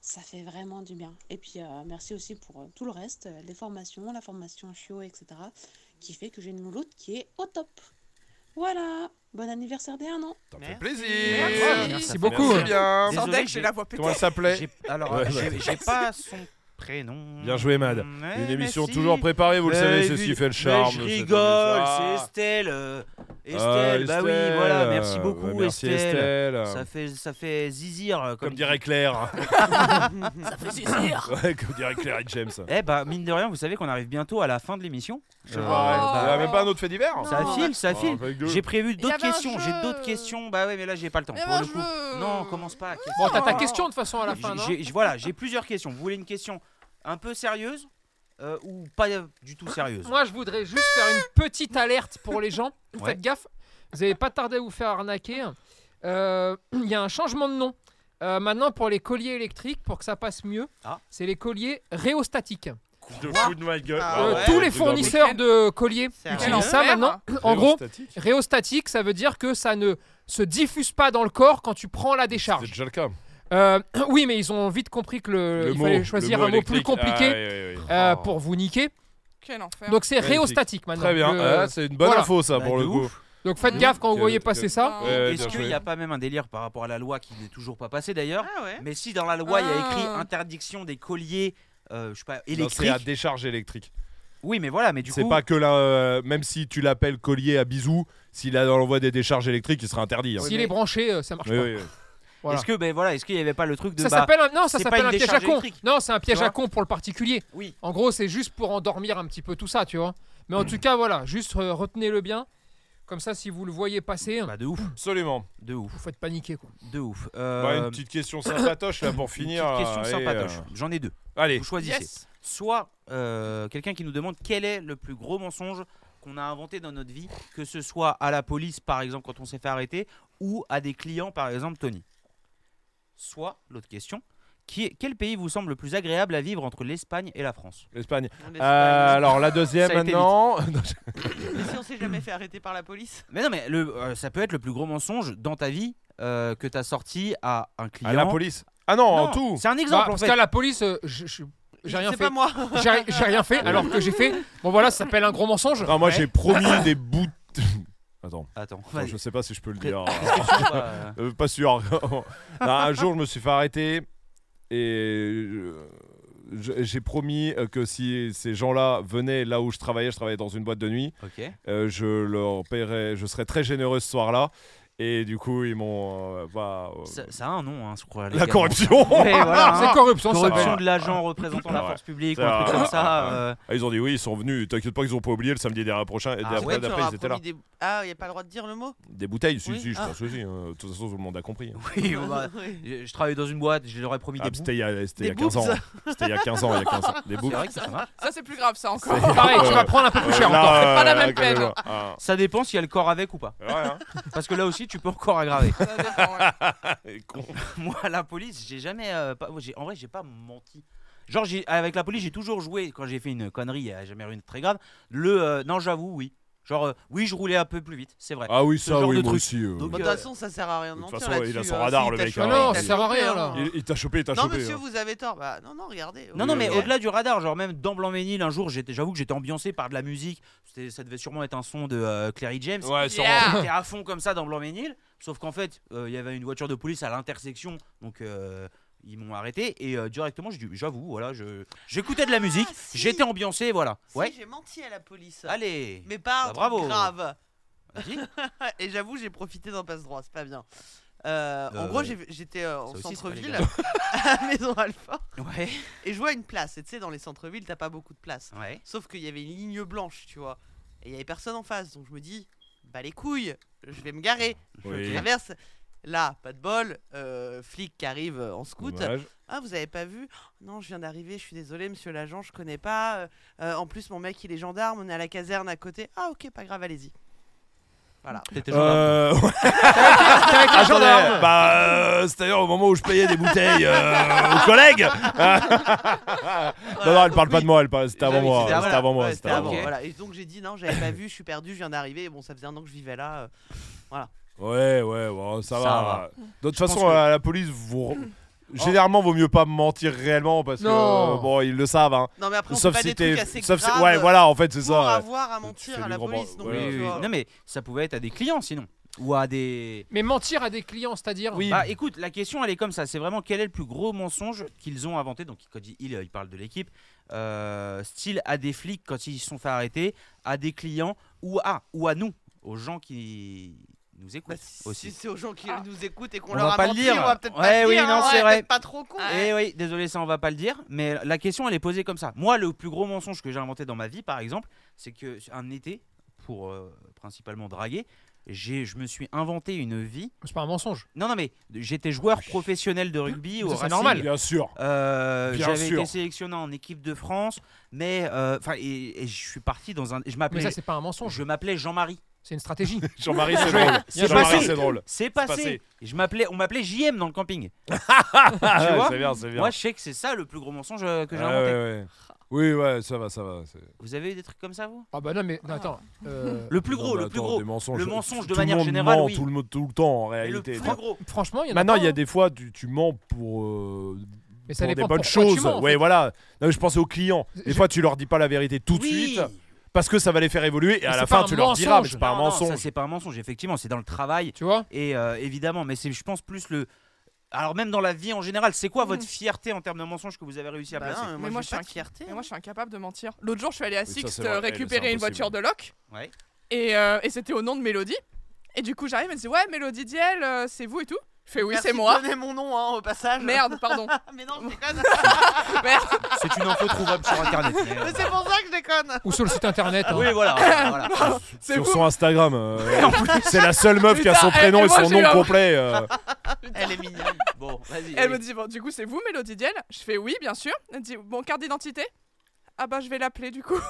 Ça fait vraiment du bien. Et puis euh, merci aussi pour euh, tout le reste, euh, les formations, la formation chiot, etc. qui fait que j'ai une louloute qui est au top. Voilà, bon anniversaire des 1 an.
Ça
Merci.
fait plaisir.
Merci.
Merci beaucoup.
Merci bien.
Désolé,
Sans deck, j'ai
j'ai-
la voix pétée.
Comment elle s'appelait
J'ai- Alors,
Ouais,
j'ai-
bah.
j'ai pas son prénom.
Bien joué, Mad.
Ouais,
Une émission
merci.
toujours préparée, vous le
Eh,
savez, c'est
oui,
ce qui fait le
mais
charme.
Je
c'est-
rigole,
Ah.
c'est Estelle. euh, Estelle,
Ah,
bah oui,
Estelle.
voilà, merci beaucoup,
Ouais, merci
Estelle.
Estelle.
Ça fait, ça fait zizir, euh, comme,
Comme dirait Claire.
Ça fait zizir.
Ouais, comme dirait Claire et James.
Eh bah, mine de rien, vous savez qu'on arrive bientôt à la fin de l'émission.
Je
Euh,
vois, ouais.
bah,
Il y a même pas un autre fait divers
ça file, ça
Ah,
file.
avec deux.
J'ai prévu
Il y
d'autres
avait un
questions, j'ai
jeu. Eh ben,
d'autres questions. Bah ouais, mais là, j'ai pas le temps.
Il y avait
Pour
un
le coup.
jeu.
Non, commence pas.
Bon, t'as ta question de toute façon à la fin,
J'ai-
non
j'ai- j'ai- Voilà, j'ai plusieurs questions. Vous voulez une question un peu sérieuse euh, ou pas euh, du tout sérieuse
Moi, je voudrais juste faire une petite alerte pour les gens. Vous
Ouais.
Faites gaffe, vous n'avez pas tardé à vous faire arnaquer. Euh, Il y a un changement de nom. Euh, maintenant, pour les colliers électriques, pour que ça passe mieux,
Ah.
c'est les colliers rhéostatiques.
De fou de ma gueule.
Ah
Euh,
ouais.
tous les
Je vous en prie.
fournisseurs de colliers
C'est
utilisent
un
ça
enfer.
maintenant. En gros,
Rhéostatique.
rhéostatique, ça veut dire que ça ne se diffuse pas dans le corps quand tu prends la
C'est
décharge.
déjà le cas.
Euh, oui, mais ils ont vite compris que le, il fallait choisir
le
un mot plus
électrique. Ah,
compliqué
oui, oui, oui.
euh,
Oh.
pour vous niquer.
Quel enfer.
Donc c'est
Magnifique.
rhéostatique maintenant.
Très bien.
Le-
Ah, c'est une bonne
voilà.
info, ça,
Bah,
pour
de
le coup.
ouf.
Donc faites gaffe quand vous
Que-
voyez
que-
passer ça.
Ah.
Ouais,
Ah Est-ce
bien
qu'il
joué.
n'y a pas même un délire par rapport à la loi qui n'est toujours pas passée d'ailleurs
Ah ouais.
Mais si dans la loi il y a écrit
Ah.
interdiction des colliers, euh, je sais pas,
Non, C'est à
électriques.
décharge électrique.
Oui, mais voilà, mais du
C'est
coup.
pas que là, euh, même si tu l'appelles collier à bisous, s'il a l'envoi des décharges électriques, il sera interdit. hein.
S'il est branché, euh, ça marche
Oui,
pas.
oui, oui.
Voilà.
Est-ce que ben voilà, est-ce qu'il y avait pas le truc de
Ça
bah,
s'appelle un... non, ça
c'est pas
s'appelle
une
un piège à
décharge
con.
électrique.
Non, c'est un piège
Tu
à
vois
con pour le particulier.
oui, Hmm.
En gros, c'est juste pour endormir un petit peu tout ça, tu vois. Mais en tout cas, voilà, juste euh, retenez-le bien. Comme ça, si vous le voyez passer,
bah de ouf,
Absolument.
de ouf,
vous faites paniquer. Quoi.
de ouf. Euh,
Bah, une petite question sympatoche là pour
une
finir.
petite question
allez,
sympatoche.
euh,
J'en ai deux.
Allez,
Vous choisissez. Soit euh, quelqu'un qui nous demande quel est le plus gros mensonge qu'on a inventé dans notre vie, que ce soit à la police par exemple quand on s'est fait arrêter, ou à des clients par exemple Tony. Soit l'autre question, Qui est- quel pays vous semble le plus agréable à vivre entre l'Espagne et la France
L'Espagne.
L'Espagne.
Euh, alors la deuxième
Ça a été
maintenant.
vite.
Non, je-
Mais si on s'est jamais fait arrêter par la police
Mais non, mais le- euh, ça peut être le plus gros mensonge dans ta vie euh, que t'as sorti à un client.
À la police. Ah non, en tout.
C'est un exemple.
Bah, parce
en fait.
qu'à la police, euh, je- je- j'ai rien
C'est
fait.
pas moi.
J'ai ri- j'ai rien fait, alors que j'ai fait. Bon voilà, ça s'appelle un gros mensonge.
Non, moi
Ouais.
j'ai promis des bouts. de- Attends.
Attends.
Non, je sais pas si je peux le dire.
Prescription, bah.
Euh, pas sûr. Non, un jour, je me suis fait arrêter et euh, je- j'ai promis euh, que si ces gens-là venaient là où je travaillais, je travaillais dans une boîte de nuit,
Ok.
euh, je leur paierais, je serais très généreux ce soir-là. Et du coup, ils m'ont. euh, bah, euh,
Ça, ça a un nom, hein, je crois.
La corruption
Mais voilà, hein.
ça.
Corruption de l'agent représentant la
Ah Ouais.
force publique ou
C'est
un truc
vrai.
comme ça.
Ouais.
euh,
Ah, Ils ont dit oui, ils sont venus. T'inquiète pas, ils ont pas oublié le samedi dernier prochain. Et
Ah
d'après,
ouais, tu
d'après,
leur as
ils étaient là.
promis des- Ah, il a pas le droit de dire le mot
Des bouteilles, si,
Oui.
si, je
Ah.
pense que si. hein. De toute façon, tout le monde a compris. hein.
Oui, bon, bah, je, je travaillais dans une boîte, je leur ai promis
Ah,
des
mais
bouts.
c'était il y a- c'était il y a Des 15 ans. boobs. C'était il y a 15 ans, il y a 15 ans. Des bouts.
C'est vrai que ça, ça marche.
Ça, c'est plus grave, ça encore.
C'est- Pareil, tu vas prendre un peu plus cher Là, encore. euh,
Pas la
là,
même
quand
peine.
même.
Ça dépend s'il y a le corps avec ou pas.
hein.
Parce que là aussi, tu peux encore aggraver. Moi, à la police, j'ai jamais. euh, pas- moi, j'ai- en vrai, j'ai pas menti. Genre, j'ai- avec la police, j'ai toujours joué, quand j'ai fait une connerie, il y a jamais rien de très grave. Le. euh, non, j'avoue, oui. Genre, euh, oui, je roulais un peu plus vite, c'est vrai.
Ah oui,
Ce
ça,
genre
oui,
de
moi
truc.
aussi, euh.
Donc,
Bah, De
euh,
toute façon, ça sert à rien de
De toute
mentir.
façon, il a
là-dessus,
son
hein.
radar,
S'il
le
t'a
mec,
chopé,
hein.
il
Non,
t'a
ça sert à
chopé,
rien,
hein.
là. Il- il t'a chopé, il t'a
Non,
chopé,
monsieur,
hein.
vous avez tort. Bah, non, non, regardez.
Non, non, mais
Regardez.
au-delà du radar, genre même dans Blanc-Ménil, un jour, j'étais- j'avoue que j'étais ambiancé par de la musique. C'était- Ça devait sûrement être un son de euh, Clary James.
Ouais, sûrement.
J'étais à fond comme ça dans Blanc-Ménil. Sauf qu'en fait, euh, il y avait une voiture de police à l'intersection. Donc. euh, ils m'ont arrêté et euh, directement j'ai dit j'avoue voilà je j'écoutais de la musique j'étais ambiancé voilà
Ah, Si,
ouais
j'ai menti à la police.
Allez.
Mais pas un
Bah,
truc
bravo.
grave.
Vas-y.
Et j'avoue, j'ai profité d'un passe droit, c'est pas bien. Euh,
Euh,
en gros, j'ai- j'étais euh,
ça
en
aussi, c'est pas
centre-ville,
légal.
à Maison Alpha.
Ouais.
Et je vois une place. Et tu sais, dans les centres-villes, t'as pas beaucoup de place.
Ouais.
Sauf qu'il y avait une ligne blanche, tu vois. Et il y avait personne en face. Donc je me dis, bah les couilles, je vais me garer.
Oui.
Je traverse. Là, pas de bol. euh, flic qui arrive euh, en scout.
Dommage.
Ah, vous avez pas vu Non, je viens d'arriver, je suis désolé, monsieur l'agent, je connais pas. Euh, euh, en plus, mon mec, il est gendarme, on est à la caserne à côté. Ah, ok, pas grave, allez-y. Voilà.
T'étais
Euh, ouais.
T'as été
Attendez,
gendarme.
bah, euh, c'était au moment où je payais des bouteilles euh, aux collègues. non, non, elle parle pas de moi, elle parle. C'était avant moi.
Ah,
C'était
voilà.
avant moi.
Ouais,
C'était avant. moi.
Voilà. Et donc j'ai dit non, j'avais pas vu, je suis perdu, je viens d'arriver. Et Bon, ça faisait un an que je vivais là. euh, voilà.
Ouais, ouais, bon, ça,
Ça
va.
va.
De toute
Je pense
façon,
que-
à la police, vous.
Oh.
Généralement, vaut mieux pas mentir réellement parce que
Non.
euh, bon, ils le savent. Hein.
Non, mais après, on
sauf
fait pas
si
des
t'es-
trucs assez
sauf si-
graves
ouais, voilà, en fait, c'est
pour
ça.
avoir à
Tu
mentir
fais
à
du
la
grand-
police, non
ouais.
plus,
Oui,
tu
oui.
vois.
non mais ça pouvait être à des clients sinon ou à des
Mais mentir à des clients, c'est-à-dire.
Bah écoute, la question elle est comme ça, c'est vraiment quel est le plus gros mensonge qu'ils ont inventé, donc quand il, il, euh, il parle de l'équipe, euh, style à des flics quand ils se sont fait arrêter, à des clients ou à, ou à nous, aux gens qui nous écoutent aussi.
Bah, Si c'est aux gens qui nous écoutent et qu'on
On
leur
va
a
pas
menti,
le dire.
on va peut-être pas
ouais,
le
oui,
dire,
non,
hein,
c'est
ouais,
vrai.
peut-être pas trop con.
Eh oui, désolé, ça on va pas le dire, mais la question elle est posée comme ça. Moi, le plus gros mensonge que j'ai inventé dans ma vie, par exemple, c'est que un été, pour euh, principalement draguer, j'ai, je me suis inventé une vie.
C'est pas un mensonge. Ah,
Non, non, mais j'étais joueur professionnel de rugby au
Ça, c'est
Racing.
normal.
Bien sûr.
Euh,
Bien
J'avais
sûr.
été sélectionné en équipe de France, mais euh, enfin, et, et je suis parti dans un. Je m'appelais.
Mais ça, c'est pas un mensonge.
Je m'appelais Jean-Marie.
C'est une stratégie.
Jean-Marie, c'est drôle.
C'est
Jean-Marie,
passé.
c'est drôle.
C'est
C'est
passé.
passé.
Je m'appelais. On m'appelait JM dans le camping. tu
Ouais,
vois
c'est bien, c'est bien.
Moi, je sais que c'est ça le plus gros mensonge euh, que j'ai
Ouais,
inventé.
ouais, ouais. Oui, ouais, ça va, ça va. c'est-
Vous avez eu des trucs comme ça, vous
Ah bah non, mais non, attends. euh,
Le plus gros,
Non, mais
le plus
attends,
gros.
des mensonges. euh,
Le mensonge de
Tout le
manière
monde
générale,
ment
oui.
tout, le, mo- tout le temps en
Mais le
réalité.
plus
Fran-
gros.
Franchement, il y en a
Maintenant,
pas,
il y a
hein.
des fois, tu, tu mens pour. euh,
Mais ça
pour des
dépend
bonnes
pourquoi tu
choses.
mens, en
ouais,
fait.
voilà. Non, mais je pensais aux clients. Des fois, tu leur dis pas la vérité tout de suite parce que ça va les faire évoluer et à
Mais
la
c'est
fin,
pas
tu
un
leur diras,
mensonge.
mais c'est pas un
Non, non, ça,
mensonge.
C'est pas un mensonge, effectivement, c'est dans le travail.
Tu vois
Et euh, évidemment, mais c'est, je pense, plus le. Alors, même dans la vie en général, c'est quoi votre fierté en termes de mensonges que vous avez réussi à
Bah
placer
non, mais
Mm. Mais moi, je suis inca- mais moi, je suis incapable de mentir. L'autre jour, je suis allé à
ça,
Sixte
c'est vrai.
euh,
Elle, c'est
récupérer une
impossible.
voiture de loc.
Ouais.
Et, euh, et c'était au nom de Mélodie. Et du coup, j'arrive, elle me dit Ouais, Mélodie Diel, euh, c'est vous et tout. Je fais Oui,
Merci
c'est
de
moi.
donner mon nom hein, au passage.
Merde, pardon.
mais non, je déconne.
Merde.
C'est une info trouvable sur internet. mais, euh,
Mais c'est pour ça que je déconne.
Ou sur le site internet. hein.
Oui, voilà. voilà.
C'est
Sur
vous.
son Instagram, euh,
En plus.
c'est la seule meuf qui a son
eh,
Putain, eh,
prénom
et- et
et
moi,
son
j'ai eu
nom
un-
complet. euh.
Elle est mignonne.
Bon, vas-y.
Elle me dit bon, Du coup, c'est vous, Mélodie Diel Je fais Oui, bien sûr. Elle me dit Bon, carte d'identité Ah bah, je vais l'appeler du coup.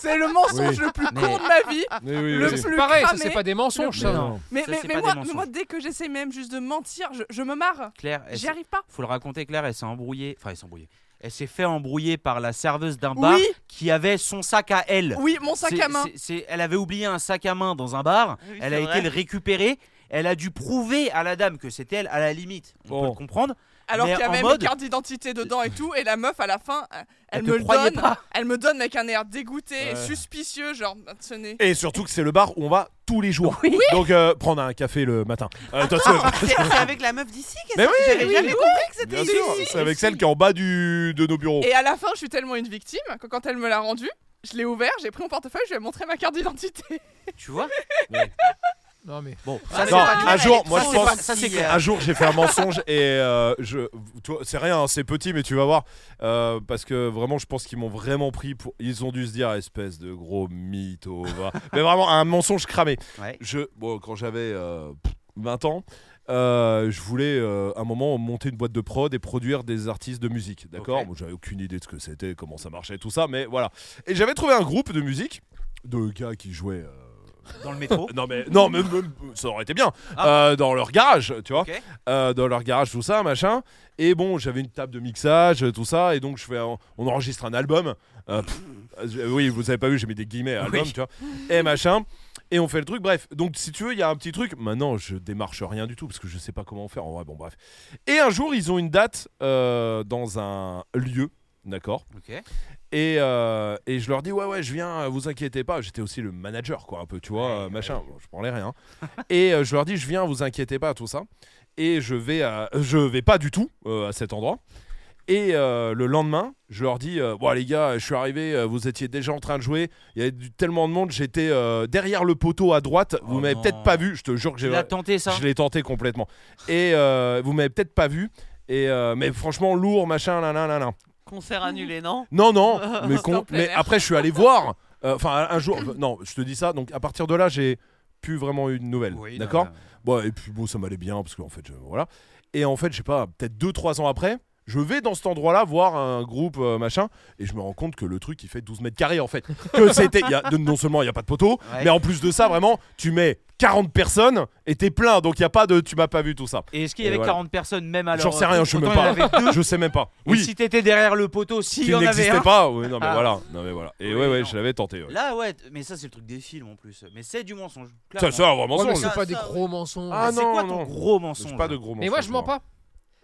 C'est le mensonge
Oui.
le plus
Mais-
court de ma vie.
Mais oui,
le
oui.
plus
Pareil, ça,
cramé,
c'est pas des mensonges,
le-
ça. Mais non.
Mais,
Ça,
mais-
c'est
mais
pas
moi,
des
mais
mensonges.
moi, dès que j'essaie même juste de mentir, je, je me marre.
Claire, elle
J'y
s'est-
arrive pas.
Faut le raconter, Claire, elle s'est embrouillée. Enfin, elle s'est embrouillée. Elle s'est fait embrouiller par la serveuse d'un bar
Oui.
qui avait son sac à elle.
Oui, mon sac
C'est-
à main.
c'est- c'est- elle avait oublié un sac à main dans un bar.
Oui,
elle
c'est
a
vrai.
été le récupérer. Elle a dû prouver à la dame que c'était elle, à la limite. On peut le comprendre.
Alors
mais
qu'il y
en
avait
mode,
mes cartes d'identité dedans et tout, et la meuf à la fin, elle,
Elle te
me le
croyait
donne,
pas.
elle me donne avec un air dégoûté et
Ouais.
suspicieux, genre bah, ce n'est.
Et surtout que c'est le bar où on va tous les jours. Donc euh, prendre un café le matin. Euh, t'as-
C'est c'est avec la meuf d'ici qu'est-ce
Mais
que-
oui,
J'avais
oui,
jamais
oui.
compris que c'était
Bien
ici.
sûr, c'est avec celle qui est en bas du, de nos bureaux.
Et à la fin, je suis tellement une victime que quand elle me l'a rendu, je l'ai ouvert, j'ai pris mon portefeuille, je lui ai montré ma carte d'identité.
tu vois
Non mais
bon,
Non, un jour, moi je pense, un jour j'ai fait un mensonge et euh, je, toi, c'est rien, hein, c'est petit, mais tu vas voir, Euh, parce que vraiment, je pense qu'ils m'ont vraiment pris pour, ils ont dû se dire espèce de gros mytho, va. mais vraiment un mensonge cramé. Je, bon, quand j'avais euh, 20 ans. euh, je voulais euh, un moment monter une boîte de prod et produire des artistes de musique, d'accord Moi j'avais aucune idée de ce que c'était, comment ça marchait, tout ça, mais voilà. Et j'avais trouvé un groupe de musique de gars qui jouaient euh,
dans le métro.
non mais non mais même- ça aurait été bien
Ah.
Euh, dans leur garage, tu vois, Euh, dans leur garage tout ça machin. Et bon, j'avais une table de mixage tout ça et donc je fais un- on enregistre un album. Euh, pff, euh, oui, vous avez pas vu, j'ai mis des guillemets à album,
Oui.
tu vois. Et machin. Et on fait le truc, bref. Donc, si tu veux, il y a un petit truc. Maintenant, je démarche rien du tout parce que je sais pas comment faire. En vrai, bon, bref. Et un jour, ils ont une date euh, dans un lieu, d'accord
Ok.
et, euh, et je leur dis ouais ouais je viens euh, vous inquiétez pas j'étais aussi le manager quoi un peu tu vois euh, machin Bon, je prends les rien et euh, je leur dis je viens vous inquiétez pas tout ça et je vais à- je vais pas du tout euh, à cet endroit et euh, le lendemain je leur dis euh, bon les gars je suis arrivé euh, vous étiez déjà en train de jouer il y avait du- tellement de monde j'étais euh, derrière le poteau à droite vous m'avez peut-être pas vu je te jure que j'ai
Oh l'as tenté, ça
je l'ai tenté complètement et euh, vous m'avez peut-être pas vu et euh, mais franchement lourd machin là là là là
Concert annulé, non
non, non, mais,
C'était
con-
en plein
mais
air.
après, je suis allé voir. euh, Enfin, un jour, non, je te dis ça. Donc, à partir de là, j'ai plus vraiment eu de nouvelles. D'accord bon, Et puis, bon, ça m'allait bien parce qu'en fait, je- voilà. Et en fait, je sais pas, peut-être 2-3 ans après, je vais dans cet endroit-là voir un groupe euh, machin et je me rends compte que le truc, il fait 12 mètres carrés en fait. Que c'était. il y a- non seulement il n'y a pas de poteau, mais en plus de ça, vraiment, tu mets 40 personnes et t'es plein. Donc, il n'y a pas de tu m'as pas vu tout ça.
Et est-ce qu'il y avait
voilà.
40 personnes même alors euh,
J'en sais rien, je sais même pas. Je sais même pas.
Oui.
Oui.
si t'étais derrière le poteau, s'il
Qu'il
y en avait
n'existait
un.
pas, ouais, non mais
Ah.
voilà, non mais voilà. Et ouais ouais, je l'avais tenté. ouais.
Là, ouais, t- mais ça, c'est le truc des films en plus. Mais c'est du mensonge.
Ça,
clairement.
c'est un vrai
Ouais, mais
mensonge.
c'est pas des gros mensonges.
Ah C'est non, quoi ton non. gros mensonge
J'ai pas de gros mensonges.
Mais moi, je mens pas.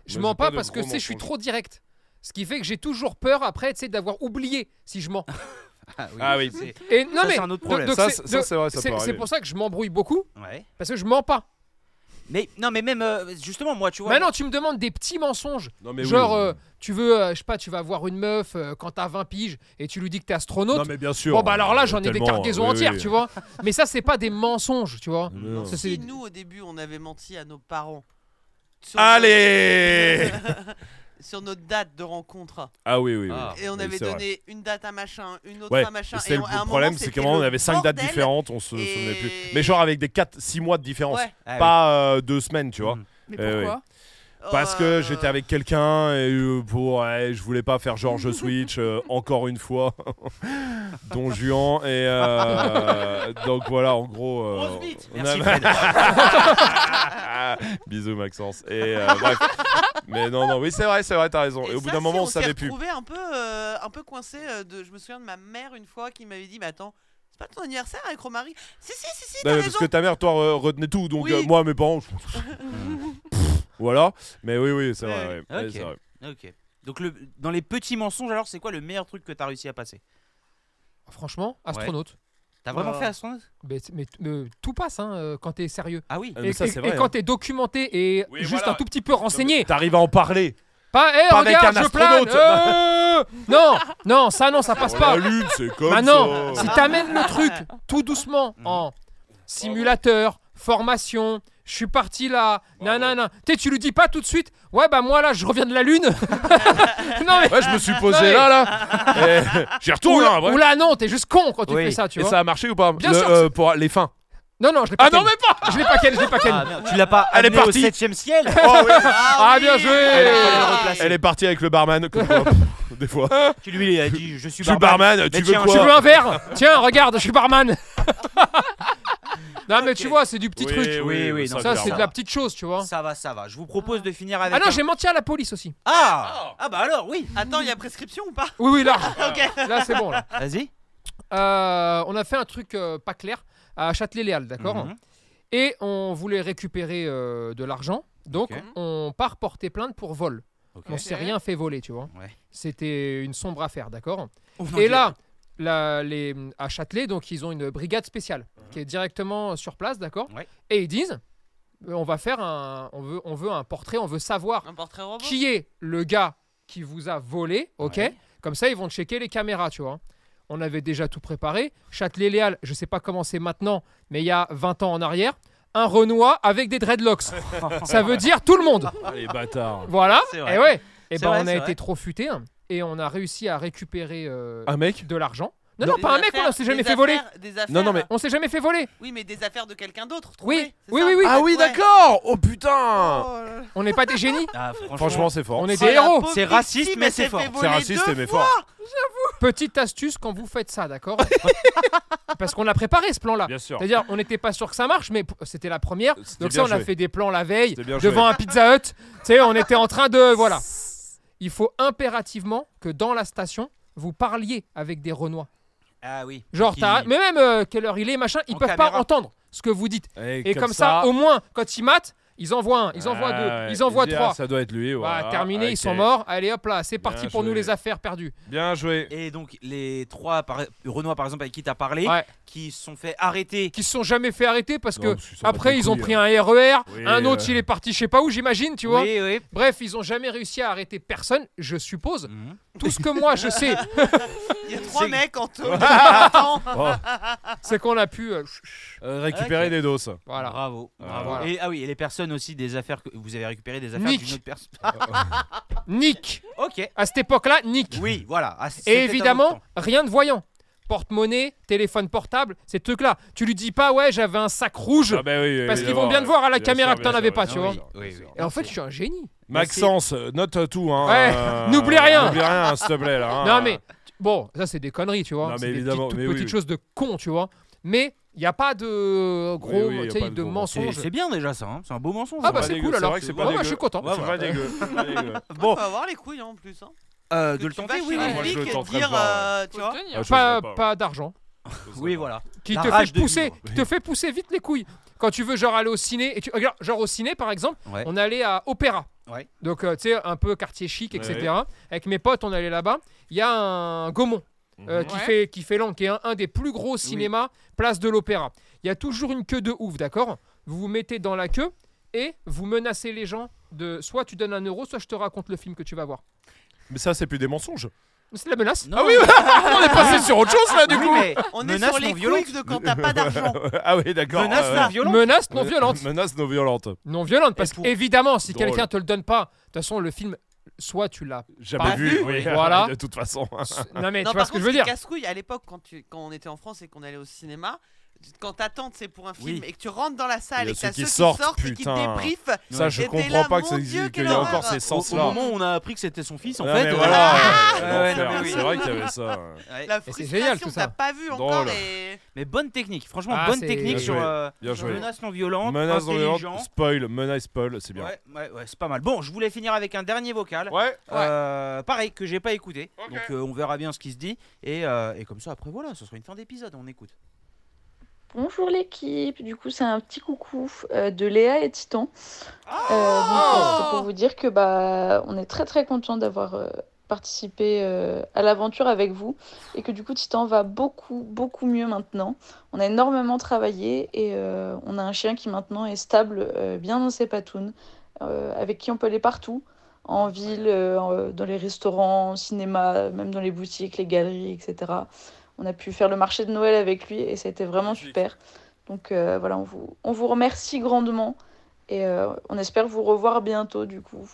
Je
Moi,
mens
j'ai
pas
de
parce que
gros
tu sais, je suis
mensonges.
trop direct. Ce qui fait que j'ai toujours peur après, tu sais, d'avoir oublié si je mens.
Ah oui.
Et non
Ça,
mais
c'est un autre
donc-
problème.
donc
Ça,
c'est-
ça, c'est vrai, ça peut
c'est- C'est
arriver.
pour ça que je m'embrouille beaucoup.
Ouais.
Parce que je mens pas.
Mais non, mais même euh, justement, moi, tu vois.
Maintenant, tu me demandes des petits mensonges.
Non, mais oui,
Genre,
oui.
euh, tu veux, euh, je sais pas, tu vas voir une meuf euh, quand t'as 20 piges et tu lui dis que t'es astronaute.
Non, mais bien sûr,
Bon, bah alors là,
euh,
j'en ai des
tellement,
cargaisons
euh, oui,
entières,
oui.
tu vois. Mais ça, c'est pas des mensonges, tu vois.
Non.
Ça, c'est
Si
des-
nous, au début, on avait menti à nos parents. sur
Allez
notre- Sur notre date de rencontre.
Ah oui, oui, oui.
Et on
Oui,
avait
c'est vrai.
donné une date à machin, une autre
Ouais,
à machin.
c'est
et
le
on- à un
problème,
moment,
c'est
c'était
qu'à un moment, on
le
avait 5 dates
bordel.
différentes, on se
Et-
souvenait plus. Mais genre avec des 4-6 mois de différence,
Ouais. Ah oui. Mm.
pas 2 semaines, tu vois.
Mais
Eh oui.
pourquoi Euh.
Parce que j'étais avec quelqu'un et euh, pour, ouais, je voulais pas faire genre je switch euh, encore une fois, Don Juan. Et euh, donc voilà, en gros. euh, on
Merci,
a-
Fred.
Bisous Maxence. Et euh, bref. Mais non, non, oui, c'est vrai, c'est vrai, t'as raison. Et, au bout
Ça,
d'un
si,
moment, on
on s'est
savait plus.
retrouvés un peu, euh, un peu coincé. de... Je me souviens de ma mère une fois qui m'avait dit, mais attends, c'est pas ton anniversaire avec Romary Si, si, si, si,
Non,
t'as
mais
raison.
Bah parce que ta mère, toi, re- retenait tout. Donc,
Oui.
euh, moi, mes parents, je- voilà. Mais oui, oui, c'est vrai. ouais. Ouais,
Ok.
c'est vrai.
Ok. Donc, le, dans les petits mensonges, alors, c'est quoi le meilleur truc que t'as réussi à passer
Franchement, astronaute. Bah,
T'as vraiment fait astronaute
mais, mais- mais tout passe hein, euh, quand t'es sérieux.
Ah oui.
Ah,
Et,
mais ça,
et-
c'est
et
vrai, hein.
quand t'es documenté et juste
voilà.
un tout petit peu renseigné.
T'arrives à en parler.
Pas, eh,
Pas avec
regarde,
un
je plane.
astronaute.
euh, non, non, ça non, ça passe
Sur
pas.
la Lune, c'est comme
Maintenant,
ça.
Bah,
Mm.
si t'amènes le truc tout doucement en simulateur, formation, je suis parti là, nanana. Tu sais, tu lui dis pas tout de suite, ouais, bah moi là, je reviens de la Lune. non, mais...
Ouais, je me suis posé
Non, mais-
là, là. Et J'y retourne,
Ou
hein,
là,
après.
ou là, non, t'es juste con quand tu
Oui.
fais ça, tu
Et
vois.
ça a marché ou pas
Bien
Le-
sûr.
euh, Pour les fins.
Non, non, je l'ai pas.
Ah non,
ken.
mais pas
Je l'ai pas ken, je l'ai pas ken.
Ah, merde, tu l'as pas
Elle est
amené au
partie.
7ème ciel
Oh, oui.
Ah, bien joué
Elle est-
fallait le replacer.
Elle est partie avec le barman, comme quoi, pff, des fois.
Tu lui il a dit je suis
Je suis
barman.
barman,
Mais
tu veux
tiens,
quoi
Hein Tu veux un verre Tiens, regarde, je suis barman. non, mais tu vois, c'est du petit
Oui,
truc.
oui, oui, non, ça
ça, c'est de
va.
la petite chose, tu vois.
Ça va, ça va. Je vous propose de finir avec.
Ah non,
un-
j'ai menti à la police aussi.
Ah Ah bah alors, oui
Attends, il y a prescription ou pas
Oui, oui, là.
Ok.
Là, c'est bon. Là.
Vas-y.
Euh, on a fait un truc euh, pas clair à Châtelet-Léal, d'accord
Mhm.
Et on voulait récupérer euh, de l'argent. Donc,
Ok.
on part porter plainte pour vol.
Ok.
On s'est rien fait voler, tu vois.
Ouais.
C'était une sombre affaire, d'accord
Oh, mon
Et
Dieu.
là, la- les, à Châtelet, donc, ils ont une brigade spéciale qui est directement sur place, d'accord
Mhm. Ouais.
Et ils disent euh, on va faire un. On veut, on veut un portrait, on veut savoir
Un portrait robot
qui est le gars qui vous a volé, ok Comme ça, ils vont checker les caméras, tu vois. On avait déjà tout préparé. Châtelet-Léal, je sais pas comment c'est maintenant, mais il y a 20 ans en arrière, un Renoir avec des dreadlocks. ça veut dire tout le monde.
Ah, Les bâtards.
Voilà.
C'est vrai.
Et ouais. Et
C'est
ben,
vrai,
on a
c'est
été
vrai.
trop futé et on a réussi à récupérer euh,
Un mec
de l'argent. Non,
Des
non, pas un mec,
affaires-
on s'est jamais
des
fait voler.
affaires- des affaires.
Non, non, mais-
On s'est jamais fait voler.
Oui, mais des affaires de quelqu'un d'autre.
Oui,
trouvées, c'est
oui,
ça
oui, oui.
Ah oui, d'accord Oh putain
Oh là là.
On n'est pas des génies.
Ah,
Franchement, c'est fort.
On est
Oh,
des
la
héros.
pauvre
C'est raciste,
victime,
mais
elle
c'est
s'est
fort.
fait
C'est
voler
raciste,
deux
mais
fois.
Petite astuce quand vous faites ça, d'accord Parce qu'on a préparé ce plan-là.
Bien sûr.
C'est-à-dire, on n'était pas sûr que ça marche, mais p- c'était la première.
C'était
Donc
bien
ça, on a
joué.
fait des plans la veille,
C'était bien
devant
joué.
un Pizza Hut. tu sais, on était en train de... Voilà. Il faut impérativement que dans la station, vous parliez avec des Renois.
Ah oui.
Genre,
Qui-
t'as- mais même euh, quelle heure il est, machin, ils
En
peuvent pas
caméra.
entendre ce que vous dites. Et, comme, ça, au moins, quand ils matent, ils envoient un, ils envoient
Ah
deux,
ouais,
ils envoient
disent, ah,
trois.
Ça doit être lui.
Voilà,
voilà,
terminé,
ok.
ils sont morts. Allez, hop là, c'est parti
Bien
pour nous
joué.
les affaires perdues.
Bien joué.
Et donc, les trois, par... Renoir par exemple, avec qui t'as parlé,
Ouais.
qui se sont fait arrêter.
qui se sont jamais fait arrêter parce
Non,
que
parce qu'ils hein. s'en battent
après
les
ils ont
couilles,
pris un E RER,
Oui,
un autre
ouais.
il est parti je sais pas où j'imagine, tu vois.
Oui, oui.
Bref, ils ont jamais réussi à arrêter personne, je suppose.
Mhm.
Tout ce que moi je sais,
Il y a trois
C'est-
mecs en tout. Attends.
Oh,
c'est qu'on a pu euh,
euh, récupérer
Ok.
des doses.
voilà.
Bravo. bravo.
Voilà.
Et, ah oui, et les personnes aussi des affaires que vous avez récupéré des affaires
Nick.
d'une autre personne.
Nick,
ok.
à cette époque-là, Nick.
Oui, voilà. Ah,
Et
c'était un autre
évidemment,
temps.
rien de voyant. Porte-monnaie, téléphone portable, ces trucs-là. Tu lui dis pas ouais, j'avais un sac rouge.
Ah bah oui,
Parce qu'ils
évidemment,
vont bien te voir à la
bien
caméra
sûr,
que t'en
bien
avais
sûr,
pas,
bien
tu
sûr, Ah
vois.
bien sûr.
Oui, oui.
Et en fait, je suis un génie.
Maxence, euh, note tout. Hein,
Ouais,
euh,
n'oublie rien.
N'oublie rien, s'il te plaît. Là, hein.
Non mais bon, ça c'est des conneries, tu vois.
Non, mais
C'est des petites,
évidemment,
toutes
mais oui,
petites
oui.
choses de con, tu vois. Mais il n'y a pas de gros,
Oui, oui, y a
tu sais,
pas de
de
gros
C'est
mensonge.
c'est bien déjà ça, hein. c'est un beau mensonge.
Ah bah
pas
c'est
dégueu,
cool
c'est
alors.
vrai que c'est pas
Ouais, bah,
dégueu.
je suis content.
C'est pas dégueu. c'est pas dégueu.
Bon,
Faut avoir les couilles hein, en plus. Hein.
euh,
Que
de le
tu
tenter,
vas
oui.
chez
ouais.
un
Moi, je
flic
le
et
tenterai
dire,
pas,
euh, tu vois.
Ah, je
Pas,
sais pas, ouais.
pas d'argent
Je sais
Oui,
pas.
voilà.
qui
La
te
rage
fait
de
pousser,
vivre.
qui te fait pousser vite les couilles. Quand tu veux genre aller au ciné et tu regarde genre au ciné par exemple,
Ouais.
on allait à Opéra.
Ouais.
Donc euh, tu sais un peu quartier chic etc.
Ouais.
Avec mes potes on allait là-bas. Il y a un Gaumont
Mhm.
euh, qui
Ouais.
fait qui fait l'angle, qui est un, un des plus gros cinémas place de l'Opéra. Il y a toujours une queue de ouf d'accord. Vous vous mettez dans la queue et vous menacez les gens de soit tu donnes un euro soit je te raconte le film que tu vas voir.
Mais ça, c'est plus des mensonges. Ah,
C'est la menace.
ah oui,
On est passé sur autre chose là, du coup.
mais
On est
menace
sur les
non violente.
couilles de quand t'as pas d'argent.
Ah oui, d'accord.
Menace
ouais,
non
ouais.
violente.
Menace non violente.
Menace non violente.
Non violente parce
Et pour-
qu'évidemment si
Drôle.
quelqu'un te le donne pas, de toute façon le film soit tu l'as
Jamais
Pas
vu.
vu.
oui,
Voilà.
De toute façon.
non mais
Non,
tu vois
par
ce que
contre,
je veux
les
dire
casse-couilles, à l'époque, quand, tu- quand on était en France et qu'on allait au cinéma, quand ta tante c'est pour un film
Oui.
et que tu rentres dans la salle
Il y a
et que t'as
ceux qui
qui
sortent,
sortent et qui
putain.
débriefent,
Ça, je
Et t'es
comprends
là,
pas que
mon
ça
Dieu,
existe, qu'il
quelle
y a
horreur.
encore ces
Au, au
sens là.
moment où on a appris que c'était son fils, en
Ouais,
fait.
mais
euh,
voilà,
Ah ouais,
l'enfer.
non, mais oui.
C'est vrai qu'il y avait ça.
ouais.
la
c'est génial, tout
frustration,
ça.
t'as pas vu encore.
Drôle.
Et...
Mais bonne technique, franchement,
Ah,
bonne
c'est-
technique
Bien
sur
joué.
euh,
Bien joué.
menace non violente,
Menace non
intelligent.
violente. Spoil, menace spoil, c'est bien.
Ouais, ouais, ouais, c'est pas mal. Bon, je voulais finir avec un dernier vocal.
Ouais.
Euh, pareil, que j'ai pas écouté. Donc euh, on verra bien ce qui se dit. Et, euh, et comme ça, après, voilà, ce sera une fin d'épisode. On écoute.
Bonjour l'équipe, du coup c'est un petit coucou euh, de Léa et Titan. Euh, donc, euh, c'était pour vous dire que bah on est très très content d'avoir euh, participé euh, à l'aventure avec vous et que du coup Titan va beaucoup beaucoup mieux maintenant. On a énormément travaillé et euh, on a un chien qui maintenant est stable, euh, bien dans ses patounes, euh, avec qui on peut aller partout, en ville, euh, en- dans les restaurants, au cinéma, même dans les boutiques, les galeries, etc. On a pu faire le marché de Noël avec lui et ça a été vraiment super. Donc euh, voilà, on vous, on vous remercie grandement et euh, on espère vous revoir bientôt du coup.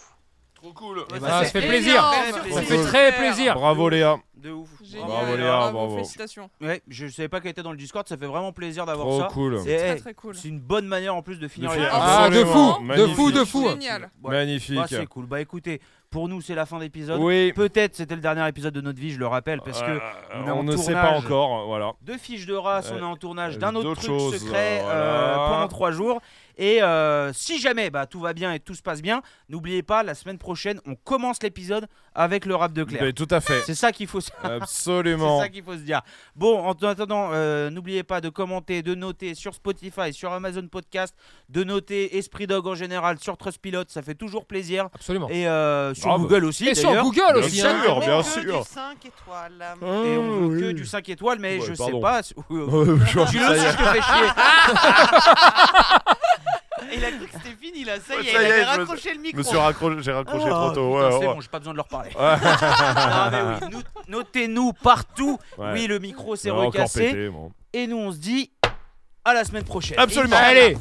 Trop cool.
Eh ben, Ah, ça c'est fait plaisir. énorme, Ça fait surtout plaisir. très plaisir.
Bravo Léa.
De ouf.
Génial. Bravo, Léa, Bravo, bravo.
félicitations.
Ouais, je savais pas qu'elle était dans le Discord, ça fait vraiment plaisir d'avoir
Trop
ça.
cool.
C'est
Très,
eh,
très cool.
C'est une bonne manière en plus de finir.
De
les-
finir, Ah, de absolument. fou, de Magnifique. fou, de fou.
Génial.
Magnifique.
Bah, c'est cool. Bah écoutez, pour nous c'est la fin d'épisode.
Oui.
Peut-être c'était le dernier épisode de notre vie, je le rappelle, parce que
Euh,
est en
on ne sait
tournage.
pas encore, euh, voilà.
De fiches de race, on est en tournage
Euh,
d'un autre
d'autres
truc
choses,
secret
voilà.
euh, pendant trois jours. Et euh, si jamais bah, tout va bien et tout se passe bien, n'oubliez pas, la semaine prochaine, on commence l'épisode avec le rap de Claire.
Mais Ben, tout à fait.
C'est ça qu'il faut se
Absolument.
C'est ça qu'il faut se dire. Bon, en t- attendant, euh, n'oubliez pas de commenter, de noter sur Spotify, sur Amazon Podcast, de noter Esprit Dog en général, sur Trustpilot, ça fait toujours plaisir.
Absolument.
Et euh, sur
Grave.
Google aussi.
Ah, bah. Et sur
d'ailleurs.
Google aussi,
Exactement.
hein. Bien
Que
sûr.
du 5 étoiles.
Et on veut que du 5 étoiles, mais
Ah Mmh, Ouais,
je sais
pardon.
pas. si- Oui, oui.
Euh, je-
Tu
ça
le
y
sais,
est.
je te fais chier.
Il a cru que c'était fini là, ça y
Ouais,
est,
ça y
il
est,
avait
je me-
raccroché le
je
micro.
me suis raccroché- j'ai raccroché
Oh,
trop tôt.
putain,
ouais,
c'est
ouais.
bon, j'ai pas besoin de leur parler.
Ouais.
Ah,
Non, mais oui, nous- Notez-nous partout.
Ouais.
Oui, le micro s'est
Ça va encore
recassé.
péter, bon.
Et nous, on se dit à la semaine prochaine.
Absolument.
Inch'Allah.
Allez.